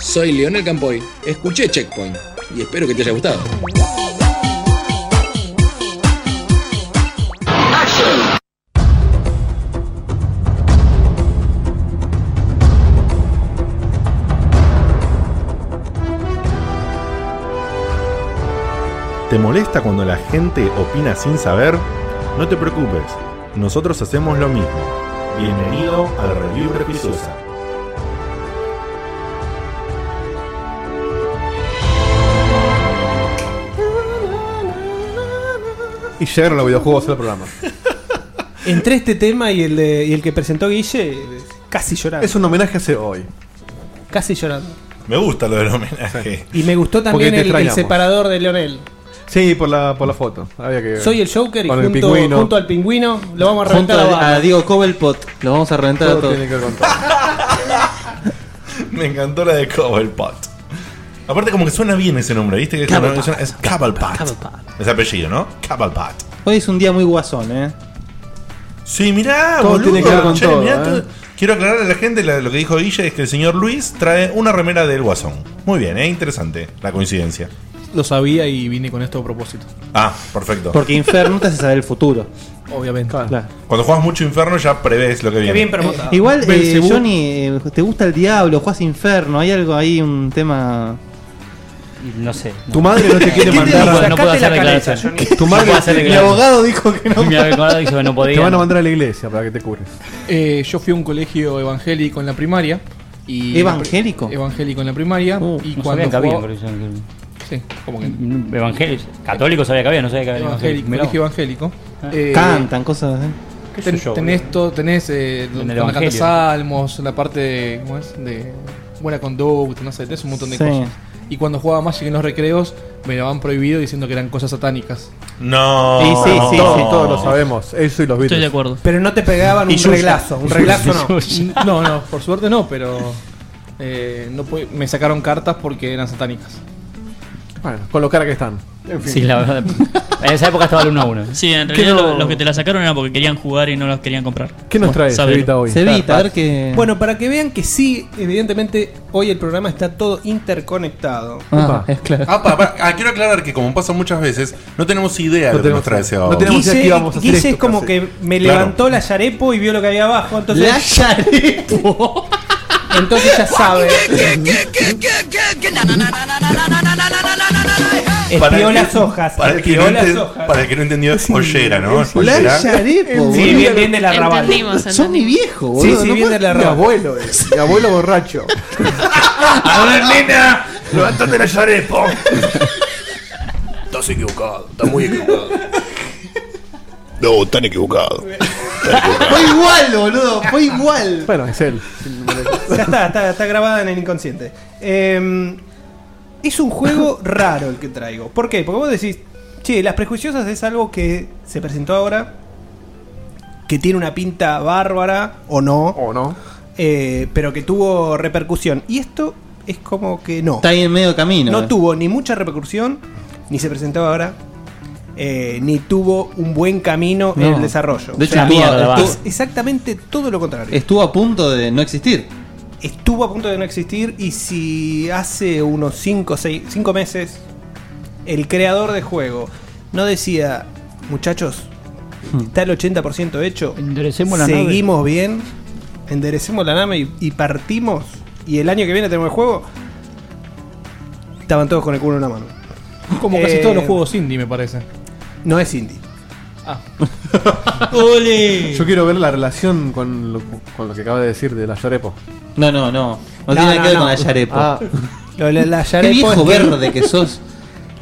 Speaker 6: Soy Leonel Campoy. Escuché Checkpoint y espero que te haya gustado.
Speaker 2: ¿Te molesta cuando la gente opina sin saber? No te preocupes, nosotros hacemos lo mismo. Bienvenido a la Review Prejuiciosa.
Speaker 4: Y llegaron los videojuegos al programa.
Speaker 10: Entre este tema y el, de- y el que presentó Guille, casi llorando.
Speaker 4: Es un homenaje hace hoy.
Speaker 10: Casi llorando.
Speaker 2: Me gusta lo del homenaje.
Speaker 10: Y me gustó también el- el, separador de Leonel.
Speaker 4: Sí, por la, por la foto. Había que-
Speaker 10: Soy el Joker y
Speaker 4: Eh, con el
Speaker 10: junto,
Speaker 4: pingüino.
Speaker 10: junto al pingüino lo vamos a
Speaker 12: Junto
Speaker 10: reventar a
Speaker 12: a, a
Speaker 10: bala.
Speaker 12: Diego Cobblepot, lo vamos a reventar a
Speaker 4: Todo
Speaker 12: todos.
Speaker 4: tiene que ver con
Speaker 2: Me encantó la de Cobblepot. Aparte, como que suena bien ese nombre, ¿viste? Que suena-
Speaker 12: Cobblepot.
Speaker 2: suena- es Cobblepot. Es apellido, ¿no? Cobblepot.
Speaker 12: Hoy es un día muy guasón, ¿eh?
Speaker 2: Sí, mirá,
Speaker 12: Todo
Speaker 2: boludo.
Speaker 12: tiene que ver con
Speaker 2: Che,
Speaker 12: todo,
Speaker 2: mirá
Speaker 12: ¿eh?
Speaker 2: todo. Quiero aclarar a la gente la- lo que dijo Guille: es que el señor Luis trae una remera del Guasón. Muy bien, ¿eh? Interesante la coincidencia.
Speaker 8: Lo sabía y vine con esto a propósito.
Speaker 2: Ah, perfecto.
Speaker 12: Porque Inferno te hace saber el futuro.
Speaker 8: Obviamente.
Speaker 2: Cuando juegas mucho Inferno ya prevés lo que viene.
Speaker 12: Eh, igual, eh, Johnny, eh, te gusta el diablo, juegas Inferno, hay algo ahí, un tema.
Speaker 17: No sé.
Speaker 4: Tu madre no te quiere mandar
Speaker 17: No,
Speaker 4: a-
Speaker 17: puedo- no puedo
Speaker 4: Sacate la
Speaker 17: hacer
Speaker 4: cabeza,
Speaker 17: declaraciones.
Speaker 4: Johnny. Tu
Speaker 17: No
Speaker 4: madre-
Speaker 17: puedo hacer
Speaker 4: mi
Speaker 17: declaraciones.
Speaker 4: abogado dijo que no.
Speaker 17: Mi abogado dijo que no podía.
Speaker 4: Te van a mandar a la iglesia para que te cures.
Speaker 8: Eh, yo fui a un colegio evangélico en la primaria. Y
Speaker 12: ¿Evangélico?
Speaker 8: Evangélico en la primaria. y
Speaker 17: Uh, no
Speaker 8: cuando
Speaker 17: sabía que había
Speaker 8: jugaba-
Speaker 17: colegio evangélico.
Speaker 8: Sí, ¿cómo que
Speaker 17: Evangélicos. Católicos sabía que había, no sabía que había
Speaker 8: Evangélico,
Speaker 17: Mirá
Speaker 8: colegio
Speaker 17: vos.
Speaker 8: evangélico.
Speaker 17: Ah.
Speaker 8: Eh,
Speaker 12: Cantan, cosas así.
Speaker 17: ¿Qué
Speaker 8: ten-
Speaker 17: sé yo,
Speaker 8: tenés
Speaker 17: boludo?
Speaker 8: todo, tenés eh, donde
Speaker 17: el
Speaker 8: cantas
Speaker 17: Evangelio.
Speaker 8: salmos, la parte de, ¿cómo es? de buena conducta, no sé, tenés un montón de
Speaker 12: Sí.
Speaker 8: cosas. Y cuando jugaba Magic en los recreos, me lo han prohibido diciendo que eran cosas satánicas.
Speaker 2: No.
Speaker 4: Sí, sí, sí, sí, todos lo sabemos. Eso y los Beatles.
Speaker 8: Estoy de
Speaker 14: acuerdo.
Speaker 10: Pero no te pegaban un reglazo, un reglazo no.
Speaker 8: no. No, no, por suerte no, pero eh, no pude- me sacaron cartas porque eran satánicas.
Speaker 4: Bueno, con lo cara que están.
Speaker 8: En
Speaker 17: Sí, la verdad. En esa época estaba ¿eh? el 1 a 1.
Speaker 14: Sí, en
Speaker 4: ¿Qué
Speaker 14: realidad
Speaker 4: no-
Speaker 14: lo- los que te la sacaron era porque querían jugar y no los querían comprar.
Speaker 4: nos trae
Speaker 14: Sabelo.
Speaker 4: Cevita hoy? Ah,
Speaker 12: Cevita, a ver qué.
Speaker 10: Bueno, para que vean que sí, evidentemente hoy el programa está todo interconectado.
Speaker 12: Ah, es claro.
Speaker 2: Ah, pa, pa. Ah, quiero aclarar que como pasa muchas veces, no tenemos idea de lo que
Speaker 4: tenemos
Speaker 2: nos trae
Speaker 4: idea.
Speaker 2: ese
Speaker 4: No
Speaker 2: abogado.
Speaker 4: tenemos
Speaker 10: Guille, Guille es como que me
Speaker 2: Claro.
Speaker 10: levantó la yarepo y vio lo que había abajo. Entonces,
Speaker 12: La yarepo.
Speaker 10: entonces ya sabe. Espió
Speaker 2: el que-
Speaker 10: las hojas.
Speaker 2: Para el, que no
Speaker 10: Espió las
Speaker 2: enten-
Speaker 10: hojas.
Speaker 2: para el que no entendió, es pollera, ¿no? Es pollera.
Speaker 10: Sí, bien, bien de la rabal.
Speaker 12: Son mi viejo, boludo.
Speaker 10: Sí, sí, bien de la
Speaker 4: Mi
Speaker 10: rabal.
Speaker 4: abuelo es. Mi abuelo borracho.
Speaker 2: A ver, nena, levantate la yarepo.
Speaker 19: Estás equivocado, estás muy equivocado. No, están equivocados.
Speaker 12: Fue igual, boludo, fue igual.
Speaker 4: Bueno, es él.
Speaker 10: Ya está, está, está grabada en el inconsciente. Eh, es un juego raro el que traigo. ¿Por qué? Porque vos decís, che, las prejuiciosas es algo que se presentó ahora, que tiene una pinta bárbara o no. eh,
Speaker 4: O no.
Speaker 10: pero que tuvo repercusión. Y esto es como que no.
Speaker 12: Está ahí en medio de camino.
Speaker 10: No
Speaker 12: eh.
Speaker 10: tuvo ni mucha repercusión, ni se presentó ahora, eh, ni tuvo un buen camino en
Speaker 12: No.
Speaker 10: el desarrollo.
Speaker 12: De hecho, estuvo-
Speaker 10: es
Speaker 12: estuvo-
Speaker 10: exactamente todo lo contrario.
Speaker 12: Estuvo a punto de no existir.
Speaker 10: Estuvo a punto de no existir y si hace unos 5 cinco meses el creador de juego no decía, muchachos,
Speaker 12: Hmm.
Speaker 10: está el 80% hecho,
Speaker 17: Enderecemos la nave".
Speaker 10: seguimos bien, enderecemos la nave y, y partimos y el año que viene tenemos el juego, estaban todos con el culo en la mano.
Speaker 8: Como casi
Speaker 10: Eh,
Speaker 8: todos los juegos indie, me parece.
Speaker 10: No es indie.
Speaker 14: ¡Ole!
Speaker 4: Yo quiero ver la relación con lo, con lo que acaba de decir de la Yarepo.
Speaker 12: No, no, no. No, tiene nada que ver con la Yarepo.
Speaker 4: Ah,
Speaker 10: Lo de la, la
Speaker 12: Qué
Speaker 10: Yarepo
Speaker 12: viejo
Speaker 10: es que-
Speaker 12: verde que sos.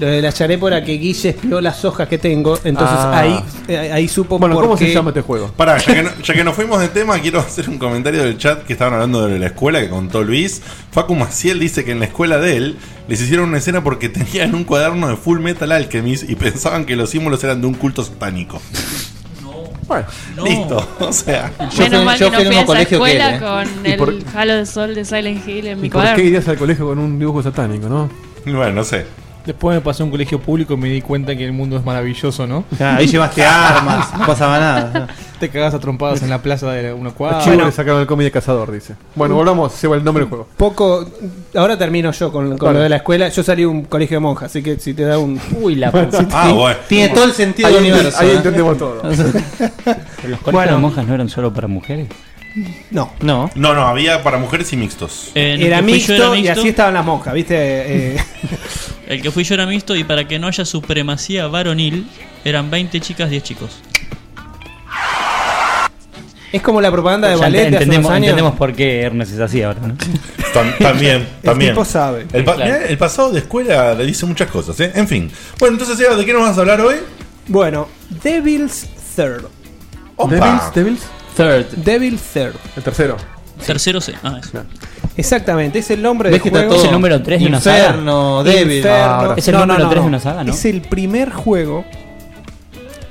Speaker 10: Lo de la Yarepo era que Guille espió las hojas que tengo, entonces
Speaker 4: Ah.
Speaker 10: ahí, eh, ahí supo
Speaker 4: Bueno,
Speaker 10: por
Speaker 4: ¿cómo se
Speaker 10: qué-
Speaker 4: llama este juego?
Speaker 2: Pará, ya que, no- ya que nos fuimos de tema, quiero hacer un comentario del chat que estaban hablando de la escuela que contó Luis. Facu Maciel dice que en la escuela de él les hicieron una escena porque tenían un cuaderno de Full Metal Alchemist y pensaban que los símbolos eran de un culto satánico.
Speaker 4: Bueno,
Speaker 2: listo. O sea,
Speaker 16: Menos mal que no fui a esa escuela
Speaker 4: él, ¿eh?
Speaker 16: con
Speaker 4: ¿Y por-
Speaker 16: el halo de sol de Silent Hill en mi
Speaker 4: ¿Y por
Speaker 16: cuaderno.
Speaker 4: qué irías al colegio con un dibujo satánico, no?
Speaker 2: Bueno, no sé.
Speaker 8: Después me pasé a un colegio público y me di cuenta que el mundo es maravilloso, ¿no?
Speaker 10: Ah,
Speaker 12: Ahí llevaste armas, no pasaba nada.
Speaker 8: Te cagás a trompadas en la plaza de una
Speaker 4: Los
Speaker 8: cuadra.
Speaker 4: chivos le sacaron el cómic de cazador, dice.
Speaker 17: Mm.
Speaker 4: Bueno, volvamos, se va el nombre del juego.
Speaker 10: Poco. Ahora termino yo con, con
Speaker 4: Vale.
Speaker 10: lo de la escuela. Yo salí de un colegio de monjas, así que si te da un.
Speaker 17: Uy, la
Speaker 4: puta.
Speaker 2: Ah, bueno.
Speaker 12: Tiene todo el sentido
Speaker 4: Ahí
Speaker 12: del
Speaker 4: ent-
Speaker 12: universo.
Speaker 4: ahí
Speaker 12: ¿eh?
Speaker 4: entendemos todo.
Speaker 17: Pero los colegios
Speaker 12: Bueno.
Speaker 17: de monjas no eran solo para mujeres.
Speaker 10: No.
Speaker 12: No.
Speaker 2: No, no, había para mujeres y mixtos.
Speaker 10: Era mixto, y así
Speaker 2: está.
Speaker 10: estaban las monjas, ¿viste? Eh,
Speaker 14: El que fui yo era mixto y para que no haya supremacía varonil, eran 20 chicas, 10 chicos.
Speaker 10: es como la propaganda de
Speaker 17: Ya
Speaker 10: ballet de hace
Speaker 17: entendemos,
Speaker 10: unos años.
Speaker 17: entendemos por qué Ernest es así ahora, ¿no?
Speaker 2: también, también.
Speaker 10: tipo sabe.
Speaker 2: El, pa-
Speaker 17: Claro.
Speaker 2: mirá, el pasado de escuela le dice muchas cosas, ¿eh? En fin. Bueno, entonces, Eva, ¿de qué nos vas a hablar hoy?
Speaker 10: Bueno, Devil's Third.
Speaker 2: Opa.
Speaker 4: Devils, Devils.
Speaker 17: Third.
Speaker 10: Devil's Third.
Speaker 4: El tercero.
Speaker 14: Tercero C. Ah, eso.
Speaker 10: Exactamente, es el nombre del
Speaker 17: Vegeta
Speaker 10: juego.
Speaker 17: todo. Es el número tres de una saga. Inferno, Devil.
Speaker 2: Ah,
Speaker 17: Ahora. Es el número tres de una saga, ¿no?
Speaker 10: Es el primer juego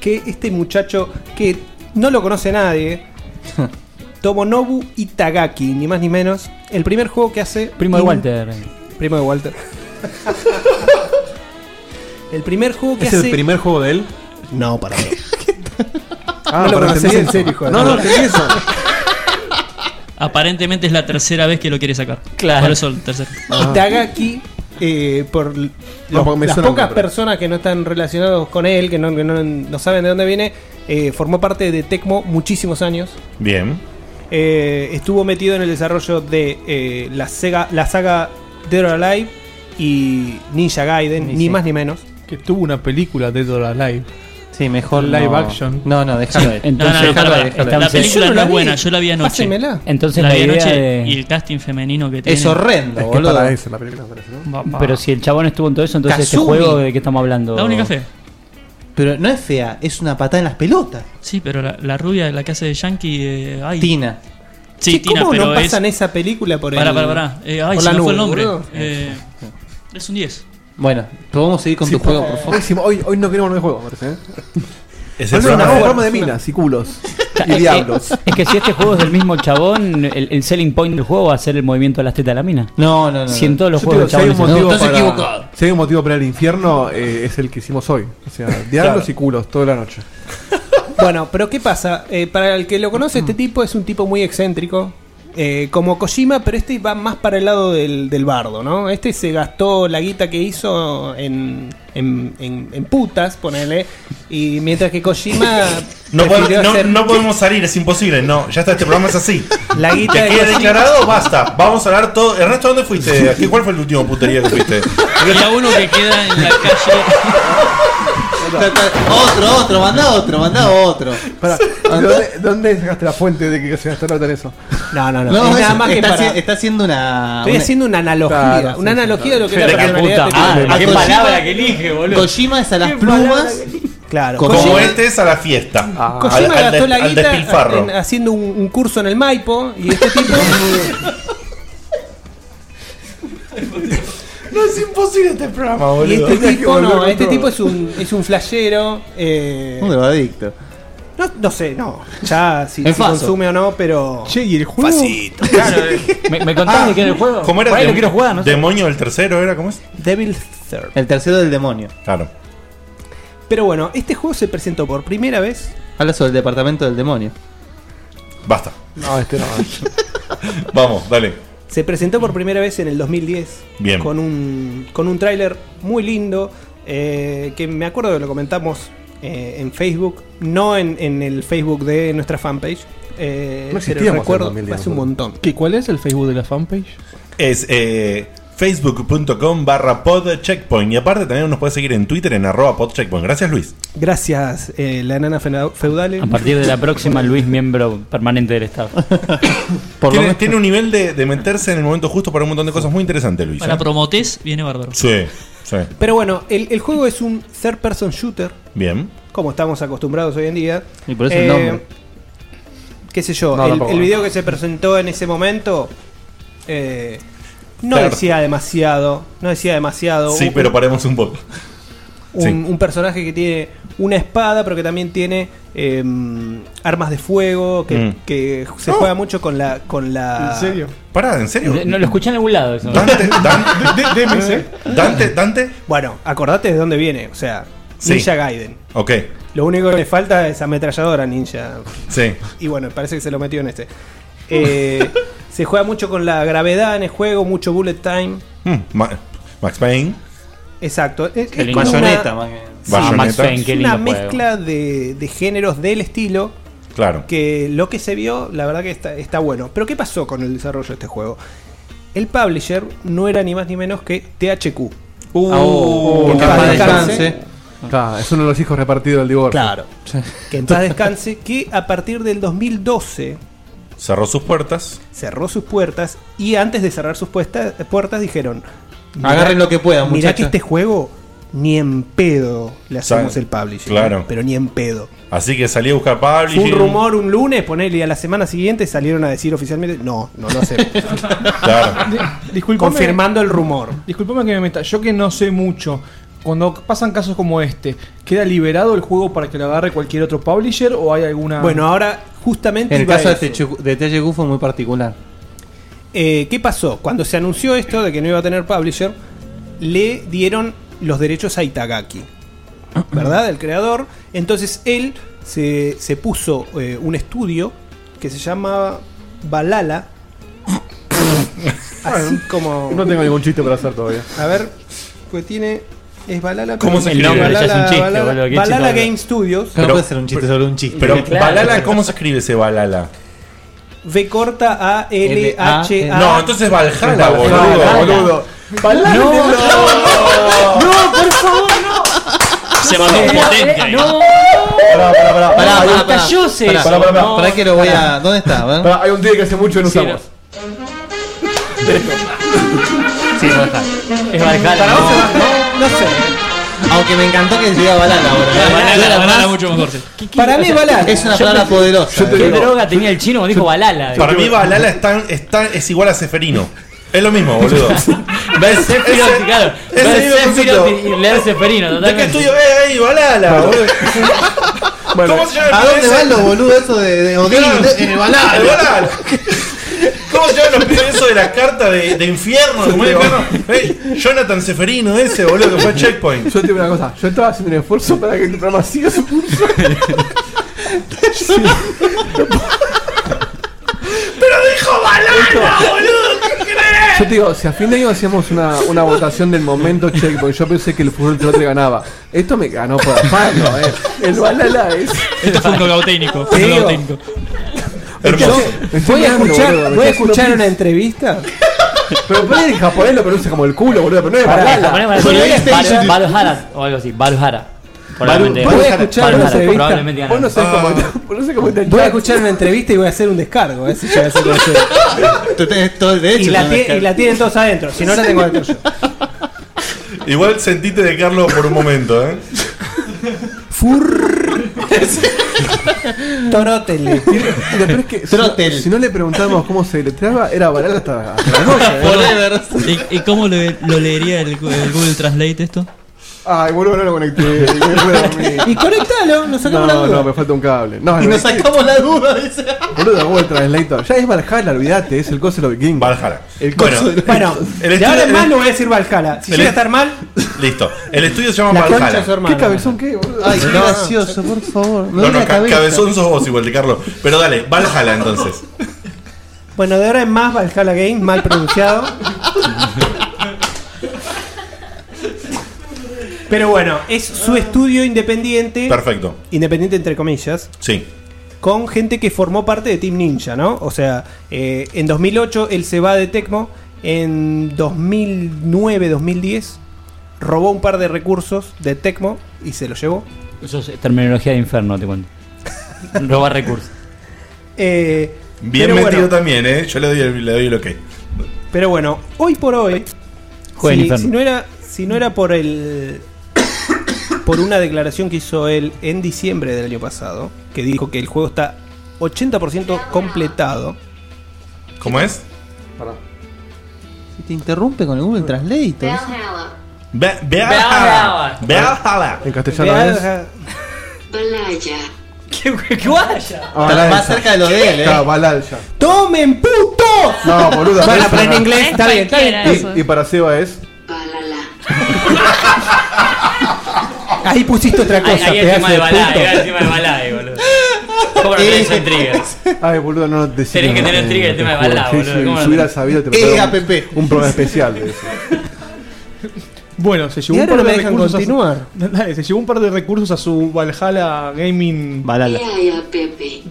Speaker 10: que este muchacho que no lo conoce nadie, Tomonobu Itagaki, ni más ni menos, el primer juego que hace
Speaker 17: Primo de
Speaker 10: in-
Speaker 17: Walter.
Speaker 10: Primo de Walter. el primer juego que
Speaker 17: ¿Es el
Speaker 10: hace
Speaker 17: primer
Speaker 4: juego de él?
Speaker 10: No, para mí.
Speaker 4: Ah,
Speaker 10: no lo
Speaker 4: para
Speaker 10: conoces
Speaker 4: entender
Speaker 10: en
Speaker 4: eso.
Speaker 10: serio, hijo de
Speaker 4: No,
Speaker 10: puta.
Speaker 4: no, entendí eso.
Speaker 14: Aparentemente es la tercera vez que lo quiere sacar.
Speaker 10: Claro.
Speaker 14: Por eso el tercer.
Speaker 10: Itagaki, eh, por l- los-
Speaker 14: Ah. porque me
Speaker 10: las
Speaker 14: suena el
Speaker 10: pocas
Speaker 14: nombre.
Speaker 10: personas que no están relacionados con él, que no, que no- no saben de dónde viene, eh, formó parte de Tecmo muchísimos años.
Speaker 2: Bien.
Speaker 10: Eh, estuvo metido en el desarrollo de eh, la, Sega, la saga Dead or Alive y Ninja Gaiden,
Speaker 8: Y
Speaker 10: ni
Speaker 8: sí.
Speaker 10: más ni menos.
Speaker 8: Que tuvo una película de Dora Live.
Speaker 12: Sí, mejor
Speaker 8: live
Speaker 12: no.
Speaker 8: action.
Speaker 12: No, no, déjalo. Sí,
Speaker 14: entonces, No, no, no, déjalo, pará, déjalo. la película no es buena, yo la vi anoche.
Speaker 10: Pásenmela.
Speaker 17: Entonces
Speaker 14: la,
Speaker 17: la
Speaker 14: vi
Speaker 17: idea
Speaker 14: anoche
Speaker 17: de-
Speaker 14: y el casting femenino que tiene.
Speaker 17: Es horrendo, Es que boludo. para eso
Speaker 4: la película me parece,
Speaker 14: Papá.
Speaker 17: Pero si el chabón estuvo en todo eso, entonces este
Speaker 14: Kazumi.
Speaker 17: juego de qué estamos hablando.
Speaker 14: La única fe.
Speaker 12: Pero no es fea, es una patada en las pelotas.
Speaker 14: Sí, pero la, la rubia, la que hace de Yankee. eh, ay.
Speaker 12: Tina.
Speaker 14: Sí,
Speaker 10: Che,
Speaker 14: Tina,
Speaker 10: ¿Cómo
Speaker 14: pero
Speaker 10: no
Speaker 14: es.
Speaker 10: pasan esa película por el
Speaker 14: Pará, pará, pará. Eh, ay,
Speaker 10: por
Speaker 14: se
Speaker 10: la
Speaker 14: me fue el
Speaker 10: nube,
Speaker 14: nombre.
Speaker 10: boludo?
Speaker 14: Eh, es un 10.
Speaker 12: Bueno, podemos seguir con tu juego, por favor.
Speaker 4: Buenísimo. Hoy, hoy no queremos nueve juegos, me parece. ¿eh?
Speaker 2: Es
Speaker 4: Hoy
Speaker 17: el
Speaker 4: no,
Speaker 17: programa
Speaker 4: no,
Speaker 17: de-
Speaker 4: programa de minas y culos.
Speaker 17: Claro,
Speaker 4: y
Speaker 17: eh,
Speaker 4: diablos.
Speaker 17: eh, Es que si este juego es del mismo chabón, el, el selling point del juego va a ser el movimiento de las tetas de la mina.
Speaker 12: No, no,
Speaker 17: Si en todos los
Speaker 4: Yo
Speaker 17: juegos el
Speaker 4: te digo,
Speaker 17: chabón
Speaker 4: si hay, un motivo
Speaker 17: no, estás
Speaker 4: para,
Speaker 17: equivocado.
Speaker 4: si hay un motivo para el infierno, eh, es el que hicimos hoy. O sea, diablos
Speaker 10: Claro.
Speaker 4: y culos toda la noche.
Speaker 10: Bueno, pero ¿qué pasa? Eh, para el que lo conoce, este tipo es un tipo muy excéntrico. eh, como Kojima, pero este va más para el lado del, del bardo, ¿no? Este se gastó la guita que hizo en, en, en- en putas, ponele. Y mientras que Kojima.
Speaker 2: No, podemos-
Speaker 10: prefirió
Speaker 2: no-
Speaker 10: hacer-
Speaker 2: no podemos salir, es imposible. No, ya está, este programa es así.
Speaker 10: La guita
Speaker 2: ¿Te
Speaker 10: de
Speaker 2: queda
Speaker 10: Kojima.
Speaker 2: declarado? Basta. Vamos a hablar todo. Ernesto, ¿dónde fuiste? ¿A qué- ¿Cuál fue el último putería que fuiste?
Speaker 14: Había uno que queda en la calle.
Speaker 12: Otro, otro, mandá otro, mandá otro.
Speaker 4: Pará, ¿dónde, ¿Dónde sacaste la fuente de que se gastaron en eso?
Speaker 10: No, no,
Speaker 12: No,
Speaker 10: es nada
Speaker 12: eso,
Speaker 10: más que
Speaker 12: está,
Speaker 10: para-
Speaker 12: haci- está haciendo una.
Speaker 10: Estoy haciendo una analogía.
Speaker 12: Claro,
Speaker 10: una
Speaker 12: sí,
Speaker 10: analogía
Speaker 12: sí,
Speaker 10: de lo que
Speaker 12: claro.
Speaker 10: es la
Speaker 12: Pero qué
Speaker 10: personalidad
Speaker 12: puta
Speaker 10: de este
Speaker 12: madre,
Speaker 10: tipo.
Speaker 12: qué palabra
Speaker 17: que elige, boludo.
Speaker 12: Kojima es a las
Speaker 10: Qué palabra
Speaker 12: plumas.
Speaker 10: Claro.
Speaker 2: Como
Speaker 10: Kojima-
Speaker 2: este es a la fiesta. Al,
Speaker 10: Kojima
Speaker 2: al
Speaker 10: gastó
Speaker 2: des-
Speaker 10: la
Speaker 2: al
Speaker 10: guita
Speaker 2: despilfarro.
Speaker 10: en- haciendo un, un curso en el Maipo y este tipo.
Speaker 2: No es imposible este
Speaker 6: Ah,
Speaker 2: programa,
Speaker 10: y
Speaker 2: boludo.
Speaker 10: este
Speaker 2: Tenés que
Speaker 10: tipo
Speaker 2: volver
Speaker 10: no,
Speaker 2: con
Speaker 10: este
Speaker 2: todo.
Speaker 10: tipo es un, es un flashero. eh,
Speaker 12: Un drogadicto.
Speaker 10: no, no sé, no. Ya si,
Speaker 12: Es
Speaker 10: si
Speaker 12: falso.
Speaker 10: consume o no, pero. Che,
Speaker 4: y el juego.
Speaker 17: ¿Me, me contás de qué era el juego?
Speaker 2: ¿Cómo era?
Speaker 17: Por ahí
Speaker 2: Dem-
Speaker 17: lo quiero jugar, no sé.
Speaker 2: Demonio el tercero, ¿era? ¿Cómo es?
Speaker 10: Devil Third.
Speaker 12: El tercero del demonio.
Speaker 2: Claro.
Speaker 10: Pero bueno, este juego se presentó por primera vez.
Speaker 12: Habla sobre el departamento del demonio.
Speaker 2: Basta.
Speaker 4: No, este no.
Speaker 2: Vamos, dale.
Speaker 10: Se presentó por primera vez en el 2010.
Speaker 2: Bien.
Speaker 10: Con un, con un tráiler muy lindo. eh, que me acuerdo que lo comentamos eh, en Facebook. No en, en el Facebook de nuestra fanpage. eh, pero
Speaker 8: No existíamos en
Speaker 10: recuerdo
Speaker 8: 2010,
Speaker 10: hace un
Speaker 8: boludo.
Speaker 10: montón.
Speaker 8: ¿Qué, ¿Cuál es el Facebook de la fanpage?
Speaker 2: Es eh, facebook.com barra podcheckpoint. Y aparte también nos puedes seguir en Twitter en arroba podcheckpoint. Gracias, Luis.
Speaker 10: Gracias, eh, la nana fena- feudal.
Speaker 17: A partir de la próxima, Luis, miembro permanente del Estado.
Speaker 2: tiene, tiene un nivel de, de meterse en el momento justo para un montón de cosas muy interesantes, Luis.
Speaker 14: Para
Speaker 2: ¿eh?
Speaker 14: promotes viene bárbaro.
Speaker 2: Sí, sí.
Speaker 10: Pero bueno, el, el juego es un third person shooter,
Speaker 2: Bien.
Speaker 10: como estamos acostumbrados hoy en día. Eh,
Speaker 2: Y por eso el nombre.
Speaker 10: Qué sé yo,
Speaker 2: No,
Speaker 10: el,
Speaker 2: tampoco.
Speaker 10: el video que se presentó en ese momento eh, no
Speaker 2: Third.
Speaker 10: decía demasiado, no decía demasiado.
Speaker 2: Sí,
Speaker 10: Un-
Speaker 2: pero paremos un poco.
Speaker 10: un,
Speaker 2: sí.
Speaker 10: un personaje que tiene una espada, pero que también tiene eh, armas de fuego, que,
Speaker 2: Mm.
Speaker 10: que se juega mucho con la, con la.
Speaker 2: ¿En serio? Pará, ¿en serio?
Speaker 17: No lo escuché en algún lado eso.
Speaker 2: ¿Eh? Dante, Dante.
Speaker 10: Bueno, acordate de dónde viene, o sea,
Speaker 2: Sí.
Speaker 10: Ninja Gaiden.
Speaker 2: Ok,
Speaker 10: Lo único que le falta es ametralladora ninja.
Speaker 2: sí.
Speaker 10: Y bueno, parece que se lo metió en este. Eh, se juega mucho con la gravedad en el juego, mucho bullet time.
Speaker 2: Mm, Ma- Max Payne.
Speaker 10: Exacto. Es,
Speaker 2: Qué
Speaker 10: es
Speaker 2: lindo.
Speaker 10: como
Speaker 2: Bayonetta,
Speaker 10: una-
Speaker 2: más que-
Speaker 10: Sí,
Speaker 2: Bayonetta. Max Payne, qué
Speaker 10: es una
Speaker 2: lindo juego.
Speaker 10: mezcla de, de géneros del estilo.
Speaker 2: Claro.
Speaker 10: Que lo que se vio, la verdad que está, está bueno. Pero ¿qué pasó con el desarrollo de este juego? El publisher no era ni más ni menos que THQ.
Speaker 4: Uh,
Speaker 10: Ah, que en paz descanse.
Speaker 4: Claro, es uno de los hijos repartidos del divorcio.
Speaker 10: Claro. Que en paz descanse, que a partir del 2012
Speaker 2: Cerró sus puertas.
Speaker 10: cerró sus puertas y antes de cerrar sus puesta- puertas dijeron:
Speaker 12: Agarren lo que puedan,
Speaker 10: Mirá
Speaker 12: muchachos.
Speaker 10: que este juego ni en pedo le hacemos
Speaker 2: Sa-
Speaker 10: el publishing.
Speaker 2: claro.
Speaker 10: Pero ni en pedo.
Speaker 2: Así que salí a buscar
Speaker 10: Fue un
Speaker 2: publishing.
Speaker 10: rumor un lunes, ponele, y a la semana siguiente salieron a decir oficialmente, no, no lo hacemos.
Speaker 8: Disculpame-
Speaker 10: Confirmando el rumor.
Speaker 8: Disculpame que me meta, yo que no sé mucho. Cuando pasan casos como este, ¿queda liberado el juego para que lo agarre cualquier otro publisher o hay alguna.
Speaker 10: Bueno, ahora justamente.
Speaker 8: En el
Speaker 10: iba a
Speaker 8: caso de
Speaker 10: eso.
Speaker 8: THQ
Speaker 12: de THQ fue muy particular.
Speaker 10: Eh, ¿Qué pasó? Cuando se anunció esto de que no iba a tener publisher, le dieron los derechos a Itagaki, ¿verdad? El creador. Entonces él se, se puso eh, un estudio que se llama Balala. Así como.
Speaker 4: No tengo ningún chiste para hacer todavía.
Speaker 10: A ver, pues tiene. Es Balala.
Speaker 4: ¿Cómo
Speaker 10: pero-
Speaker 4: se El escribe? nombre ya es un chiste,
Speaker 10: Balala,
Speaker 4: boludo, qué
Speaker 10: Balala
Speaker 4: chiste, boludo.
Speaker 10: Game Studios.
Speaker 2: Pero- Pero, Balala, ¿cómo se escribe ese Balala?
Speaker 10: V corta A L H A.
Speaker 2: No, entonces Valhalla,
Speaker 10: Valhalla.
Speaker 2: boludo. boludo.
Speaker 10: Balala,
Speaker 2: No,
Speaker 10: boludo.
Speaker 9: No, por favor,
Speaker 14: Se mandó un potente ahí.
Speaker 9: no.
Speaker 4: Pará, pará,
Speaker 14: Pará,
Speaker 4: pará. Pará,
Speaker 14: pará,
Speaker 4: cayó ese.
Speaker 14: pará, pará, pará, pará
Speaker 12: que lo voy a- ¿dónde está?
Speaker 4: Pará, hay un tío que hace mucho que no
Speaker 12: Sí,
Speaker 4: usamos.
Speaker 12: Sí, Valhalla.
Speaker 17: Es Valhalla.
Speaker 12: Para vos es Valhalla.
Speaker 10: No sé.
Speaker 12: Aunque me encantó que llegaba Balala ahora.
Speaker 17: Balala, Balala mucho
Speaker 14: mejor.
Speaker 12: Para mí, Balala. Es una palabra poderosa. ¿eh?
Speaker 17: ¿Qué droga tenía el chino cuando dijo balala?
Speaker 2: Para mí Balala es, tan- es tan- es igual a Seferino. Es lo mismo, boludo. ¿Ves?
Speaker 17: Sephiroth, claro.
Speaker 2: ese
Speaker 17: Ver
Speaker 2: mismo
Speaker 17: Sephiroth
Speaker 2: concepto.
Speaker 17: y leer Seferino,
Speaker 2: ¿De qué
Speaker 17: totalmente.
Speaker 2: estudio es ahí, Balala, boludo? ¿Cómo se llama el
Speaker 12: ¿A dónde
Speaker 2: pibe
Speaker 12: van
Speaker 2: ese?
Speaker 12: los boludos eh, eso de, de Odín? De- En el Balala.
Speaker 2: El Balala. ¿Cómo se llaman los pibes eso de las cartas de, de infierno? ¿Cómo es, infierno? Ey, Jonathan Seferino eh. ese, boludo, que fue a Checkpoint.
Speaker 4: Yo te digo una cosa, yo estaba haciendo un esfuerzo para que tu programa siga su curso.
Speaker 9: Pero dijo balada, boludo.
Speaker 4: Yo te digo, si a fin de año hacíamos una, una votación del momento checkpoint, yo pensé que el fútbol te ganaba. Esto me ganó por afano, eh. El balala es.
Speaker 14: Esto fue un knockout técnico. fue un
Speaker 4: Te
Speaker 14: knockout
Speaker 4: digo.
Speaker 14: técnico.
Speaker 4: Hermoso.
Speaker 10: Voy a escuchar, voy a escuchar una entrevista.
Speaker 4: Pero ponele en japonés lo pronuncia como el culo, boludo, pero no es
Speaker 17: Pará,
Speaker 4: balala.
Speaker 17: japonés,
Speaker 4: Pero
Speaker 17: japonés,
Speaker 4: este dice-
Speaker 17: Baru- Baruhara o algo así, Baruhara. Probablemente
Speaker 10: voy a
Speaker 17: Baruhara,
Speaker 10: escuchar
Speaker 17: Baruhara,
Speaker 10: una entrevista.
Speaker 17: probablemente ganó.
Speaker 10: Vos no sabés cómo
Speaker 12: Ah.
Speaker 10: está- Voy a escuchar una entrevista y voy a hacer un descargo. A ver si llega a ser como yo. y, la tie- y la tienen todos adentro. Si no, la tengo adentro yo.
Speaker 2: Igual sentiste de Carlos por un momento, ¿eh?
Speaker 10: Torótele.
Speaker 4: Lo peor es que si no, si no le preguntábamos cómo se deletreaba, era balala hasta hasta la noche. ¿eh?
Speaker 14: ¿Y, y cómo lo, lo leería el, Gu- el Google Translate esto?
Speaker 4: Ay, boludo, no lo conecté.
Speaker 10: y conectalo, nos
Speaker 4: sacamos
Speaker 14: la
Speaker 4: No,
Speaker 14: duda.
Speaker 4: no, me falta un cable. No, no,
Speaker 12: sacamos la duda, dice.
Speaker 4: Boludo, Google Translator. Ya es Valhalla, olvídate, es el coso de los vikingos.
Speaker 2: Valhalla.
Speaker 4: El
Speaker 2: Bueno,
Speaker 4: coso de los
Speaker 10: Bueno,
Speaker 2: El
Speaker 10: de
Speaker 2: estudio-
Speaker 10: ahora en
Speaker 2: el-
Speaker 10: más no voy a decir Valhalla. Si
Speaker 2: el-
Speaker 10: llega a estar mal,
Speaker 2: Listo. El estudio se llama
Speaker 10: La concha
Speaker 2: Valhalla.
Speaker 10: de su hermano.
Speaker 4: ¿Qué cabezón qué, boludo?
Speaker 12: Ay, qué
Speaker 2: No.
Speaker 12: gracioso, por favor. Me
Speaker 2: No,
Speaker 12: duele
Speaker 2: no,
Speaker 12: la
Speaker 2: ca-
Speaker 12: cabeza.
Speaker 2: cabezón sos vos igual de Carlos. Pero dale, Valhalla entonces.
Speaker 10: bueno, de ahora en más Valhalla Game, mal pronunciado. Pero bueno, es su estudio independiente.
Speaker 2: Perfecto.
Speaker 10: Independiente entre comillas.
Speaker 2: Sí.
Speaker 10: con gente que formó parte de Team Ninja, ¿no? O sea, eh, en 2008 él se va de Tecmo, en 2009-2010 robó un par de recursos de Tecmo y se los llevó.
Speaker 17: Eso es terminología de inferno, te cuento. Robar recursos.
Speaker 10: Eh,
Speaker 2: Bien
Speaker 10: pero
Speaker 2: metido
Speaker 10: bueno,
Speaker 2: también, ¿eh? Yo le doy el, le doy el ok.
Speaker 10: Pero bueno, hoy por hoy,
Speaker 2: Juega el
Speaker 10: si,
Speaker 2: infierno.
Speaker 10: si no era, si no era por el por una declaración que hizo él en diciembre del año pasado, que dijo que el juego está 80% completado.
Speaker 2: ¿Cómo es?
Speaker 12: Si te interrumpe con el Google ¿eh? Translator.
Speaker 2: Ve-
Speaker 12: Valhalla.
Speaker 2: Valhalla.
Speaker 4: En
Speaker 12: Valhalla.
Speaker 9: Balaya.
Speaker 17: ¿Qué, qué guaya?
Speaker 12: Está más cerca de lo de él, eh.
Speaker 4: Está balala ya.
Speaker 10: ¡Tomen, puto!
Speaker 4: No, boludo.
Speaker 10: Bueno,
Speaker 4: no,
Speaker 10: pero en
Speaker 4: no.
Speaker 10: inglés está bien, está bien, está bien.
Speaker 4: Y, y para Seba es.
Speaker 10: Ahí pusiste otra
Speaker 17: Ahí,
Speaker 10: cosa,
Speaker 17: ahí
Speaker 10: pedazo
Speaker 17: encima de
Speaker 10: de
Speaker 17: balada,
Speaker 10: puto.
Speaker 17: ahí encima de balada, ahí, boludo. ¿Cómo no tenés en triggers?
Speaker 4: Ay, boludo, no te
Speaker 17: Tenés que tener trigger el tema de balada, boludo. ¿Cómo
Speaker 4: Si
Speaker 17: no?
Speaker 4: hubiera sabido, te
Speaker 17: Eh,
Speaker 4: preparo
Speaker 17: APP.
Speaker 4: un, un programa especial eh. de eso.
Speaker 8: Bueno, se llevó
Speaker 10: Y
Speaker 8: un
Speaker 10: ahora
Speaker 8: par
Speaker 10: no
Speaker 8: de
Speaker 10: me dejan
Speaker 8: recursos. a-
Speaker 10: continuar.
Speaker 8: Dale, se llevó un par de recursos a su Valhalla Gaming.
Speaker 4: Valhalla.
Speaker 9: Ya, Pepe.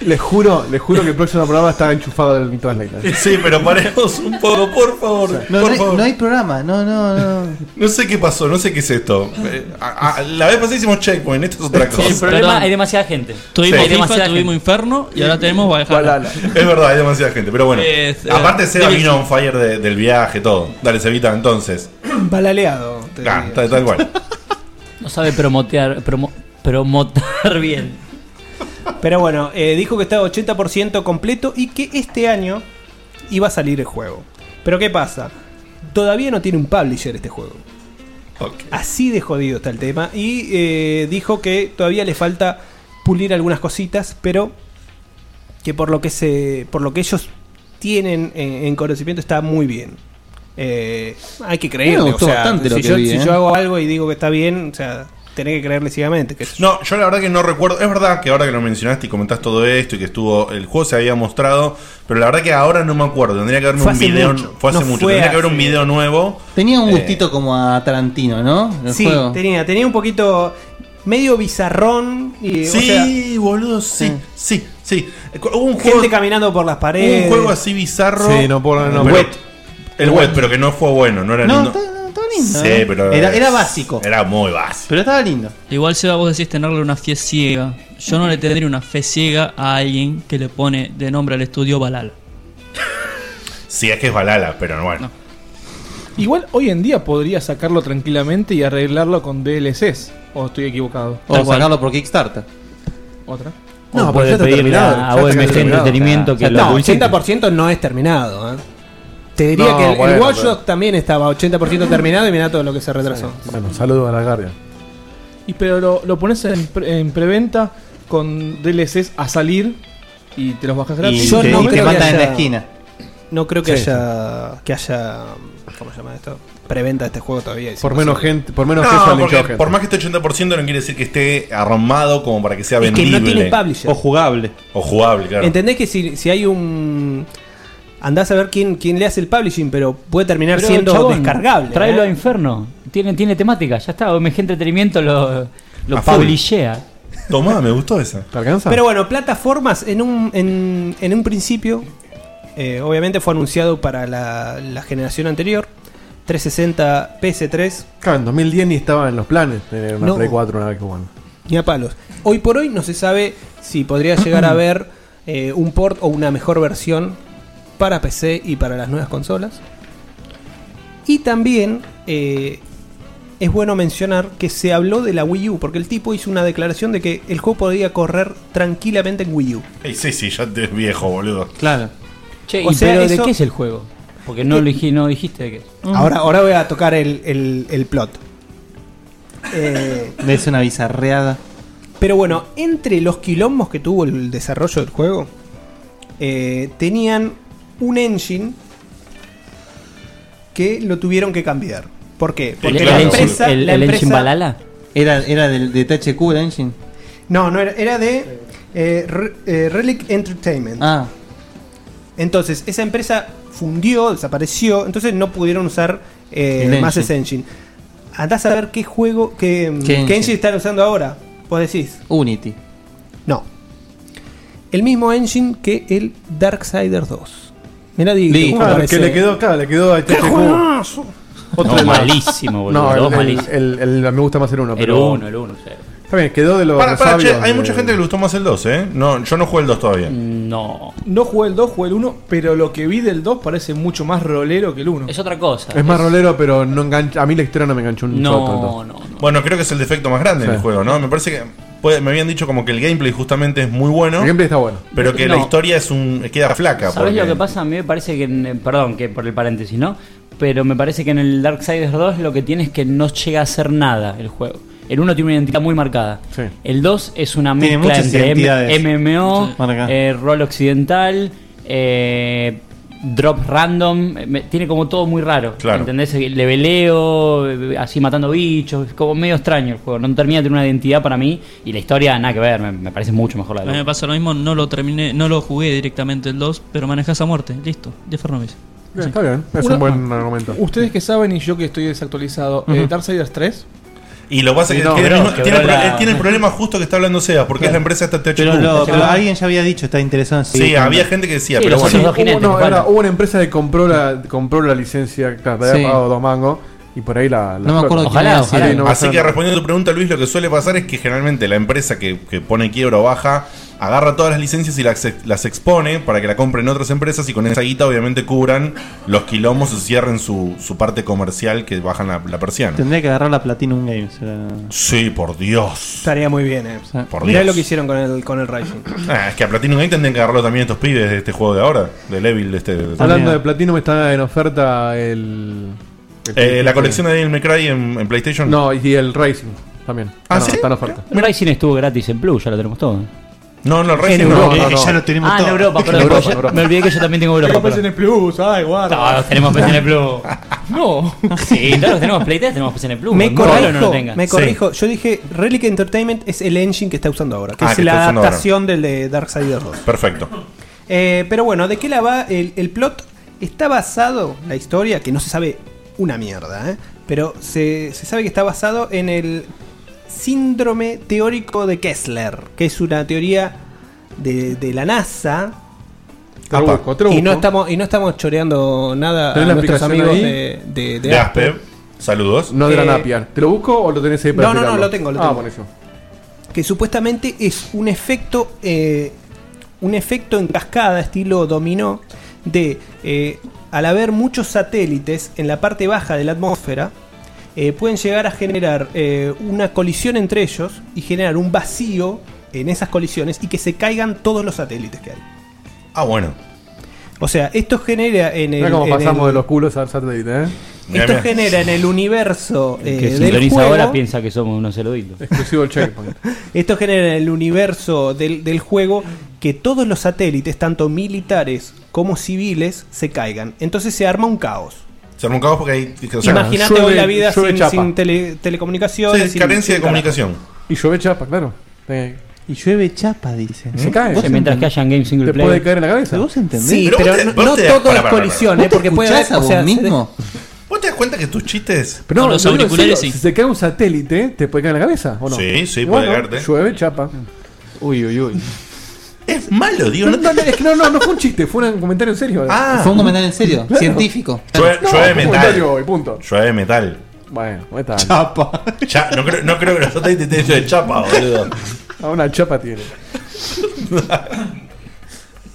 Speaker 4: Les juro, les juro que el próximo programa está enchufado del Translator.
Speaker 2: Sí, pero paremos un poco, por favor.
Speaker 12: No, no
Speaker 2: por
Speaker 12: hay,
Speaker 2: favor.
Speaker 12: no hay programa, no, no, no.
Speaker 2: No sé qué pasó, no sé qué es esto. Eh, a- a- la vez pasada hicimos checkpoint, esto es otra cosa.
Speaker 17: El problema, hay demasiada gente.
Speaker 2: Tuvimos
Speaker 17: hay
Speaker 2: FIFA,
Speaker 17: demasiada gente.
Speaker 14: Tuvimos Inferno y ahora tenemos Valhalla.
Speaker 2: Es verdad, hay demasiada gente, pero bueno.
Speaker 14: Eh,
Speaker 2: Aparte,
Speaker 14: eh,
Speaker 2: Seba
Speaker 14: Division.
Speaker 2: vino on fire de- del viaje, todo. Dale, Sebita, entonces.
Speaker 10: Palaleado. te
Speaker 2: Ah,
Speaker 10: diría.
Speaker 2: tal, tal cual.
Speaker 17: No sabe promotear, promo- promotar bien.
Speaker 10: Pero bueno, eh, dijo que estaba 80% completo y que este año iba a salir el juego. Pero ¿qué pasa? Todavía no tiene un publisher este juego. Así de jodido está el tema. Y eh, dijo que todavía le falta pulir algunas cositas, pero que por lo que se. por lo que ellos tienen en, en conocimiento está muy bien. Eh, hay que creerle.
Speaker 12: gustó
Speaker 10: o sea,
Speaker 12: bastante lo
Speaker 10: si
Speaker 12: que
Speaker 10: yo-
Speaker 12: vi,
Speaker 10: si
Speaker 12: ¿eh?
Speaker 10: yo hago algo y digo que está bien, o sea, tenés que creerle ciegamente. Que
Speaker 2: No, yo la verdad que no recuerdo. Es verdad que ahora que lo mencionaste y comentás todo esto y que estuvo. El juego se había mostrado. Pero la verdad que ahora no me acuerdo. Tendría que haberme
Speaker 12: Fue
Speaker 2: un
Speaker 12: hace
Speaker 2: video.
Speaker 12: mucho.
Speaker 2: Fue hace
Speaker 12: No
Speaker 2: mucho.
Speaker 12: fue
Speaker 2: Tendría que haber un
Speaker 12: hace-
Speaker 2: video nuevo.
Speaker 12: Tenía un
Speaker 2: Eh,
Speaker 12: gustito como a Tarantino, ¿no? El
Speaker 10: Sí,
Speaker 12: juego.
Speaker 10: tenía, tenía un poquito medio bizarrón y o
Speaker 2: Sí,
Speaker 10: sea,
Speaker 2: boludo, sí, sí, sí. Hubo un
Speaker 10: gente caminando por las paredes.
Speaker 2: Un juego así bizarro.
Speaker 10: Sí, no puedo- no,
Speaker 2: Pero-
Speaker 10: Wet.
Speaker 2: El wet, pero que no fue bueno, no era
Speaker 14: No,
Speaker 2: lindo. Sí, pero
Speaker 14: Era- era básico.
Speaker 2: Era muy básico.
Speaker 12: Pero estaba lindo.
Speaker 14: Igual Seba, vos decís tenerle una fe ciega. Yo no le tendría una fe ciega a alguien que le pone de nombre al estudio Balal.
Speaker 2: Sí, es que es Balala, pero bueno.
Speaker 8: Igual hoy en día podría sacarlo tranquilamente y arreglarlo con DLCs. ¿O estoy equivocado?
Speaker 12: O sacarlo por Kickstarter.
Speaker 8: Otra.
Speaker 12: No,
Speaker 8: O
Speaker 12: pero ya está terminado, ya está terminado.
Speaker 10: O sea, no, 80% no es terminado. ¿eh? Te diría
Speaker 4: No,
Speaker 10: que el,
Speaker 4: bueno,
Speaker 10: Watch
Speaker 4: pero-
Speaker 10: Dogs también estaba 80% terminado y mirá todo lo que se retrasó.
Speaker 4: Bueno, saludos a la Guardia.
Speaker 8: Y pero lo, lo pones en, pre- en preventa con DLCs a salir y te los bajas gratis.
Speaker 10: Yo no creo que haya- No creo que
Speaker 8: Sí.
Speaker 10: haya que haya ¿cómo se llama esto? Preventa de este juego todavía. es
Speaker 4: Por
Speaker 10: imposible.
Speaker 4: menos gente, por menos
Speaker 2: No,
Speaker 4: que eso
Speaker 2: porque por más que esté 80% no quiere decir que esté armado como para que sea
Speaker 10: Es que
Speaker 2: vendible.
Speaker 10: no tiene publisher. O
Speaker 2: jugable. O jugable, claro.
Speaker 10: Entendés que si, si hay un. Andás a ver quién, quién le hace el publishing, pero puede terminar
Speaker 17: Pero,
Speaker 10: siendo
Speaker 17: chabón,
Speaker 10: descargable.
Speaker 17: Tráelo
Speaker 10: ¿eh?
Speaker 17: a Inferno. Tiene, tiene temática, ya está. OMG Entretenimiento lo, lo
Speaker 2: A full.
Speaker 17: publishea.
Speaker 2: Tomá, me gustó esa.
Speaker 4: ¿Te alcanza?
Speaker 10: Pero bueno, plataformas en un, en, en un principio, eh, obviamente fue anunciado para la, la generación anterior, 360 PS3.
Speaker 4: Claro, en 2010 ni estaba en los planes tener Eh, una
Speaker 10: No.
Speaker 4: Play 4 una vez que bueno.
Speaker 10: Ni a palos. Hoy por hoy no se sabe si podría llegar a haber eh, un port o una mejor versión para PC y para las nuevas consolas. Y también eh, es bueno mencionar que se habló de la Wii U, porque el tipo hizo una declaración de que el juego podía correr tranquilamente en Wii U.
Speaker 2: Ey, sí, sí, ya te es viejo, boludo.
Speaker 12: Claro.
Speaker 17: Che,
Speaker 10: O
Speaker 17: ¿y
Speaker 10: sea,
Speaker 17: pero de
Speaker 10: eso-
Speaker 17: qué es el juego? Porque no, lo dij- no dijiste de qué.
Speaker 10: Ahora, ahora voy a tocar el, el- el plot. Eh,
Speaker 12: Le hice una bizarreada.
Speaker 10: Pero bueno, entre los quilombos que tuvo el desarrollo del juego, eh, tenían un engine que lo tuvieron que cambiar. ¿Por qué? Porque la empresa. la empresa-
Speaker 12: Era, era del, de THQ el engine.
Speaker 10: No, no era, era de eh, Re- eh, Relic Entertainment.
Speaker 12: Ah.
Speaker 10: Entonces, esa empresa fundió, desapareció, entonces no pudieron usar eh,
Speaker 12: El
Speaker 10: más
Speaker 12: engine.
Speaker 10: ese engine. Andás a ver qué juego, qué, qué
Speaker 12: engine?
Speaker 10: engine? están usando ahora. Vos decís.
Speaker 12: Unity.
Speaker 10: No. El mismo engine que el Darksiders 2. Mirá, Dieguito,
Speaker 4: Listo.
Speaker 10: cómo
Speaker 4: Claro,
Speaker 10: aparece.
Speaker 4: que le quedó, claro, le quedó a THQ.
Speaker 10: juegazo!
Speaker 17: No,
Speaker 4: de los-
Speaker 17: malísimo, boludo,
Speaker 4: No, el,
Speaker 17: dos
Speaker 4: el-
Speaker 17: malísimo.
Speaker 4: el- el- me gusta más el 1.
Speaker 17: El uno, el 1.
Speaker 4: Está bien, quedó de los.
Speaker 2: Para, para, che,
Speaker 4: sabios
Speaker 2: hay
Speaker 4: de-
Speaker 2: mucha gente que le gustó más el 2, ¿eh? No, yo no jugué el 2 todavía.
Speaker 17: No.
Speaker 8: No jugué el 2, jugué el 1, pero lo que vi del 2 parece mucho más rolero que el 1.
Speaker 17: Es otra cosa.
Speaker 4: Es más rolero, pero no engancha, a mí la historia no me enganchó un choto.
Speaker 2: Bueno, creo que es el defecto más grande
Speaker 4: Sí.
Speaker 2: del juego, ¿no? Me parece que puede- me habían dicho como que el gameplay justamente es muy bueno. El
Speaker 4: gameplay está bueno.
Speaker 2: Pero que
Speaker 17: No.
Speaker 2: la historia es un queda flaca.
Speaker 17: ¿Sabes
Speaker 2: porque-
Speaker 17: lo que pasa? A mí me parece que. en- eh, perdón, que por el paréntesis, ¿no? Pero me parece que en el Darksiders 2 lo que tiene es que no llega a ser nada el juego. El 1 tiene una identidad muy marcada. El 2 es una
Speaker 12: Tiene
Speaker 17: mezcla
Speaker 12: muchas
Speaker 17: entre M-
Speaker 12: identidades.
Speaker 17: MMO,
Speaker 12: Sí. Marca.
Speaker 17: eh, rol occidental, eh, drop random. eh, me- tiene como todo muy raro.
Speaker 2: Claro.
Speaker 17: ¿Entendés? Eh, Leveleo, eh, así matando bichos. Es como medio extraño el juego. No termina de tener una identidad para mí. Y la historia, nada que ver. Me, me parece mucho mejor la
Speaker 14: A
Speaker 17: del
Speaker 14: mí me pasa lo mismo, no lo terminé, no lo jugué directamente el 2, pero manejas a muerte. Listo, Jeff Hernández.
Speaker 4: Bien, Está bien, es
Speaker 8: Una-
Speaker 4: un buen argumento.
Speaker 8: Ustedes que saben y yo que estoy desactualizado, eh,
Speaker 4: Ujú.
Speaker 8: Darksiders 3.
Speaker 2: Y lo que pasa es que
Speaker 4: No,
Speaker 2: tiene, el
Speaker 4: pero
Speaker 2: mismo-
Speaker 4: quebró
Speaker 2: tiene el pro-
Speaker 4: la-
Speaker 2: tiene el problema justo que está hablando Sea, porque es la empresa esta THQ.
Speaker 12: Pero, lo- pero alguien ya había dicho, está interesado en seguir
Speaker 2: Sí,
Speaker 12: con-
Speaker 2: había gente que decía,
Speaker 12: Sí,
Speaker 2: pero
Speaker 12: los
Speaker 2: bueno.
Speaker 12: otros dos
Speaker 4: Hubo- no, era- hubo una empresa que compró la, compró la licencia, claro, le había
Speaker 2: Sí.
Speaker 4: pagado dos mangos y por ahí la. la
Speaker 12: No me acuerdo
Speaker 4: explota.
Speaker 12: quién eh. era,
Speaker 4: Sí, no me
Speaker 2: Así
Speaker 4: acuerdo.
Speaker 2: que respondiendo a tu pregunta, Luis, lo que suele pasar es que generalmente la empresa que, que pone quiebra o baja agarra todas las licencias y las, ex- las expone para que la compren otras empresas y con esa guita obviamente cubran los quilombos o cierren su, su parte comercial que bajan la, la persiana.
Speaker 18: Tendría que agarrar la Platinum Games. era-
Speaker 2: Sí, por Dios.
Speaker 10: Estaría muy bien, eh.
Speaker 2: Por
Speaker 10: Mirá
Speaker 2: Dios.
Speaker 10: lo que hicieron con el, con el Rising.
Speaker 2: Ah, es que a Platinum Game tendrían que agarrarlo también estos pibes de este juego de ahora, del Evil. De este, de-
Speaker 4: Hablando de Platinum, está en oferta el.
Speaker 2: Eh, la colección de Devil May Cry en, en PlayStation.
Speaker 4: No, y el Racing también.
Speaker 2: Ah,
Speaker 4: Está-
Speaker 2: ¿sí?
Speaker 4: Está en oferta.
Speaker 17: Racing estuvo gratis en Plus, ya lo tenemos todo.
Speaker 2: No, no, el
Speaker 4: Racing no, Europa, no, no. Eh, ya lo
Speaker 17: ah, en Europa, perdón. yo- Me olvidé que yo también tengo Europa.
Speaker 8: Tengo PSN Plus, ay, guarda.
Speaker 17: Todos tenemos PSN Plus.
Speaker 8: No.
Speaker 17: Sí, todos los que tenemos Playtest, tenemos PSN Plus.
Speaker 10: Me
Speaker 17: No,
Speaker 10: corrijo,
Speaker 17: no, no lo tengas.
Speaker 10: me corrijo. Yo dije Relic Entertainment es el engine que está usando ahora, que
Speaker 2: Ah,
Speaker 10: es
Speaker 2: que está
Speaker 10: la
Speaker 2: usando ahora.
Speaker 10: adaptación del de Darksiders 2.
Speaker 2: Perfecto.
Speaker 10: Eh, pero bueno, ¿de qué la va? El, el plot está basado, la historia, que no se sabe una mierda, ¿eh? pero se, se sabe que está basado en el síndrome teórico de Kessler, que es una teoría de, de la NASA.
Speaker 4: Te lo busco, te lo
Speaker 10: Y no,
Speaker 4: busco.
Speaker 10: estamos, y no estamos choreando nada a
Speaker 4: ¿Tenés la
Speaker 10: Ah, nuestros
Speaker 4: aplicación
Speaker 10: amigos
Speaker 4: ahí?
Speaker 10: de, de, de
Speaker 4: De
Speaker 10: Asper.
Speaker 2: Asper. Saludos.
Speaker 4: No de la
Speaker 10: Eh,
Speaker 4: Napier. ¿Te lo busco o lo tenés ahí para
Speaker 10: No, no, no,
Speaker 4: explicarlo?
Speaker 10: lo tengo, lo
Speaker 4: Ah,
Speaker 10: tengo.
Speaker 4: buenísimo.
Speaker 10: que supuestamente es un efecto eh, un efecto en cascada estilo dominó de eh, al haber muchos satélites en la parte baja de la atmósfera eh, pueden llegar a generar eh, una colisión entre ellos y generar un vacío en esas colisiones y que se caigan todos los satélites que hay
Speaker 2: Ah, bueno.
Speaker 10: o sea esto genera en el,
Speaker 4: Mira cómo
Speaker 10: en el-
Speaker 4: pasamos de los culos al satélite, ¿eh?
Speaker 10: esto genera en el universo eh,
Speaker 17: El que
Speaker 10: del
Speaker 17: sintoniza
Speaker 10: juego
Speaker 17: ahora piensa que somos unos celuditos.
Speaker 4: Exclusivo el checkpoint.
Speaker 10: Esto genera en el universo del, del juego que todos los satélites, tanto militares como civiles, se caigan. Entonces se arma un caos.
Speaker 2: Se armó un caos porque hay. o sea,
Speaker 10: Imagínate
Speaker 2: llueve-
Speaker 10: hoy la vida
Speaker 2: llueve
Speaker 10: sin,
Speaker 2: chapa.
Speaker 10: sin tele- telecomunicaciones.
Speaker 2: Sí,
Speaker 10: sin-
Speaker 2: carencia
Speaker 10: sin
Speaker 2: de
Speaker 10: carajo.
Speaker 2: comunicación.
Speaker 4: Y llueve chapa, claro. Eh,
Speaker 18: Y llueve chapa, dice.
Speaker 4: Se cae.
Speaker 18: ¿Vos
Speaker 17: Mientras
Speaker 18: entendés?
Speaker 17: que hayan game single
Speaker 4: Te
Speaker 17: player.
Speaker 4: puede caer en la cabeza.
Speaker 18: ¿Vos entendés?
Speaker 10: Sí, pero, no, no
Speaker 18: todas
Speaker 10: todas las colisiones, porque puede haber. o sea, se-
Speaker 2: ¿Vos te das cuenta que tus chistes.
Speaker 4: Pero no,
Speaker 2: los
Speaker 4: lo digo en
Speaker 2: auriculares
Speaker 4: serio,
Speaker 2: sí.
Speaker 4: Si se cae un satélite, ¿te puede caer en la cabeza o no?
Speaker 2: Sí, sí,
Speaker 4: Y
Speaker 2: puede
Speaker 4: bueno,
Speaker 2: caerte.
Speaker 4: Llueve chapa.
Speaker 18: Uy, uy, uy.
Speaker 2: Es malo, digo.
Speaker 4: No, no, no, es que no, no, no fue un chiste, fue un comentario en serio.
Speaker 18: Ah. Fue un comentario en serio, científico.
Speaker 2: Llueve,
Speaker 4: No,
Speaker 2: llueve
Speaker 4: fue un comentario hoy,
Speaker 2: metal.
Speaker 4: punto.
Speaker 2: Llueve metal.
Speaker 4: Bueno, metal.
Speaker 18: Chapa.
Speaker 2: Cha- no, creo, no creo que los satélites tengan eso de chapa, boludo.
Speaker 4: Ah, una chapa tiene.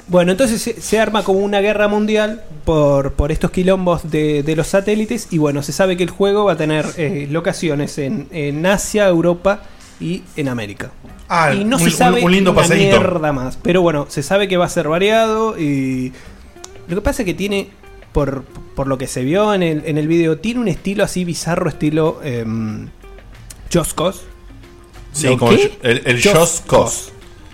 Speaker 10: Bueno, entonces se, se arma como una guerra mundial por, por estos quilombos de, de los satélites. Y bueno, se sabe que el juego va a tener eh, locaciones en, en Asia, Europa y en América.
Speaker 2: Ah,
Speaker 10: y no
Speaker 2: un-
Speaker 10: se sabe
Speaker 2: un- un lindo
Speaker 10: una
Speaker 2: paseíto.
Speaker 10: mierda más. Pero bueno, se sabe que va a ser variado. Y lo que pasa es que tiene, por, por lo que se vio en el, en el video, tiene un estilo así bizarro, estilo Just Cause.
Speaker 2: Sí,
Speaker 10: ¿Lo
Speaker 2: como
Speaker 10: qué?
Speaker 2: el, el
Speaker 10: Just
Speaker 2: Just Cause.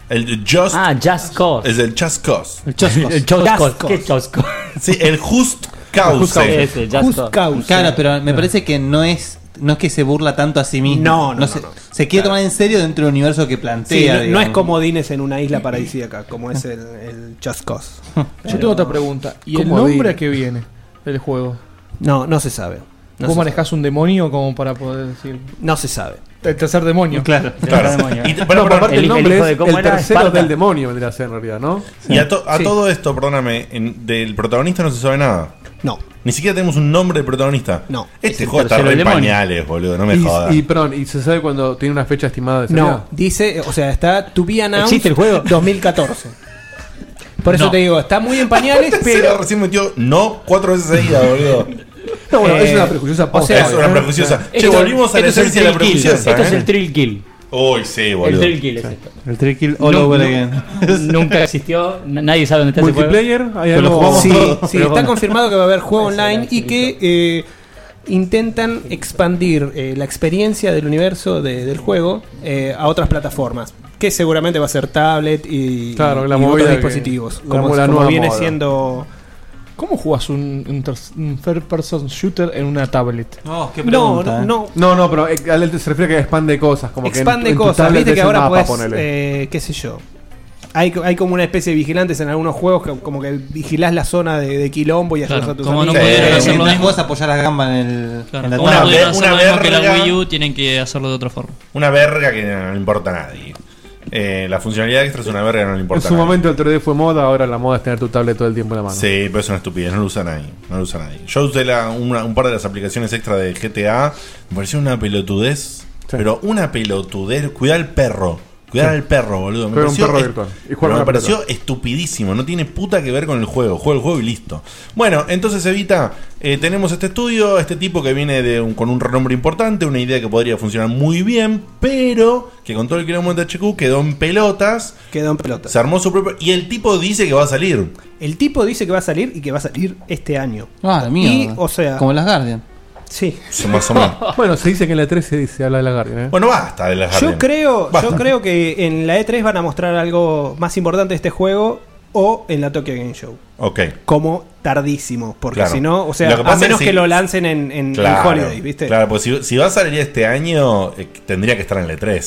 Speaker 2: El Just.
Speaker 17: Ah, Just Cause.
Speaker 2: Es el Just Cause.
Speaker 17: El Just Cause. El Just Just Cause. Cause. ¿Qué Just Cause?
Speaker 2: Sí, el Just Cause.
Speaker 17: Ese, Just Cause.
Speaker 18: Claro, pero me parece que no es no es que se burla tanto a sí mismo. No, no, se, se quiere tomar en serio dentro del universo que plantea.
Speaker 10: Sí, no- no,
Speaker 18: digamos.
Speaker 10: es comodines en una isla paradisíaca, como es el, el Just Cause.
Speaker 8: Yo tengo otra pregunta. ¿Y el
Speaker 10: ¿Cómo
Speaker 8: nombre
Speaker 10: digo?
Speaker 8: que viene del juego?
Speaker 10: No, no se sabe. No
Speaker 8: ¿Vos
Speaker 10: se
Speaker 8: manejás un demonio como para poder decir?
Speaker 10: No se sabe.
Speaker 8: El tercer demonio.
Speaker 18: Claro.
Speaker 2: Claro. Y te- bueno,
Speaker 4: No,
Speaker 2: pero-
Speaker 4: aparte
Speaker 2: el-
Speaker 4: el,
Speaker 2: el
Speaker 4: nombre
Speaker 2: hijo
Speaker 4: es
Speaker 2: de cómo
Speaker 4: el
Speaker 2: era,
Speaker 4: tercero
Speaker 2: Esparta.
Speaker 4: del demonio, vendría a ser en realidad, ¿no?
Speaker 2: Y a, to- a
Speaker 4: Sí.
Speaker 2: todo esto, perdóname, en- del protagonista no se sabe nada.
Speaker 10: No.
Speaker 2: Ni siquiera tenemos un nombre de protagonista.
Speaker 10: No.
Speaker 2: Este
Speaker 4: Es el
Speaker 2: juego está
Speaker 4: tercero
Speaker 2: re
Speaker 4: del
Speaker 2: en
Speaker 4: demonio.
Speaker 2: pañales, boludo, no me
Speaker 4: y,
Speaker 2: jodas.
Speaker 4: Y perdón, ¿y se sabe cuando tiene una fecha estimada de salida?
Speaker 10: No, dice, o sea, está To Be Announced
Speaker 4: ¿Existe el
Speaker 10: juego? 2014. Por eso
Speaker 2: No.
Speaker 10: te digo, está muy en pañales,
Speaker 2: Cera
Speaker 10: pero.
Speaker 2: recién metió no cuatro veces seguida, boludo.
Speaker 4: No, bueno, es
Speaker 10: Eh,
Speaker 4: una prejuiciosa
Speaker 2: O sea, es una prejuiciosa. che, volvimos a la esencia de la prejuiciosa.
Speaker 17: Esto es
Speaker 2: ¿eh?
Speaker 17: el Trill Kill.
Speaker 2: Uy, sí,
Speaker 17: El
Speaker 2: boludo.
Speaker 17: Trill Kill es esto.
Speaker 18: El Trill Kill all
Speaker 17: No,
Speaker 18: over
Speaker 17: no.
Speaker 18: again.
Speaker 17: Nunca existió, na- nadie sabe dónde está ese
Speaker 4: Multiplayer,
Speaker 17: juego.
Speaker 4: hay
Speaker 17: Pero lo
Speaker 4: algo-
Speaker 17: jugamos
Speaker 10: Sí,
Speaker 17: todos,
Speaker 10: sí,
Speaker 17: pero
Speaker 10: está
Speaker 17: bueno.
Speaker 10: confirmado que va a haber juego online y que eh, intentan expandir eh, la experiencia del universo de- del juego eh, a otras plataformas. Que seguramente va a ser tablet y,
Speaker 8: Claro, la
Speaker 10: y
Speaker 8: movida
Speaker 10: otros
Speaker 8: que-
Speaker 10: dispositivos.
Speaker 8: la
Speaker 10: Como,
Speaker 8: mo- la
Speaker 10: como
Speaker 8: nueva
Speaker 10: viene
Speaker 8: moda.
Speaker 10: siendo.
Speaker 8: ¿Cómo jugás un, un ter- un third person shooter en una tablet?
Speaker 10: No, qué pregunta, no, eh.
Speaker 4: no, no, pero eh, a él se refiere a que expande cosas. Como
Speaker 10: expande
Speaker 4: que en tu- en tu
Speaker 10: cosas.
Speaker 4: tablet
Speaker 10: Viste
Speaker 4: ves
Speaker 10: que
Speaker 4: el
Speaker 10: ahora eh,
Speaker 4: mapa,
Speaker 10: puedes,
Speaker 4: ponele.
Speaker 10: qué sé yo. Hay, co- hay como una especie de vigilantes en algunos juegos que como que vigilás la zona de, de quilombo y ayudás
Speaker 14: Claro,
Speaker 10: a tus
Speaker 14: como no
Speaker 10: amigos.
Speaker 14: pudieron
Speaker 18: Eh,
Speaker 14: hacer lo
Speaker 18: mientras
Speaker 14: mismo.
Speaker 18: vos apoyás la gamba en el.
Speaker 14: Claro,
Speaker 18: en la
Speaker 14: como
Speaker 18: tabla.
Speaker 14: no pudieron hacer
Speaker 2: una
Speaker 14: lo mismo que la
Speaker 2: verga.
Speaker 14: Wii U, tienen que hacerlo de otra forma.
Speaker 2: Una verga que no le importa a nadie. Eh, la funcionalidad extra es una verga que no le
Speaker 4: En
Speaker 2: importa a
Speaker 4: su
Speaker 2: nadie.
Speaker 4: momento el 3D fue moda, ahora la moda es tener tu tablet todo el tiempo en la mano.
Speaker 2: Sí, pero es una estupidez, no lo usa nadie. No lo usa nadie. Yo usé la- una- un par de las aplicaciones extra de GTA, me pareció una pelotudez. Pero una pelotudez, cuidá al perro, Cuidar
Speaker 4: Sí.
Speaker 2: al perro, boludo. Me
Speaker 4: Juega un
Speaker 2: pareció,
Speaker 4: perro
Speaker 2: est-
Speaker 4: virtual. Y juega
Speaker 2: pero
Speaker 4: con
Speaker 2: me
Speaker 4: la pelota.
Speaker 2: pareció estupidísimo. No tiene puta que ver con el juego. Juega el juego y listo. Bueno, entonces Evita, eh, tenemos este estudio, este tipo que viene de un- con un renombre importante, una idea que podría funcionar muy bien, pero que con todo el quilombo de HQ quedó en pelotas.
Speaker 10: Quedó en pelotas.
Speaker 2: Se armó su propio... Y el tipo dice que va a salir.
Speaker 10: El tipo dice que va a salir y que va a salir este año.
Speaker 18: Ah, la mierda.
Speaker 10: Y, o sea.
Speaker 18: Como las Guardian.
Speaker 10: Sí.
Speaker 2: Más o menos.
Speaker 4: bueno, se dice que en la 3 se dice, habla de la Guardian. ¿eh?
Speaker 2: Bueno, basta de la
Speaker 10: Yo
Speaker 4: Guardian.
Speaker 10: creo, yo
Speaker 4: Basta.
Speaker 10: creo que en la E3 van a mostrar algo más importante de este juego o en la Tokyo Game Show.
Speaker 2: Ok.
Speaker 10: Como tardísimo. Porque
Speaker 2: Claro.
Speaker 10: si no, o
Speaker 2: Lo
Speaker 10: sea,
Speaker 2: que
Speaker 10: a
Speaker 2: pasa
Speaker 10: menos
Speaker 2: es si-
Speaker 10: que lo lancen en, en- en Holiday, ¿viste?
Speaker 2: Claro, pues si, si va a salir este año, eh, tendría que estar en la E3.
Speaker 10: en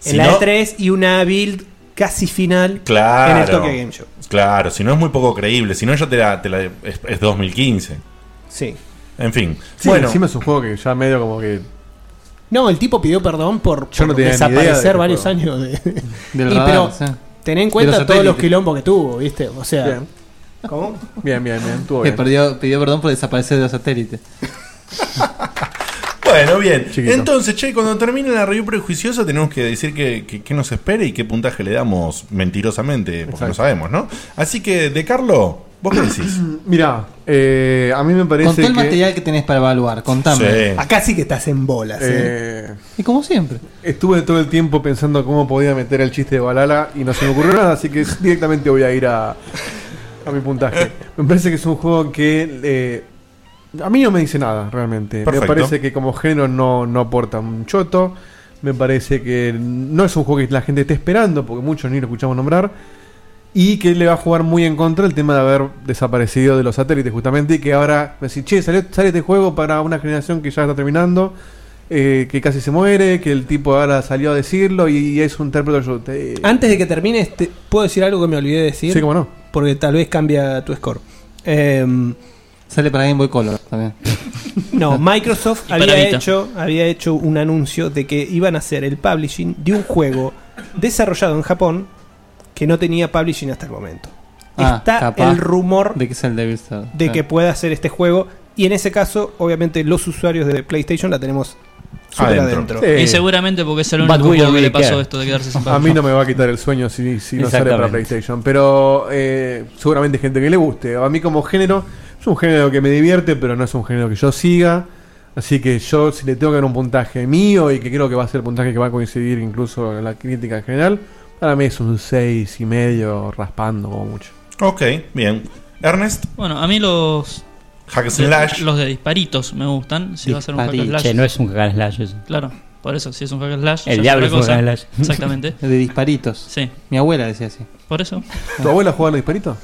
Speaker 2: Si
Speaker 10: la
Speaker 2: no-
Speaker 10: E3 y una build casi final
Speaker 2: Claro.
Speaker 10: en el Tokyo Game Show.
Speaker 2: Claro, si no es muy poco creíble. Si no, ya te la. te la- es, es 2015.
Speaker 10: Sí.
Speaker 2: En fin.
Speaker 4: Sí,
Speaker 2: bueno,
Speaker 4: encima es un juego que ya medio como que.
Speaker 10: No, el tipo pidió perdón por,
Speaker 4: Yo no
Speaker 10: por
Speaker 4: tenía ni idea de
Speaker 10: desaparecer
Speaker 4: qué
Speaker 10: varios
Speaker 4: juego.
Speaker 10: años de.
Speaker 4: Del
Speaker 10: Y
Speaker 4: radar,
Speaker 10: pero
Speaker 4: sí.
Speaker 10: ten
Speaker 4: De
Speaker 10: en cuenta
Speaker 4: los
Speaker 10: todos los
Speaker 4: satélites.
Speaker 10: quilombos que tuvo, ¿viste? O sea.
Speaker 4: Bien.
Speaker 10: ¿Cómo?
Speaker 4: Bien, bien, bien. Estuvo
Speaker 18: Que
Speaker 4: bien.
Speaker 18: perdió- pidió perdón por desaparecer de los satélites.
Speaker 2: bueno, bien.
Speaker 18: Chiquito.
Speaker 2: Entonces, che, cuando termine la review prejuiciosa, tenemos que decir qué que, qué nos espera y qué puntaje le damos mentirosamente, porque no sabemos, ¿no? Así que, de Carlo, ¿vos qué decís?
Speaker 4: Mirá, eh, a mí me parece.
Speaker 18: Con todo el
Speaker 4: que-
Speaker 18: material que tenés para evaluar, contame.
Speaker 4: Sí.
Speaker 10: Acá sí que estás en bolas.
Speaker 4: Eh,
Speaker 18: Y como siempre.
Speaker 4: Estuve todo el tiempo pensando cómo podía meter el chiste de Balala y no se me ocurrió nada, así que directamente voy a ir a, a mi puntaje. Me parece que es un juego que eh, a mí no me dice nada realmente.
Speaker 2: Perfecto.
Speaker 4: Me parece que como género no, no aporta un choto. Me parece que no es un juego que la gente esté esperando, porque muchos ni lo escuchamos nombrar. Y que le va a jugar muy en contra el tema de haber desaparecido de los satélites, justamente. Y que ahora me decís, che, salió, sale este juego para una generación que ya está terminando, eh, que casi se muere, que el tipo ahora salió a decirlo y es un intérprete. Yo, te-
Speaker 10: Antes de que termine, este, ¿puedo decir algo que me olvidé de decir?
Speaker 4: Sí, cómo no.
Speaker 10: Porque tal vez cambia tu score. Eh,
Speaker 18: Mm, Sale para Game Boy Color también.
Speaker 10: No, Microsoft
Speaker 18: Y para
Speaker 10: había
Speaker 18: Vita.
Speaker 10: hecho, había hecho un anuncio de que iban a hacer el publishing de un juego desarrollado en Japón que no tenía publishing hasta el momento.
Speaker 18: Ah,
Speaker 10: Está
Speaker 18: capaz
Speaker 10: el rumor
Speaker 18: de que es el Devil Ah. Star.
Speaker 10: de que pueda hacer este juego y en ese caso, obviamente, los usuarios de PlayStation la tenemos súper adentro.
Speaker 14: Y seguramente porque es el único
Speaker 4: we
Speaker 14: juego
Speaker 4: don't
Speaker 14: que le
Speaker 4: really
Speaker 14: pasó
Speaker 4: care.
Speaker 14: esto de quedarse sin
Speaker 4: A mí
Speaker 14: pantalla.
Speaker 4: no me va a quitar el sueño si, si no sale para
Speaker 14: Exactamente.
Speaker 4: PlayStation. Pero eh, seguramente gente que le guste. A mí como género, es un género que me divierte, pero no es un género que yo siga. Así que yo, si le tengo que dar un puntaje mío y que creo que va a ser el puntaje que va a coincidir incluso en la crítica en general, para mí es un seis y medio raspando como mucho.
Speaker 2: Ok, bien. Ernest.
Speaker 14: Bueno, a mí los.
Speaker 2: Hack and slash.
Speaker 14: Los de disparitos me gustan. Si va a ser un hack and
Speaker 17: Dispariche,
Speaker 14: slash.
Speaker 17: no es un hack and slash eso.
Speaker 14: Claro, por eso, si es un hack and slash.
Speaker 17: El
Speaker 14: ya
Speaker 17: diablo
Speaker 14: es
Speaker 17: es
Speaker 14: otra
Speaker 17: un hack and
Speaker 14: cosa.
Speaker 17: slash.
Speaker 14: Exactamente.
Speaker 18: De disparitos.
Speaker 14: Sí.
Speaker 18: Mi abuela decía así.
Speaker 14: Por eso.
Speaker 4: ¿Tu abuela jugaba a los disparitos?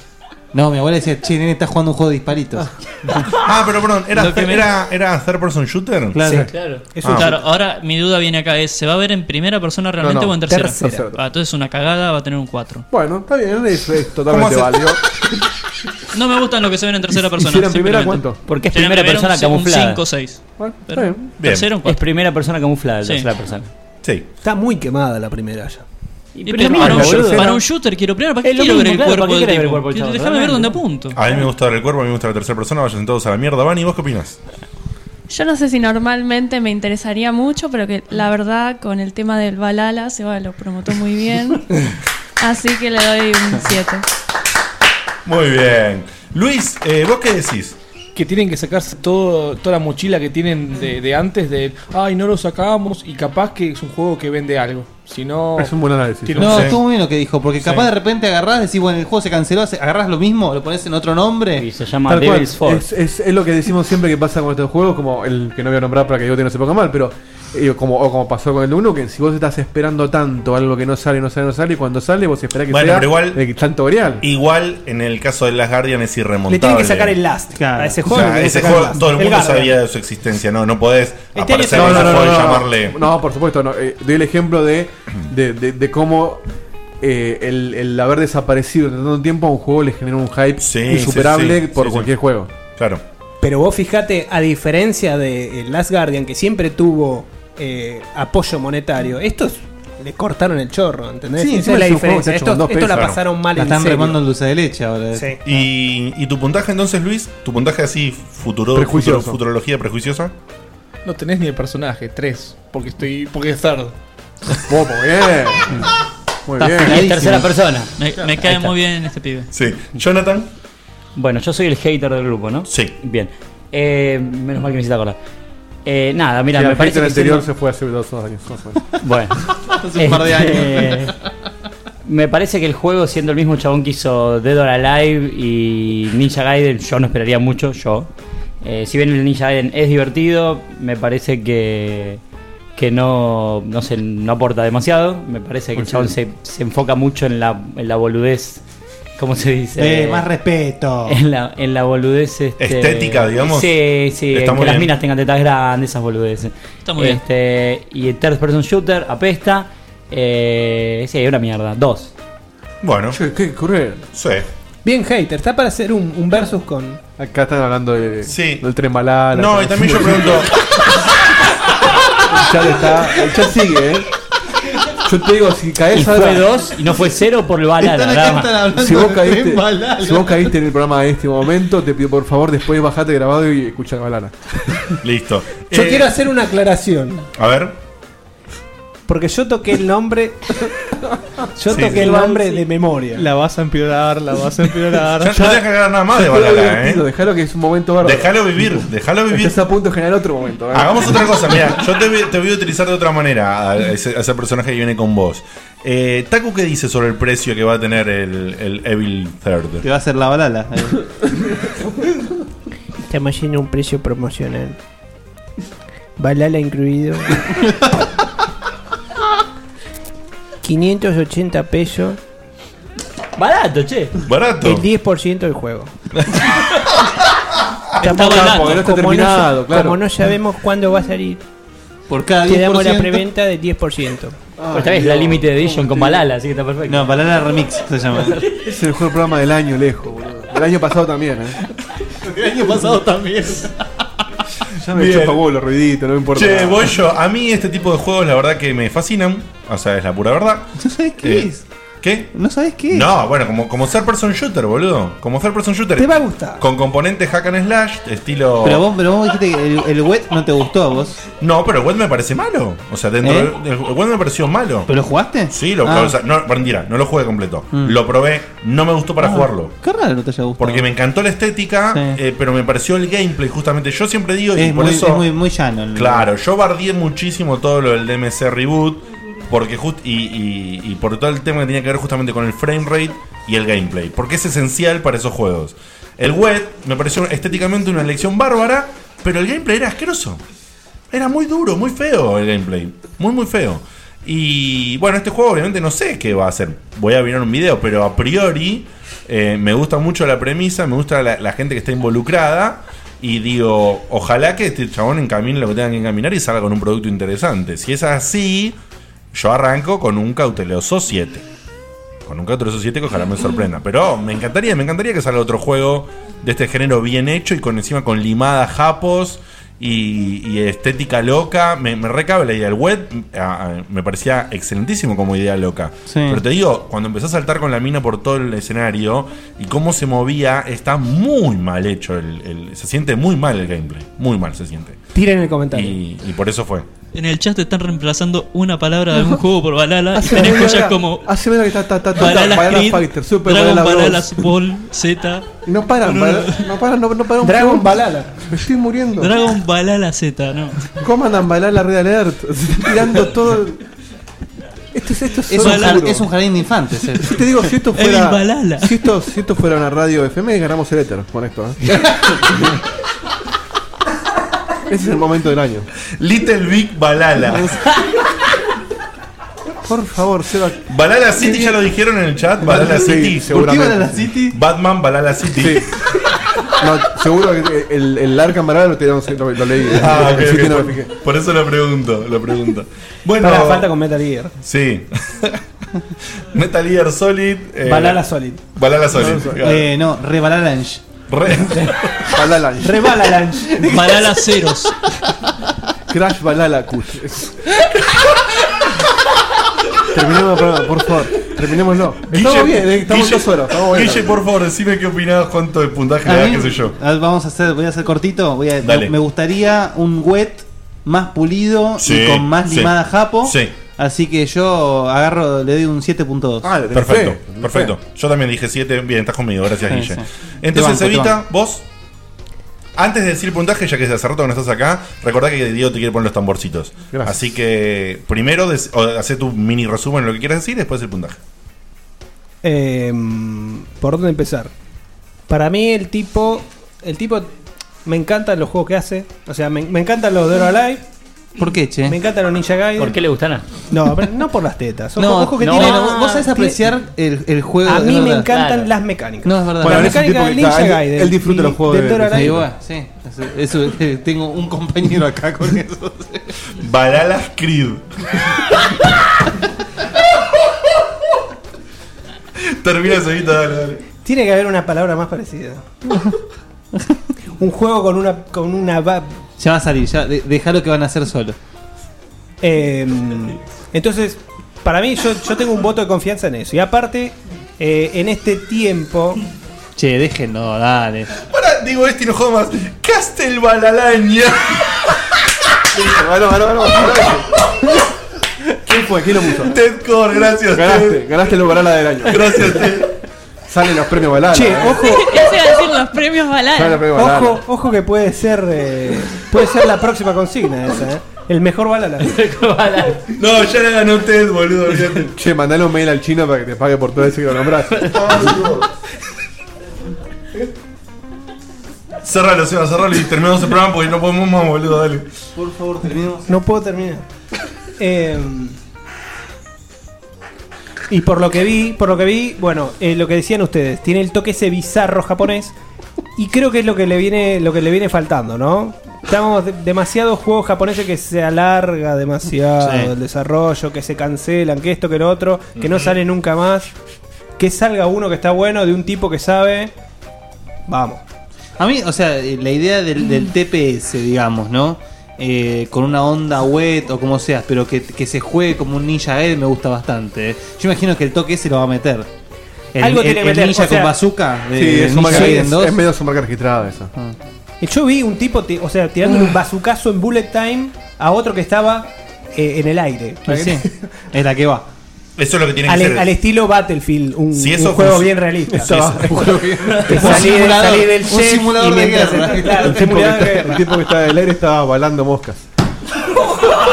Speaker 18: No, mi abuela decía, che, nene, está jugando un juego de disparitos.
Speaker 2: Ah, pero perdón, ¿era,
Speaker 14: Lo que me-
Speaker 2: era, era third person shooter?
Speaker 18: Claro.
Speaker 14: Es un-
Speaker 2: Ah,
Speaker 14: claro, ahora mi duda viene acá: es ¿se va a ver en primera persona realmente
Speaker 4: No, no,
Speaker 14: o en tercera?
Speaker 4: tercera. Tercera.
Speaker 14: Ah, entonces es una cagada, va a tener un 4.
Speaker 4: Bueno, está bien, eso es totalmente
Speaker 14: ¿Cómo hace-
Speaker 4: válido.
Speaker 14: No me gustan los que se ven en tercera
Speaker 4: ¿Y si
Speaker 14: persona.
Speaker 4: era en primera
Speaker 14: simplemente.
Speaker 4: cuánto? Porque es
Speaker 14: Si era en
Speaker 17: primera persona
Speaker 14: un- un
Speaker 17: camuflada.
Speaker 14: 5 o 6.
Speaker 4: Bueno,
Speaker 14: Pero
Speaker 17: está bien. Bien.
Speaker 14: tercera, un
Speaker 17: Es
Speaker 14: 4.
Speaker 17: primera persona camuflada,
Speaker 14: Sí.
Speaker 17: tercera persona.
Speaker 2: Sí.
Speaker 10: Está muy quemada la primera ya.
Speaker 14: Y pero para, un shooter, para un shooter quiero primero, ¿para qué
Speaker 17: Es lo
Speaker 14: quiero ver el
Speaker 17: mismo, claro,
Speaker 14: cuerpo
Speaker 17: ¿para qué
Speaker 14: del
Speaker 17: querés ver el
Speaker 14: tipo?
Speaker 17: cuerpo del
Speaker 14: Quiero-
Speaker 17: chabón?
Speaker 14: Déjame ver dónde
Speaker 17: Realmente.
Speaker 14: apunto.
Speaker 2: A mí me gusta ver el cuerpo, a mí me gusta la tercera persona, vayan todos a la mierda. Vani, ¿vos qué opinas?
Speaker 16: Yo no sé si normalmente me interesaría mucho, pero que la verdad con el tema del Balala Seba lo promotó muy bien. Así que le doy un 7.
Speaker 2: Muy bien. Luis, eh, ¿vos qué decís?
Speaker 8: Que tienen que sacarse todo, toda la mochila que tienen de, de antes, de ay, no lo sacábamos, y capaz que es un juego que vende algo. Si no.
Speaker 4: Es un buen análisis.
Speaker 8: tiene un-
Speaker 18: No, estuvo muy bien lo que dijo, porque
Speaker 8: Sí.
Speaker 18: capaz de repente agarrás, decís, bueno, el juego se canceló, hace- agarrás lo mismo, lo pones en otro nombre.
Speaker 17: Y se
Speaker 4: Tal cual. Es, es- es lo que decimos siempre que pasa con estos juegos, como el que no voy a nombrar para que yo no se ponga mal, pero eh, como, o como pasó con el Uno, que si vos estás esperando tanto algo que no sale, no sale, no sale, y cuando sale vos esperás que
Speaker 2: Bueno,
Speaker 4: sea
Speaker 2: pero igual-
Speaker 4: el tanto Orial.
Speaker 2: Igual en el caso de Las Guardian es irremontable.
Speaker 10: Le tienen que sacar el last a ese juego.
Speaker 2: O sea,
Speaker 10: le tienen que
Speaker 2: ese
Speaker 10: sacar
Speaker 2: juego,
Speaker 10: last.
Speaker 2: todo el mundo
Speaker 10: Guardian.
Speaker 2: sabía de su existencia, no, no podés
Speaker 10: Este
Speaker 2: aparecer
Speaker 4: no,
Speaker 2: en
Speaker 4: no,
Speaker 2: ese
Speaker 4: no,
Speaker 2: juego
Speaker 4: no,
Speaker 2: y
Speaker 4: no,
Speaker 2: llamarle.
Speaker 4: no, no, por supuesto, no. Eh, doy el ejemplo de, de, de- de cómo eh, el, el haber desaparecido de tanto tiempo a un juego le generó un hype insuperable
Speaker 2: sí, sí,
Speaker 4: por
Speaker 2: sí,
Speaker 4: cualquier juego.
Speaker 2: Claro.
Speaker 10: Pero vos fijate, a diferencia de eh, Last Guardian, que siempre tuvo eh, apoyo monetario, estos le cortaron el chorro, ¿entendés?
Speaker 18: Sí,
Speaker 10: Esa
Speaker 18: encima
Speaker 10: es la
Speaker 18: es un juego que
Speaker 10: diferencia.
Speaker 18: está hecho con
Speaker 10: Estos,
Speaker 18: dos
Speaker 10: estos la
Speaker 18: pesos.
Speaker 10: pasaron mal
Speaker 18: La
Speaker 10: en
Speaker 18: están
Speaker 10: serio.
Speaker 18: remando en dulce de leche ahora.
Speaker 10: Sí.
Speaker 2: ¿Y, y tu puntaje entonces, Luis? ¿Tu puntaje así futuro,
Speaker 4: Prejuicioso.
Speaker 2: futuro- futurología prejuiciosa?
Speaker 8: No tenés ni el personaje, tres. Porque estoy. Porque es tarde.
Speaker 4: Popo, bien. Muy
Speaker 17: Está bien. afiladísimo. En tercera persona.
Speaker 14: Me, me
Speaker 17: Ahí
Speaker 14: cae
Speaker 17: está.
Speaker 14: muy bien este pibe.
Speaker 2: Sí. Jonathan.
Speaker 17: Bueno, yo soy el hater del grupo, ¿no?
Speaker 2: Sí.
Speaker 17: Bien. Eh, menos mal que me hiciste acordar. Eh, nada, mira,
Speaker 4: Sí,
Speaker 17: me
Speaker 4: el
Speaker 17: parece
Speaker 4: hater
Speaker 17: que
Speaker 4: anterior
Speaker 17: siendo-
Speaker 4: se fue hace dos años. no fue.
Speaker 17: Bueno.
Speaker 4: Hace un par de
Speaker 17: Este,
Speaker 4: años.
Speaker 17: Me parece que el juego, siendo el mismo chabón que hizo Dead or Alive y Ninja Gaiden, yo no esperaría mucho, yo. Eh, si bien el Ninja Gaiden es divertido, me parece que, que no, no, se, no aporta demasiado. Me parece que el
Speaker 12: Coincido.
Speaker 17: chabón se, se enfoca mucho en la, en la boludez. ¿Cómo se dice?
Speaker 20: Eh, más respeto.
Speaker 17: En la, en la boludez este-
Speaker 2: Oh. Estética, digamos.
Speaker 17: Sí, sí,
Speaker 2: Está
Speaker 17: que
Speaker 2: muy
Speaker 17: las
Speaker 2: bien.
Speaker 17: minas tengan tetas grandes, esas boludeces.
Speaker 14: Está muy bien.
Speaker 17: Este, Y el third person shooter apesta. Eh, sí, una mierda. Dos.
Speaker 2: Bueno.
Speaker 4: qué cruel.
Speaker 2: Sí.
Speaker 10: Bien, hater, está para hacer un, un versus con.
Speaker 4: Acá están hablando de,
Speaker 2: Sí.
Speaker 4: del tren balada.
Speaker 10: No, y también yo pregunto-
Speaker 4: El chat está. El chat sigue, ¿eh? Yo te digo, si caes
Speaker 17: Y fue dos y no fue cero por el balada, Están acá, nada más. están hablando
Speaker 4: Si vos,
Speaker 17: de
Speaker 4: caíste,
Speaker 17: tren balada.
Speaker 4: si vos caíste en el programa en este momento, te pido por favor después bajate grabado y escucha la balada.
Speaker 2: Listo.
Speaker 10: Yo
Speaker 4: Eh,
Speaker 10: quiero hacer una aclaración.
Speaker 2: A ver.
Speaker 10: Porque yo toqué el nombre. yo
Speaker 2: Sí,
Speaker 10: toqué
Speaker 2: sí.
Speaker 10: el nombre de memoria.
Speaker 8: La vas a empeorar, la vas a empeorar.
Speaker 2: Ya no deja ganar nada más de balada, ¿eh?
Speaker 4: Dejalo que es un momento bárbaro.
Speaker 2: Dejalo vivir, dejalo vivir.
Speaker 4: Estás a punto de generar otro momento. ¿eh?
Speaker 2: Hagamos otra cosa, mira, yo te voy, te voy a utilizar de otra manera a ese, a ese personaje que viene con vos. Eh, Taku, ¿qué dice sobre el precio que va a tener el, el Evil Third?
Speaker 18: Te va a hacer la balala.
Speaker 20: Estamos haciendo un precio promocional. Balala incluido. 580 pesos.
Speaker 17: Barato, che.
Speaker 2: Barato.
Speaker 20: El 10% del juego.
Speaker 4: Está barato, porque no está
Speaker 20: como
Speaker 4: terminado,
Speaker 20: no,
Speaker 4: claro.
Speaker 20: Como no sabemos cuándo va a salir,
Speaker 18: Por cada
Speaker 20: te damos la
Speaker 18: 10%.
Speaker 20: preventa del 10%.
Speaker 10: Ah,
Speaker 17: Pero esta vez la Limited Edition con Balala, así que está perfecto.
Speaker 18: No, Balala Remix se llama.
Speaker 4: Es el mejor programa del año, lejos, boludo. El año pasado también, ¿eh?
Speaker 18: El año pasado también.
Speaker 4: Ya me
Speaker 2: Bien.
Speaker 4: chupa huevo los ruiditos, no me importa.
Speaker 2: Che,
Speaker 4: nada.
Speaker 2: voy yo. A mí este tipo de juegos la verdad que me fascinan. O sea, es la pura verdad.
Speaker 18: ¿No sabes qué
Speaker 2: Eh,
Speaker 18: es?
Speaker 2: ¿Qué?
Speaker 18: ¿No sabes qué es?
Speaker 2: No, bueno, como, como third person shooter, boludo. Como third person shooter.
Speaker 18: Te va a gustar.
Speaker 2: Con componentes hack and slash, estilo.
Speaker 18: Pero vos, pero vos dijiste que el, el wet no te gustó a vos.
Speaker 2: No, pero el web me parece malo. O sea, dentro
Speaker 18: ¿Eh?
Speaker 2: del- el web me pareció malo.
Speaker 18: ¿Pero lo jugaste?
Speaker 2: Sí, lo
Speaker 18: Ah.
Speaker 2: o sea, no, mentira, no lo jugué completo.
Speaker 18: Mm.
Speaker 2: Lo probé, no me gustó para
Speaker 18: Ah,
Speaker 2: jugarlo.
Speaker 18: Qué raro no te haya gustado.
Speaker 2: Porque me encantó la estética,
Speaker 18: Sí.
Speaker 2: eh, pero me pareció el gameplay, justamente. Yo siempre digo, y
Speaker 18: es,
Speaker 2: por
Speaker 18: muy,
Speaker 2: eso.
Speaker 18: es muy, muy llano. el-
Speaker 2: Claro, yo bardié muchísimo todo lo del DMC reboot. Porque just, y, y- y por todo el tema que tenía que ver justamente con el frame rate y el gameplay. Porque es esencial para esos juegos. El web me pareció estéticamente una elección bárbara, pero el gameplay era asqueroso. Era muy duro, muy feo el gameplay. Muy, muy feo. Y bueno, este juego obviamente no sé qué va a hacer. Voy a mirar un video, pero a priori eh, me gusta mucho la premisa, me gusta la, la gente que está involucrada. Y digo, ojalá que este chabón encamine lo que tenga que encaminar y salga con un producto interesante. Si es así, yo arranco con un cauteloso 7. Con un cauteloso 7 que ojalá me sorprenda. Pero me encantaría, me encantaría que salga otro juego de este género bien hecho y con encima con limada japos y, y estética loca. Me, me recabe la idea del web. ah, ah, Me parecía excelentísimo como idea loca.
Speaker 18: Sí.
Speaker 2: Pero te digo, cuando empezó a saltar con la mina por todo el escenario y cómo se movía, está muy mal hecho. El, el- se siente muy mal el gameplay. Muy mal se siente.
Speaker 10: Tira en el comentario.
Speaker 2: Y, y por eso fue.
Speaker 14: En el chat te están reemplazando una palabra de algún juego por balala. Y tenés
Speaker 4: media
Speaker 14: cosas
Speaker 4: hora-
Speaker 14: como
Speaker 4: Hace media hora que está, está, está, está
Speaker 14: Balala
Speaker 4: Banana
Speaker 14: Creed,
Speaker 4: Fighter, Super
Speaker 14: Dragon
Speaker 4: Banana Bros.
Speaker 14: Balalas Ball, Z.
Speaker 4: Y No paran,
Speaker 14: No, no,
Speaker 4: Balala- no paran, no, no paran. un
Speaker 14: Dragon
Speaker 4: segundo.
Speaker 14: Balala.
Speaker 4: Me estoy muriendo.
Speaker 14: Dragon Balala Z, no.
Speaker 4: ¿Cómo andan Balala Red Alert? Tirando todo. el- Esto es, esto es,
Speaker 18: Es
Speaker 4: solo
Speaker 18: un, jar-
Speaker 4: juro.
Speaker 18: es un jardín de infantes. eh.
Speaker 4: Te digo, si esto
Speaker 18: Evil
Speaker 4: fuera.
Speaker 18: Balala.
Speaker 4: Si esto, si esto fuera una radio FM, ganamos el éter con esto. ¿eh? Ese es el momento del año.
Speaker 2: Little Big Balala.
Speaker 4: Por favor, Seba.
Speaker 2: Balala City, ya lo dijeron en el chat. Balala
Speaker 4: Sí,
Speaker 2: City.
Speaker 4: seguramente. ¿Por qué Balala City?
Speaker 2: Batman Balala City.
Speaker 4: No, seguro que el, el Arkham Balala lo, teníamos- lo, lo leí.
Speaker 2: Ah, ok,
Speaker 4: El
Speaker 2: ok,
Speaker 4: sitio no lo fijé.
Speaker 2: por, por eso lo pregunto, lo pregunto. Bueno,
Speaker 10: Bueno, falta con Metal Gear.
Speaker 2: sí. Metal Gear Solid. eh,
Speaker 10: Balala Solid.
Speaker 2: Balala Solid.
Speaker 18: Eh, no, Rebalalange.
Speaker 2: Re.
Speaker 4: Balalalange.
Speaker 18: Rebalalange.
Speaker 14: Balala ceros.
Speaker 4: Crash Balala Kush. Terminemos el programa, por favor. Terminémoslo. Estamos bien, eh, estamos
Speaker 2: Guille-
Speaker 4: dos horas. Estamos bien.
Speaker 2: Guille, por favor, decime qué opinás, cuánto de puntaje
Speaker 18: A
Speaker 2: le da,
Speaker 18: mí-
Speaker 2: qué sé yo.
Speaker 18: a ver, vamos a hacer, voy a hacer cortito. Voy a,
Speaker 2: Dale.
Speaker 18: Me gustaría un wet más pulido
Speaker 2: Sí,
Speaker 18: y con más
Speaker 2: sí.
Speaker 18: limada japo.
Speaker 2: Sí.
Speaker 18: Así que yo agarro, le doy un 7.2.
Speaker 12: Ah,
Speaker 2: Ah, perfecto, perfecto. Yo también dije 7. Bien, estás conmigo, gracias,
Speaker 18: Sí,
Speaker 2: Guille.
Speaker 18: sí.
Speaker 2: Entonces,
Speaker 18: Te banco, te
Speaker 2: Evita,
Speaker 18: banco.
Speaker 2: vos. Antes de decir el puntaje, ya que hace rato que no estás acá, recordá que Diego te quiere poner los tamborcitos.
Speaker 4: Gracias.
Speaker 2: Así que primero des- o hacé tu mini resumen de lo que quieras decir, después el puntaje.
Speaker 10: Em, ¿Por dónde empezar? Para mí el tipo... El tipo... Me encantan los juegos que hace. O sea, me, me encantan los Dead or Alive.
Speaker 18: ¿Por qué, che?
Speaker 10: Me encantan los Ninja Gaiden.
Speaker 17: ¿Por qué le gustará?
Speaker 10: No, pero no por las tetas. Son
Speaker 18: No,
Speaker 10: juegos que
Speaker 18: no,
Speaker 10: tienen-
Speaker 18: no, vos sabés apreciar el, el juego.
Speaker 10: A
Speaker 18: es
Speaker 10: mí me
Speaker 18: verdad.
Speaker 10: encantan las mecánicas.
Speaker 18: No, es verdad.
Speaker 10: Las mecánicas del Ninja Gaiden. y del Dead or Alive.
Speaker 18: Sí, bueno, sí. Eso, eso- tengo un compañero acá con eso.
Speaker 2: Balalas Creed. Termina ese Evita, dale, dale.
Speaker 10: Tiene que haber una palabra más parecida. Un juego con una... Con una va-
Speaker 18: Ya va a salir, ya. de- Dejá lo que van a hacer solo.
Speaker 10: Eh, entonces, para mí, yo, yo tengo un voto de confianza en eso. Y aparte, eh, en este tiempo.
Speaker 18: Che, déjenlo, dale.
Speaker 2: Ahora digo este y no jodo más. Castelbalalaña.
Speaker 4: ¿Quién fue? ¿Quién lo puso?
Speaker 2: Ted Core, gracias.
Speaker 4: Ganaste, ganaste el Balala del año.
Speaker 2: Gracias, Ted.
Speaker 4: Salen los premios Balala.
Speaker 10: Che,
Speaker 4: eh.
Speaker 10: ojo.
Speaker 16: Eso iba a decir los premios
Speaker 4: Claro,
Speaker 16: Balal.
Speaker 4: pero Balala.
Speaker 10: Ojo, ojo que puede ser eh, puede ser la próxima consigna esa, eh. El mejor balala.
Speaker 2: No, ya la ganó Ted, boludo.
Speaker 4: che, mandale un mail al chino para que te pague por todo ese que lo nombras.
Speaker 2: Ah, Cerralo, Seba, cerralo y terminamos el programa porque no podemos más, boludo, dale.
Speaker 18: Por favor, terminemos.
Speaker 10: No puedo terminar. Eh, y por lo que vi, por lo que vi, bueno, eh, lo que decían ustedes, tiene el toque ese bizarro japonés y creo que es lo que le viene, lo que le viene faltando, ¿no? Estamos de- demasiados juegos japoneses que se alarga demasiado
Speaker 18: Sí.
Speaker 10: el desarrollo, que se cancelan, que esto, que lo otro, que no sale nunca más, que salga uno que está bueno de un tipo que sabe. Vamos.
Speaker 18: A mí, o sea, eh, la idea del, del TPS, digamos, ¿no? Eh, con una onda wet o como seas, pero que, que se juegue como un Ninja Gaiden me gusta bastante. eh. Yo imagino que el toque ese lo va a meter. El,
Speaker 10: Algo
Speaker 18: el-
Speaker 10: tiene que
Speaker 18: el
Speaker 10: meter,
Speaker 18: Ninja
Speaker 10: o sea-
Speaker 18: con bazooka de,
Speaker 4: Sí,
Speaker 18: de
Speaker 4: es, un
Speaker 18: Ninja
Speaker 4: marca-
Speaker 18: Gaiden
Speaker 4: es-
Speaker 18: 2.
Speaker 4: es medio su marca registrada esa.
Speaker 14: Ah.
Speaker 10: Y Yo vi un tipo, ti- o sea, tirándole un bazucazo en bullet time a otro que estaba eh, en el aire.
Speaker 18: Y sí, es la que va.
Speaker 2: Eso es lo que tiene que
Speaker 10: Al,
Speaker 2: ser.
Speaker 10: al estilo Battlefield, un,
Speaker 2: Si
Speaker 10: un
Speaker 2: eso
Speaker 10: juego
Speaker 2: func-
Speaker 10: bien realista.
Speaker 2: Si eso-
Speaker 10: Te
Speaker 2: Un juego bien-
Speaker 10: salí,
Speaker 4: Un
Speaker 10: de-
Speaker 4: simulador-
Speaker 10: salí del
Speaker 4: un
Speaker 10: chef
Speaker 4: simulador
Speaker 10: y
Speaker 4: de
Speaker 10: mientras-
Speaker 4: guerra.
Speaker 10: claro,
Speaker 4: El
Speaker 10: un
Speaker 4: tipo que
Speaker 10: simulador de
Speaker 4: está-
Speaker 10: guerra.
Speaker 4: el tipo que está en el aire estaba balando moscas.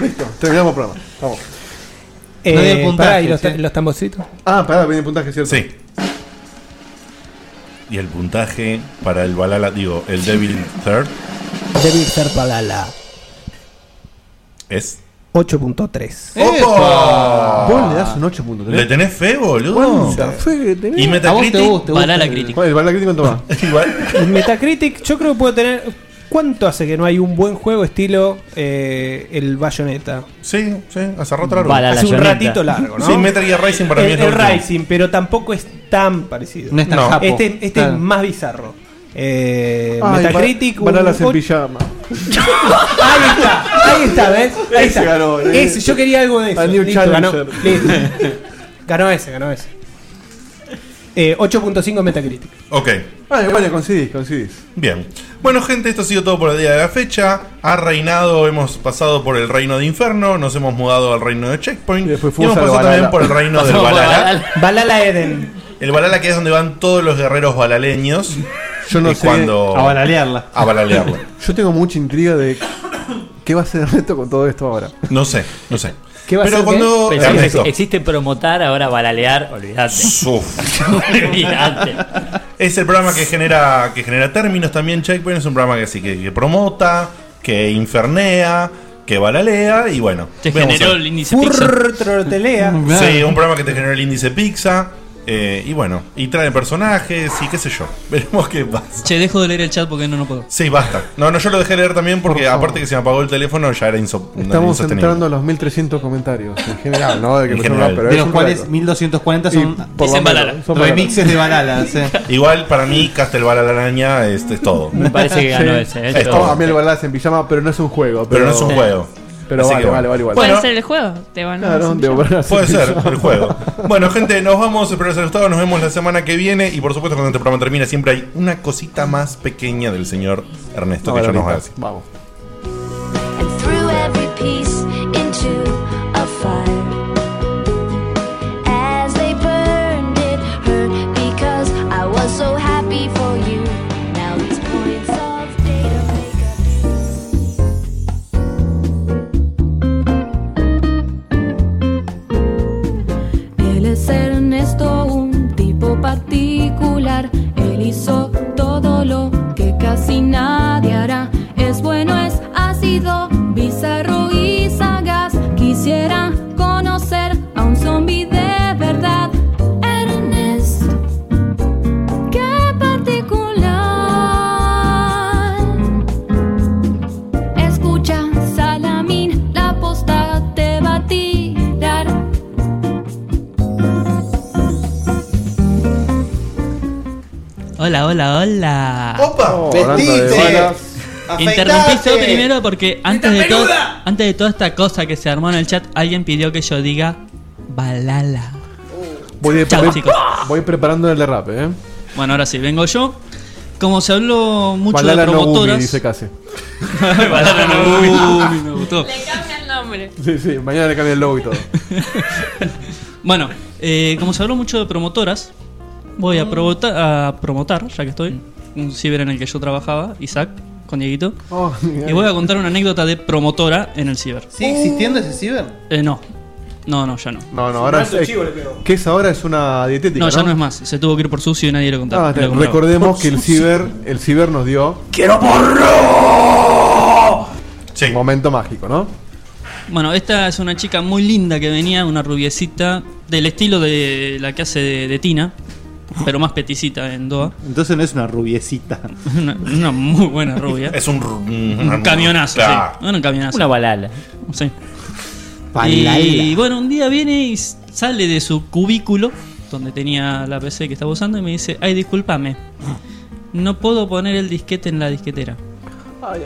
Speaker 4: Listo, terminamos el programa. Vamos.
Speaker 10: Eh,
Speaker 4: No dio el puntaje,
Speaker 10: pará, ¿y los,
Speaker 4: ¿sí?
Speaker 10: ta- los tamborcitos?
Speaker 4: Ah, pará, viene el puntaje, ¿cierto?
Speaker 2: Sí. Y el puntaje para el Balala, digo, el Devil Third
Speaker 10: De Víctor Palala.
Speaker 2: es.
Speaker 10: 8.3.
Speaker 4: ¡Opa! Vos le das un 8.3.
Speaker 2: ¿Le tenés fe, boludo?
Speaker 4: ¿Cuánta fe que tenés?
Speaker 2: ¿Y Metacritic? Balala Critic.
Speaker 4: Bueno, el Balala Critic cuánto va?
Speaker 10: El Metacritic, yo creo que puede tener. ¿Cuánto hace que no hay un buen juego estilo eh, el Bayonetta?
Speaker 2: Sí, sí, hace rato largo.
Speaker 10: Hace un
Speaker 2: Bayonetta.
Speaker 10: ratito largo, ¿no?
Speaker 2: Sí, Metal Gear Rising para
Speaker 10: el,
Speaker 2: mí es lo
Speaker 10: el
Speaker 2: último.
Speaker 10: Rising, pero tampoco es tan parecido.
Speaker 2: No es tan No. japo.
Speaker 10: Este, este
Speaker 2: Claro.
Speaker 10: es más bizarro. Eh,
Speaker 4: Ay,
Speaker 10: Metacritic,
Speaker 4: ba- Balalas en
Speaker 10: ocho-
Speaker 4: pijama.
Speaker 10: Ahí está, ahí está, ¿ves? Ahí
Speaker 4: Ese
Speaker 10: está.
Speaker 4: ganó, eh.
Speaker 10: Ese, yo quería algo de eso.
Speaker 4: A new
Speaker 10: Listo, ganó.
Speaker 4: challenger.
Speaker 10: Listo. Ganó ese, ganó ese. Eh, 8.5 Metacritic.
Speaker 2: Ok.
Speaker 4: Vale, vale, coincidís, coincidís.
Speaker 2: Bien. Bueno, gente, esto ha sido todo por el día de la fecha. Ha reinado, hemos pasado por el reino de Inferno, nos hemos mudado al reino de Checkpoint. Y,
Speaker 4: fuimos
Speaker 2: hemos
Speaker 4: al
Speaker 2: pasado
Speaker 4: Valhalla.
Speaker 2: también por el reino del
Speaker 4: Pasamos por
Speaker 2: Balala.
Speaker 10: Balala Eden.
Speaker 2: El Balala que es donde van todos los guerreros balaleños.
Speaker 4: Yo no
Speaker 2: Y
Speaker 4: sé.
Speaker 2: Cuando... A balalearla.
Speaker 4: Yo tengo mucha intriga de qué va a ser Ernesto con todo esto ahora.
Speaker 2: No sé, no sé.
Speaker 4: ¿Qué va a
Speaker 2: Pero
Speaker 4: ser
Speaker 2: cuando.
Speaker 4: qué?
Speaker 2: Ernesto.
Speaker 4: Pensé que
Speaker 17: Existe promotar, ahora balalear, olvídate. olvídate.
Speaker 2: Es el programa que genera, que genera términos también, Checkpoint. Es un programa que sí, que, que promota, que infernea, que balalea y bueno.
Speaker 14: Te
Speaker 2: vamos
Speaker 14: generó
Speaker 2: a-
Speaker 14: el índice pizza.
Speaker 10: Furtrotelea.
Speaker 2: Sí, un programa que te generó el índice pizza. eh, y bueno, y trae personajes y qué sé yo. Veremos qué pasa.
Speaker 14: Che, dejo de leer el chat porque no, no puedo.
Speaker 2: Sí, basta. No, no, yo lo dejé leer también porque
Speaker 4: Por favor.
Speaker 2: aparte que se me apagó el teléfono ya era inso-
Speaker 4: Estamos
Speaker 2: insostenible.
Speaker 4: entrando a los 1300 comentarios en general, ¿no?
Speaker 2: En
Speaker 4: que
Speaker 2: general.
Speaker 4: no, pero
Speaker 18: De
Speaker 4: es
Speaker 18: los
Speaker 4: un
Speaker 18: cuales
Speaker 4: récord.
Speaker 18: 1240 son,
Speaker 4: Y por lo menos, son Balala.
Speaker 18: remixes de eh. Balala. sí.
Speaker 2: Igual para mí Castelbala la araña es, es todo.
Speaker 4: Me parece que ganó Sí. ese,
Speaker 2: Es todo.
Speaker 4: Oh, a mí el Balala es en pijama, pero no es un juego. Pero,
Speaker 2: Pero no es un juego.
Speaker 4: Pero
Speaker 2: Así
Speaker 4: vale,
Speaker 2: que
Speaker 4: vale, vale, igual.
Speaker 16: Puede ser el juego. Te van a
Speaker 4: Claro, de Balala
Speaker 2: Puede
Speaker 4: en
Speaker 2: ser,
Speaker 4: pijama.
Speaker 2: el juego. Bueno, gente, nos vamos. Espero les haya gustado. Nos vemos la semana que viene. Y por supuesto, cuando este programa termina, siempre hay una cosita más pequeña del señor Ernesto que
Speaker 4: Ahora
Speaker 2: yo nos va a
Speaker 4: ahorita.
Speaker 2: decir.
Speaker 4: Vamos.
Speaker 21: threw every piece into particular. Él hizo todo lo que casi nadie hará. Es bueno, es ácido, bizarro y sagaz. Quisiera conocer a un zombi de verdad. Ernest, qué particular. Escucha, Salamín, la posta te va a tirar.
Speaker 14: Hola, hola, hola.
Speaker 20: ¡Opa!
Speaker 14: Oh,
Speaker 20: ¡Vestite!
Speaker 14: hola.
Speaker 20: Afeitate.
Speaker 14: Interrumpiste vos primero porque antes de, todo,
Speaker 20: peluda!
Speaker 14: antes de toda esta cosa que se armó en el chat, alguien pidió que yo diga balala.
Speaker 4: Voy, de-
Speaker 14: Chau,
Speaker 4: voy-
Speaker 14: chicos.
Speaker 4: voy preparando el derrape, ¿eh?
Speaker 14: Bueno, ahora sí, vengo yo. Como se habló mucho
Speaker 4: Balala
Speaker 14: de
Speaker 4: no
Speaker 14: promotoras.
Speaker 4: Gumi, dice Case.
Speaker 14: Balala no Gumi, me gustó.
Speaker 16: cambia el nombre.
Speaker 4: Sí, sí, mañana le cambia el logo y todo.
Speaker 14: Bueno, eh, como se habló mucho de promotoras, voy a, provota- a promotar, ya que estoy, un ciber en el que yo trabajaba, Isaac, con Dieguito.
Speaker 4: Oh,
Speaker 14: y voy a contar una anécdota de promotora en el ciber.
Speaker 12: ¿Sigue existiendo ese ciber?
Speaker 14: Eh, no. No, no, ya no.
Speaker 4: No, no, ahora es, ¿Qué es ahora? Es una dietética.
Speaker 14: No, ya no es más. Se tuvo que ir por sucio y nadie lo contaba.
Speaker 4: Ah,
Speaker 14: Lo compraba.
Speaker 4: recordemos que el ciber, el ciber nos dio. ¡Quiero Sí. Un momento mágico, ¿no?
Speaker 14: Bueno, esta es una chica muy linda que venía, una rubiecita, del estilo de la que hace de, de Tina, pero más peticita en Doha.
Speaker 12: Entonces no es una rubiecita.
Speaker 14: Una, una muy buena rubia.
Speaker 12: Es un ru- una-
Speaker 14: un camionazo,
Speaker 12: Claro.
Speaker 14: sí. Bueno, un camionazo.
Speaker 12: Una
Speaker 14: balala. Sí.
Speaker 12: Balala.
Speaker 14: Y bueno, un día viene y s- sale de su cubículo, donde tenía la PC que estaba usando, y me dice, ay, discúlpame, no puedo poner el disquete en la disquetera.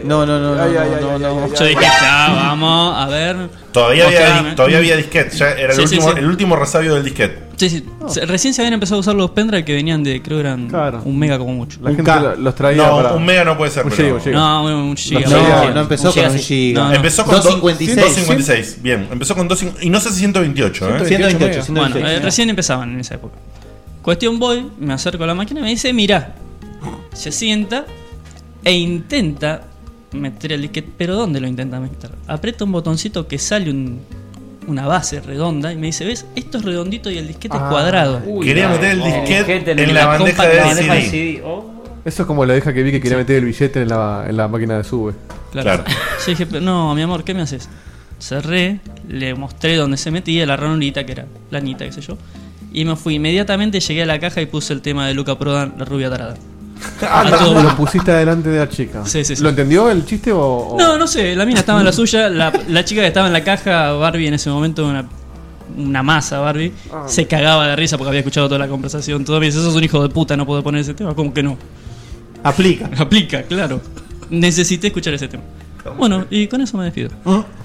Speaker 12: No, no, no, no,
Speaker 14: Ay,
Speaker 12: no,
Speaker 14: ay,
Speaker 12: no, no.
Speaker 14: Yo dije, ya, vamos, a ver.
Speaker 2: Todavía había,
Speaker 14: Mostrame.
Speaker 2: di- todavía había disquete, ya era
Speaker 14: Sí,
Speaker 2: el,
Speaker 14: sí,
Speaker 2: último,
Speaker 14: sí.
Speaker 2: el último resabio del disquete.
Speaker 14: Sí, sí.
Speaker 4: Oh.
Speaker 14: Se- Recién se habían empezado a usar los pendrive que venían de, creo eran un mega como mucho.
Speaker 4: La gente lo- los traía
Speaker 2: No,
Speaker 4: para-
Speaker 2: un mega no puede ser.
Speaker 4: Un
Speaker 2: pero-
Speaker 4: giga, un giga.
Speaker 14: No, bueno, un giga.
Speaker 4: Los traía-
Speaker 14: No, no empezó con un
Speaker 2: sí.
Speaker 14: giga. No, no.
Speaker 2: Empezó con
Speaker 14: 256.
Speaker 2: 256. Bien, empezó con 256. Y no sé si 128, ¿eh?
Speaker 14: 128, Bueno, eh, recién empezaban en esa época. Cuestión voy, me acerco a la máquina y me dice, mirá. Se sienta e intenta meter el disquete. ¿Pero dónde lo intenta meter? Aprieta un botoncito que sale un- una base redonda y me dice, ¿ves? Esto es redondito y el disquete es
Speaker 2: Ah,
Speaker 14: cuadrado.
Speaker 2: quería meter el disquete en la bandeja
Speaker 14: compact-
Speaker 2: de
Speaker 14: la bandeja
Speaker 2: CD.
Speaker 4: Eso es como la deja que vi que quería meter el billete en la, en la máquina de sube.
Speaker 14: Claro. Yo dije, "Pero no, mi amor, ¿qué me haces? Cerré, le mostré dónde se metía la ranurita, que era la anita, qué sé yo. Y me fui. Inmediatamente llegué a la caja y puse el tema de Luca Prodan, la rubia tarada.
Speaker 4: Ah,
Speaker 14: A
Speaker 4: lo,
Speaker 14: todo.
Speaker 4: lo pusiste adelante de la chica.
Speaker 14: Sí, sí, sí.
Speaker 4: ¿Lo entendió el chiste o.? o-
Speaker 14: No, no sé, la mina estaba en la suya, la, la chica que estaba en la caja, Barbie en ese momento, una, una masa Barbie, se cagaba de risa porque había escuchado toda la conversación. Todo me dice, sos un hijo de puta, no puedo poner ese tema. ¿Cómo que no?
Speaker 12: Aplica.
Speaker 14: Aplica, claro. Necesité escuchar ese tema. Bueno, y con eso me despido.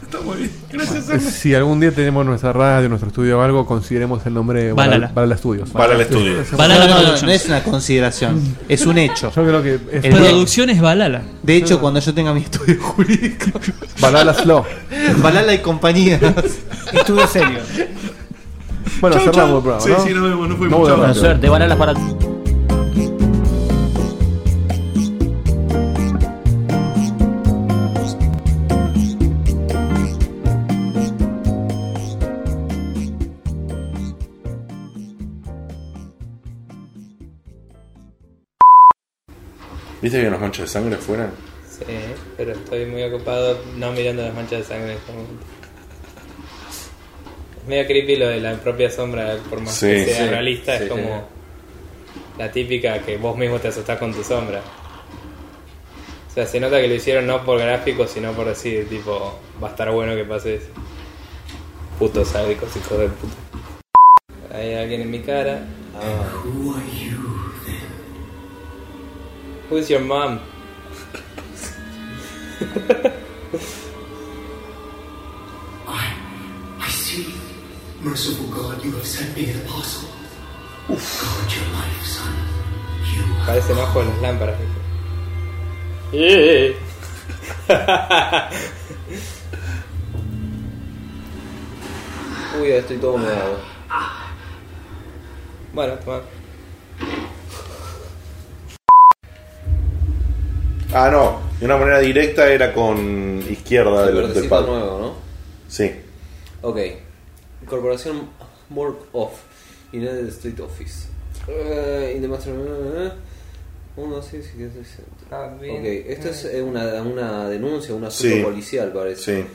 Speaker 2: Está muy bien. Gracias,
Speaker 4: Eh, Si algún día tenemos nuestra radio, nuestro estudio o algo, consideremos el nombre
Speaker 14: Balala.
Speaker 4: Balala Studios.
Speaker 2: Balala Studios.
Speaker 12: No, no, no, no es una consideración, es un hecho.
Speaker 4: Yo creo que es
Speaker 12: El-
Speaker 14: Producción es Balala.
Speaker 12: De hecho, cuando yo tenga mi estudio jurídico.
Speaker 4: Balala Slow.
Speaker 12: Balala y compañía.
Speaker 10: Estudio serio.
Speaker 4: Bueno,
Speaker 12: Chau,
Speaker 4: cerramos el
Speaker 12: chau.
Speaker 4: programa.
Speaker 12: Sí,
Speaker 4: ¿no?
Speaker 12: sí, nos vemos, nos fuimos,
Speaker 4: No voy a
Speaker 12: chau.
Speaker 4: hablar.
Speaker 12: Buena suerte,
Speaker 17: bananas para
Speaker 14: eh,
Speaker 22: ¿Viste que hay unas manchas de sangre afuera?
Speaker 3: Sí, pero estoy muy ocupado no mirando las manchas de sangre en este momento. Es medio creepy lo de la propia sombra, por más
Speaker 22: Sí.
Speaker 3: que sea
Speaker 22: Sí,
Speaker 3: realista,
Speaker 22: sí.
Speaker 3: es como la típica que vos mismo te asustás con tu sombra. O sea, se nota que lo hicieron no por gráficos, sino por decir, tipo, va a estar bueno que pase eso. Putos sádicos, hijos de puta. Hay alguien en mi cara. Who are you Who's your mom?
Speaker 23: I see. Merciful God, you have sent me an apostle. Guard your life, son.
Speaker 3: Parecen ojos las lámparas. Uy, estoy todo meado. Bueno, toma.
Speaker 22: Ah, no. De una manera directa era con
Speaker 2: Ah,
Speaker 22: izquierda
Speaker 5: El
Speaker 22: del, del
Speaker 5: verdecito
Speaker 22: palo.
Speaker 5: nuevo, ¿no?
Speaker 22: Sí.
Speaker 5: Ok. Incorporación Work Off. United States Office.
Speaker 10: Eh, y de más- eh, Uno, sí, sí, sí, sí. Ok, esto es eh, una, una denuncia, un asunto
Speaker 2: Sí.
Speaker 10: policial, parece.
Speaker 2: Sí.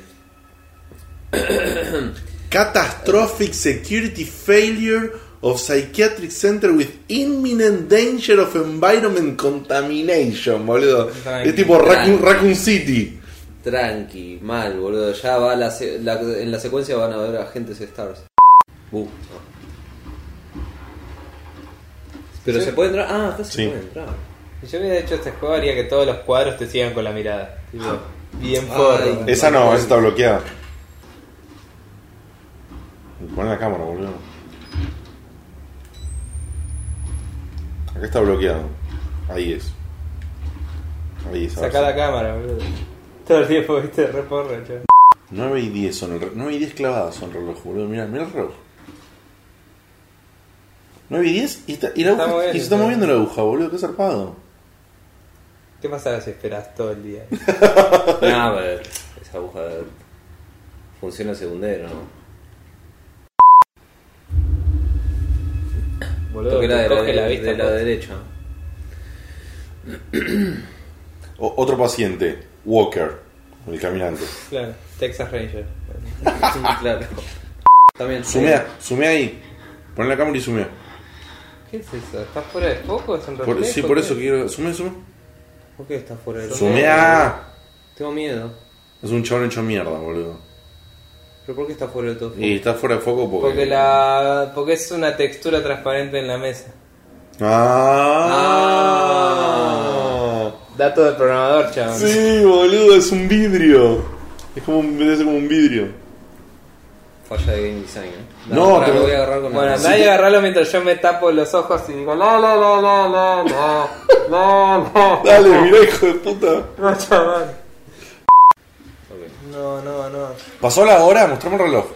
Speaker 2: Catastrophic security failure of psychiatric center with imminent danger of environment contamination, boludo.
Speaker 10: Tranqui.
Speaker 2: es tipo Raccoon,
Speaker 10: Tranqui.
Speaker 2: Raccoon City.
Speaker 10: Tranqui, mal, boludo. Ya va la, se- la- en la secuencia van a ver agentes Stars. Bu. Pero
Speaker 3: Sí.
Speaker 10: se puede entrar. Ah, acá se
Speaker 3: Sí.
Speaker 10: puede entrar.
Speaker 3: Si yo hubiera hecho este juego, haría que todos los cuadros te sigan con la mirada. Tipo, bien
Speaker 10: Ah. Ay,
Speaker 3: forro.
Speaker 2: Esa no, esa está bloqueada. Pon la cámara, boludo. Acá está bloqueado. Ahí es. Ahí es. ahora
Speaker 3: Sacá la
Speaker 2: sí.
Speaker 3: cámara, boludo. Todo el tiempo, viste, reporro, chaval.
Speaker 2: 9 y 10 son el reloj. 9 y 10 clavadas son el reloj, boludo. Mirá, mirá el reloj. 9 y 10 y, está- y la
Speaker 3: Está
Speaker 2: aguja-
Speaker 3: moviendo,
Speaker 2: y se está
Speaker 3: está.
Speaker 2: moviendo la aguja, boludo. Qué zarpado.
Speaker 3: ¿Qué pasará si esperas todo el día?
Speaker 10: No, pero esa aguja funciona segundero, ¿no?
Speaker 3: Boludo,
Speaker 10: Toqué
Speaker 3: te
Speaker 10: de la,
Speaker 3: coge la
Speaker 10: de-
Speaker 3: vista,
Speaker 10: de la
Speaker 3: pues.
Speaker 10: derecha.
Speaker 2: O- otro paciente, Walker, el caminante.
Speaker 3: Claro, Texas Ranger.
Speaker 10: claro. También.
Speaker 2: Sumea, sumea ahí. Pon la cámara y sumea.
Speaker 3: ¿Qué es eso? ¿Estás fuera de foco? ¿Es un
Speaker 2: Por-
Speaker 3: reflejo?
Speaker 2: sí, por
Speaker 3: ¿Qué?
Speaker 2: eso quiero. Sumea, sumea.
Speaker 10: ¿Por qué estás fuera del
Speaker 2: Sumea.
Speaker 10: Tengo miedo.
Speaker 2: Es un chabón hecho mierda, boludo.
Speaker 3: ¿Pero por qué está fuera del todo foco?
Speaker 2: Y está fuera de foco porque.
Speaker 3: Porque la. porque es una textura transparente en la mesa.
Speaker 2: Ah.
Speaker 3: Dato del programador, chaval.
Speaker 2: Sí, boludo, es un vidrio. Es como un, debe ser como un vidrio.
Speaker 10: Falla de game design, ¿eh?
Speaker 2: No,
Speaker 10: pará,
Speaker 2: que
Speaker 10: lo
Speaker 2: me-
Speaker 10: voy a agarrar con
Speaker 3: Bueno,
Speaker 10: la
Speaker 3: andá y agarralo mientras yo me tapo los ojos y digo la la la la la la la la.
Speaker 2: Dale, mirá, hijo de puta.
Speaker 3: No, chaval. No, no, no.
Speaker 2: Pasó la hora, mostrame el reloj.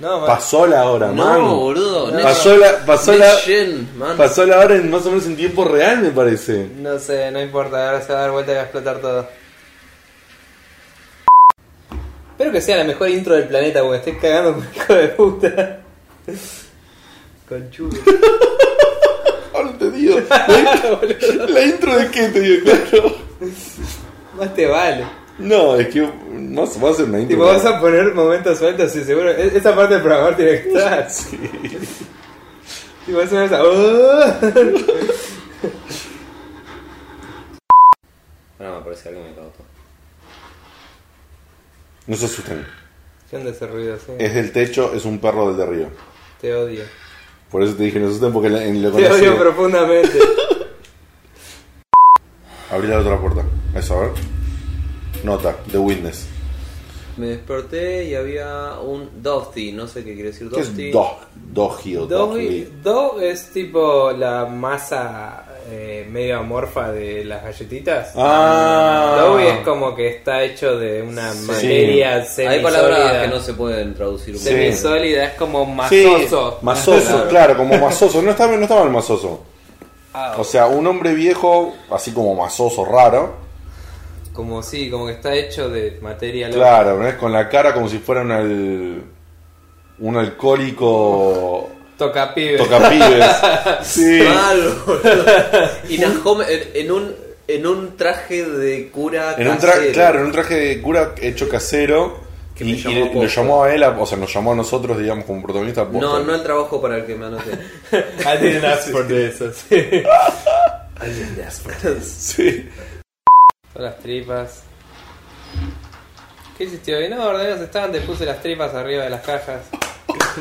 Speaker 3: No, man.
Speaker 2: Pasó la hora,
Speaker 3: No,
Speaker 2: man.
Speaker 3: boludo, no.
Speaker 2: Pasó la, pasó la,
Speaker 3: Next gen, man.
Speaker 2: pasó la hora en más o menos en tiempo real, me parece.
Speaker 3: No sé, no importa, ahora se va a dar vuelta y va a explotar todo. Espero que sea la mejor intro del planeta, porque estoy cagando por hijo de puta. Conchudo.
Speaker 2: Ahora te digo. La intro de qué te digo, claro.
Speaker 3: Más te vale.
Speaker 2: No, es que más va a ser una intro.
Speaker 3: Tipo, vas a poner momentos sueltos, sí, seguro. E- Esa parte del programador tiene que estar.
Speaker 2: Sí.
Speaker 3: Tipo, eso es. ¡Oh!
Speaker 10: No, me parece algo me cautó.
Speaker 2: No se asusten.
Speaker 3: ¿Qué onda ese ruido? Sí.
Speaker 2: Es del techo, es un perro del de arriba.
Speaker 3: Te odio.
Speaker 2: Por eso te dije, no se asusten porque la- en lo
Speaker 3: Te
Speaker 2: conocí.
Speaker 3: odio profundamente.
Speaker 2: Abrí la otra puerta. Eso, a ver. Nota, The Witness.
Speaker 10: Me desperté y había un Dofty, no sé qué quiere decir
Speaker 2: ¿Qué es
Speaker 10: Dofty.
Speaker 2: Dog? Dogi o
Speaker 3: Dough-
Speaker 2: Doggy.
Speaker 3: Dough es tipo la masa eh, medio amorfa de las galletitas.
Speaker 2: Ah.
Speaker 3: Dough es como que está hecho de una
Speaker 10: Sí.
Speaker 3: materia
Speaker 10: Sí.
Speaker 3: semisólida.
Speaker 10: Hay palabras que no se pueden traducir.
Speaker 2: Sí.
Speaker 3: Semisólida es como
Speaker 2: Sí,
Speaker 3: masoso.
Speaker 2: masoso, claro, como masoso. No está, no está mal masoso.
Speaker 3: Ah.
Speaker 2: O sea, un hombre viejo, así como masoso, raro.
Speaker 3: Como sí, como que está hecho de materia loca.
Speaker 2: Claro, ¿no? es con la cara como si fuera un, al- un alcohólico.
Speaker 3: Toca pibes.
Speaker 2: Toca pibes. Sí.
Speaker 10: Mal, boludo. Y Nahom en, en un, en un traje de cura
Speaker 2: En un tra-
Speaker 10: casero.
Speaker 2: claro, en un traje de cura hecho casero.
Speaker 10: Que
Speaker 2: Y,
Speaker 10: me llamó
Speaker 2: y le-
Speaker 10: posta.
Speaker 2: lo llamó a él, a- o sea, nos llamó a nosotros, digamos, como protagonista.
Speaker 10: No,
Speaker 2: posta.
Speaker 10: no el trabajo para el que me anoté.
Speaker 3: I didn't ask for this. así.
Speaker 2: Sí.
Speaker 3: Son las tripas. ¿Qué hiciste hoy? No, ordené los stands, puse las tripas arriba de las cajas.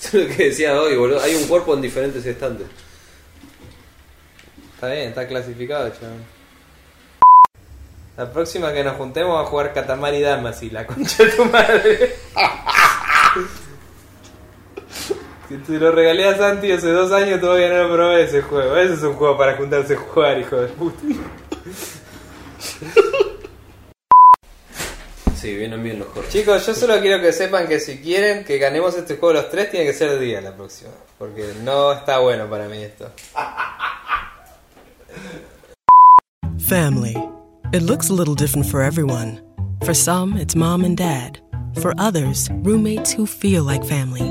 Speaker 10: Eso es lo que decía hoy, boludo. Hay un cuerpo en diferentes estantes.
Speaker 3: Está bien, está clasificado, chaval. La próxima que nos juntemos va a jugar Katamari Damas y la concha de tu madre. Si te lo regalé a Santi hace dos años, todavía no lo probé ese juego. Ese es un juego para juntarse a jugar, hijo de puta.
Speaker 10: Sí, vienen bien los cortes.
Speaker 3: Chicos, yo solo quiero que sepan que si quieren que ganemos este juego los tres, tiene que ser de día la próxima. Porque no está bueno para mí esto.
Speaker 24: Family. It looks a little different for everyone. For some, it's mom and dad. For others, roommates who feel like family.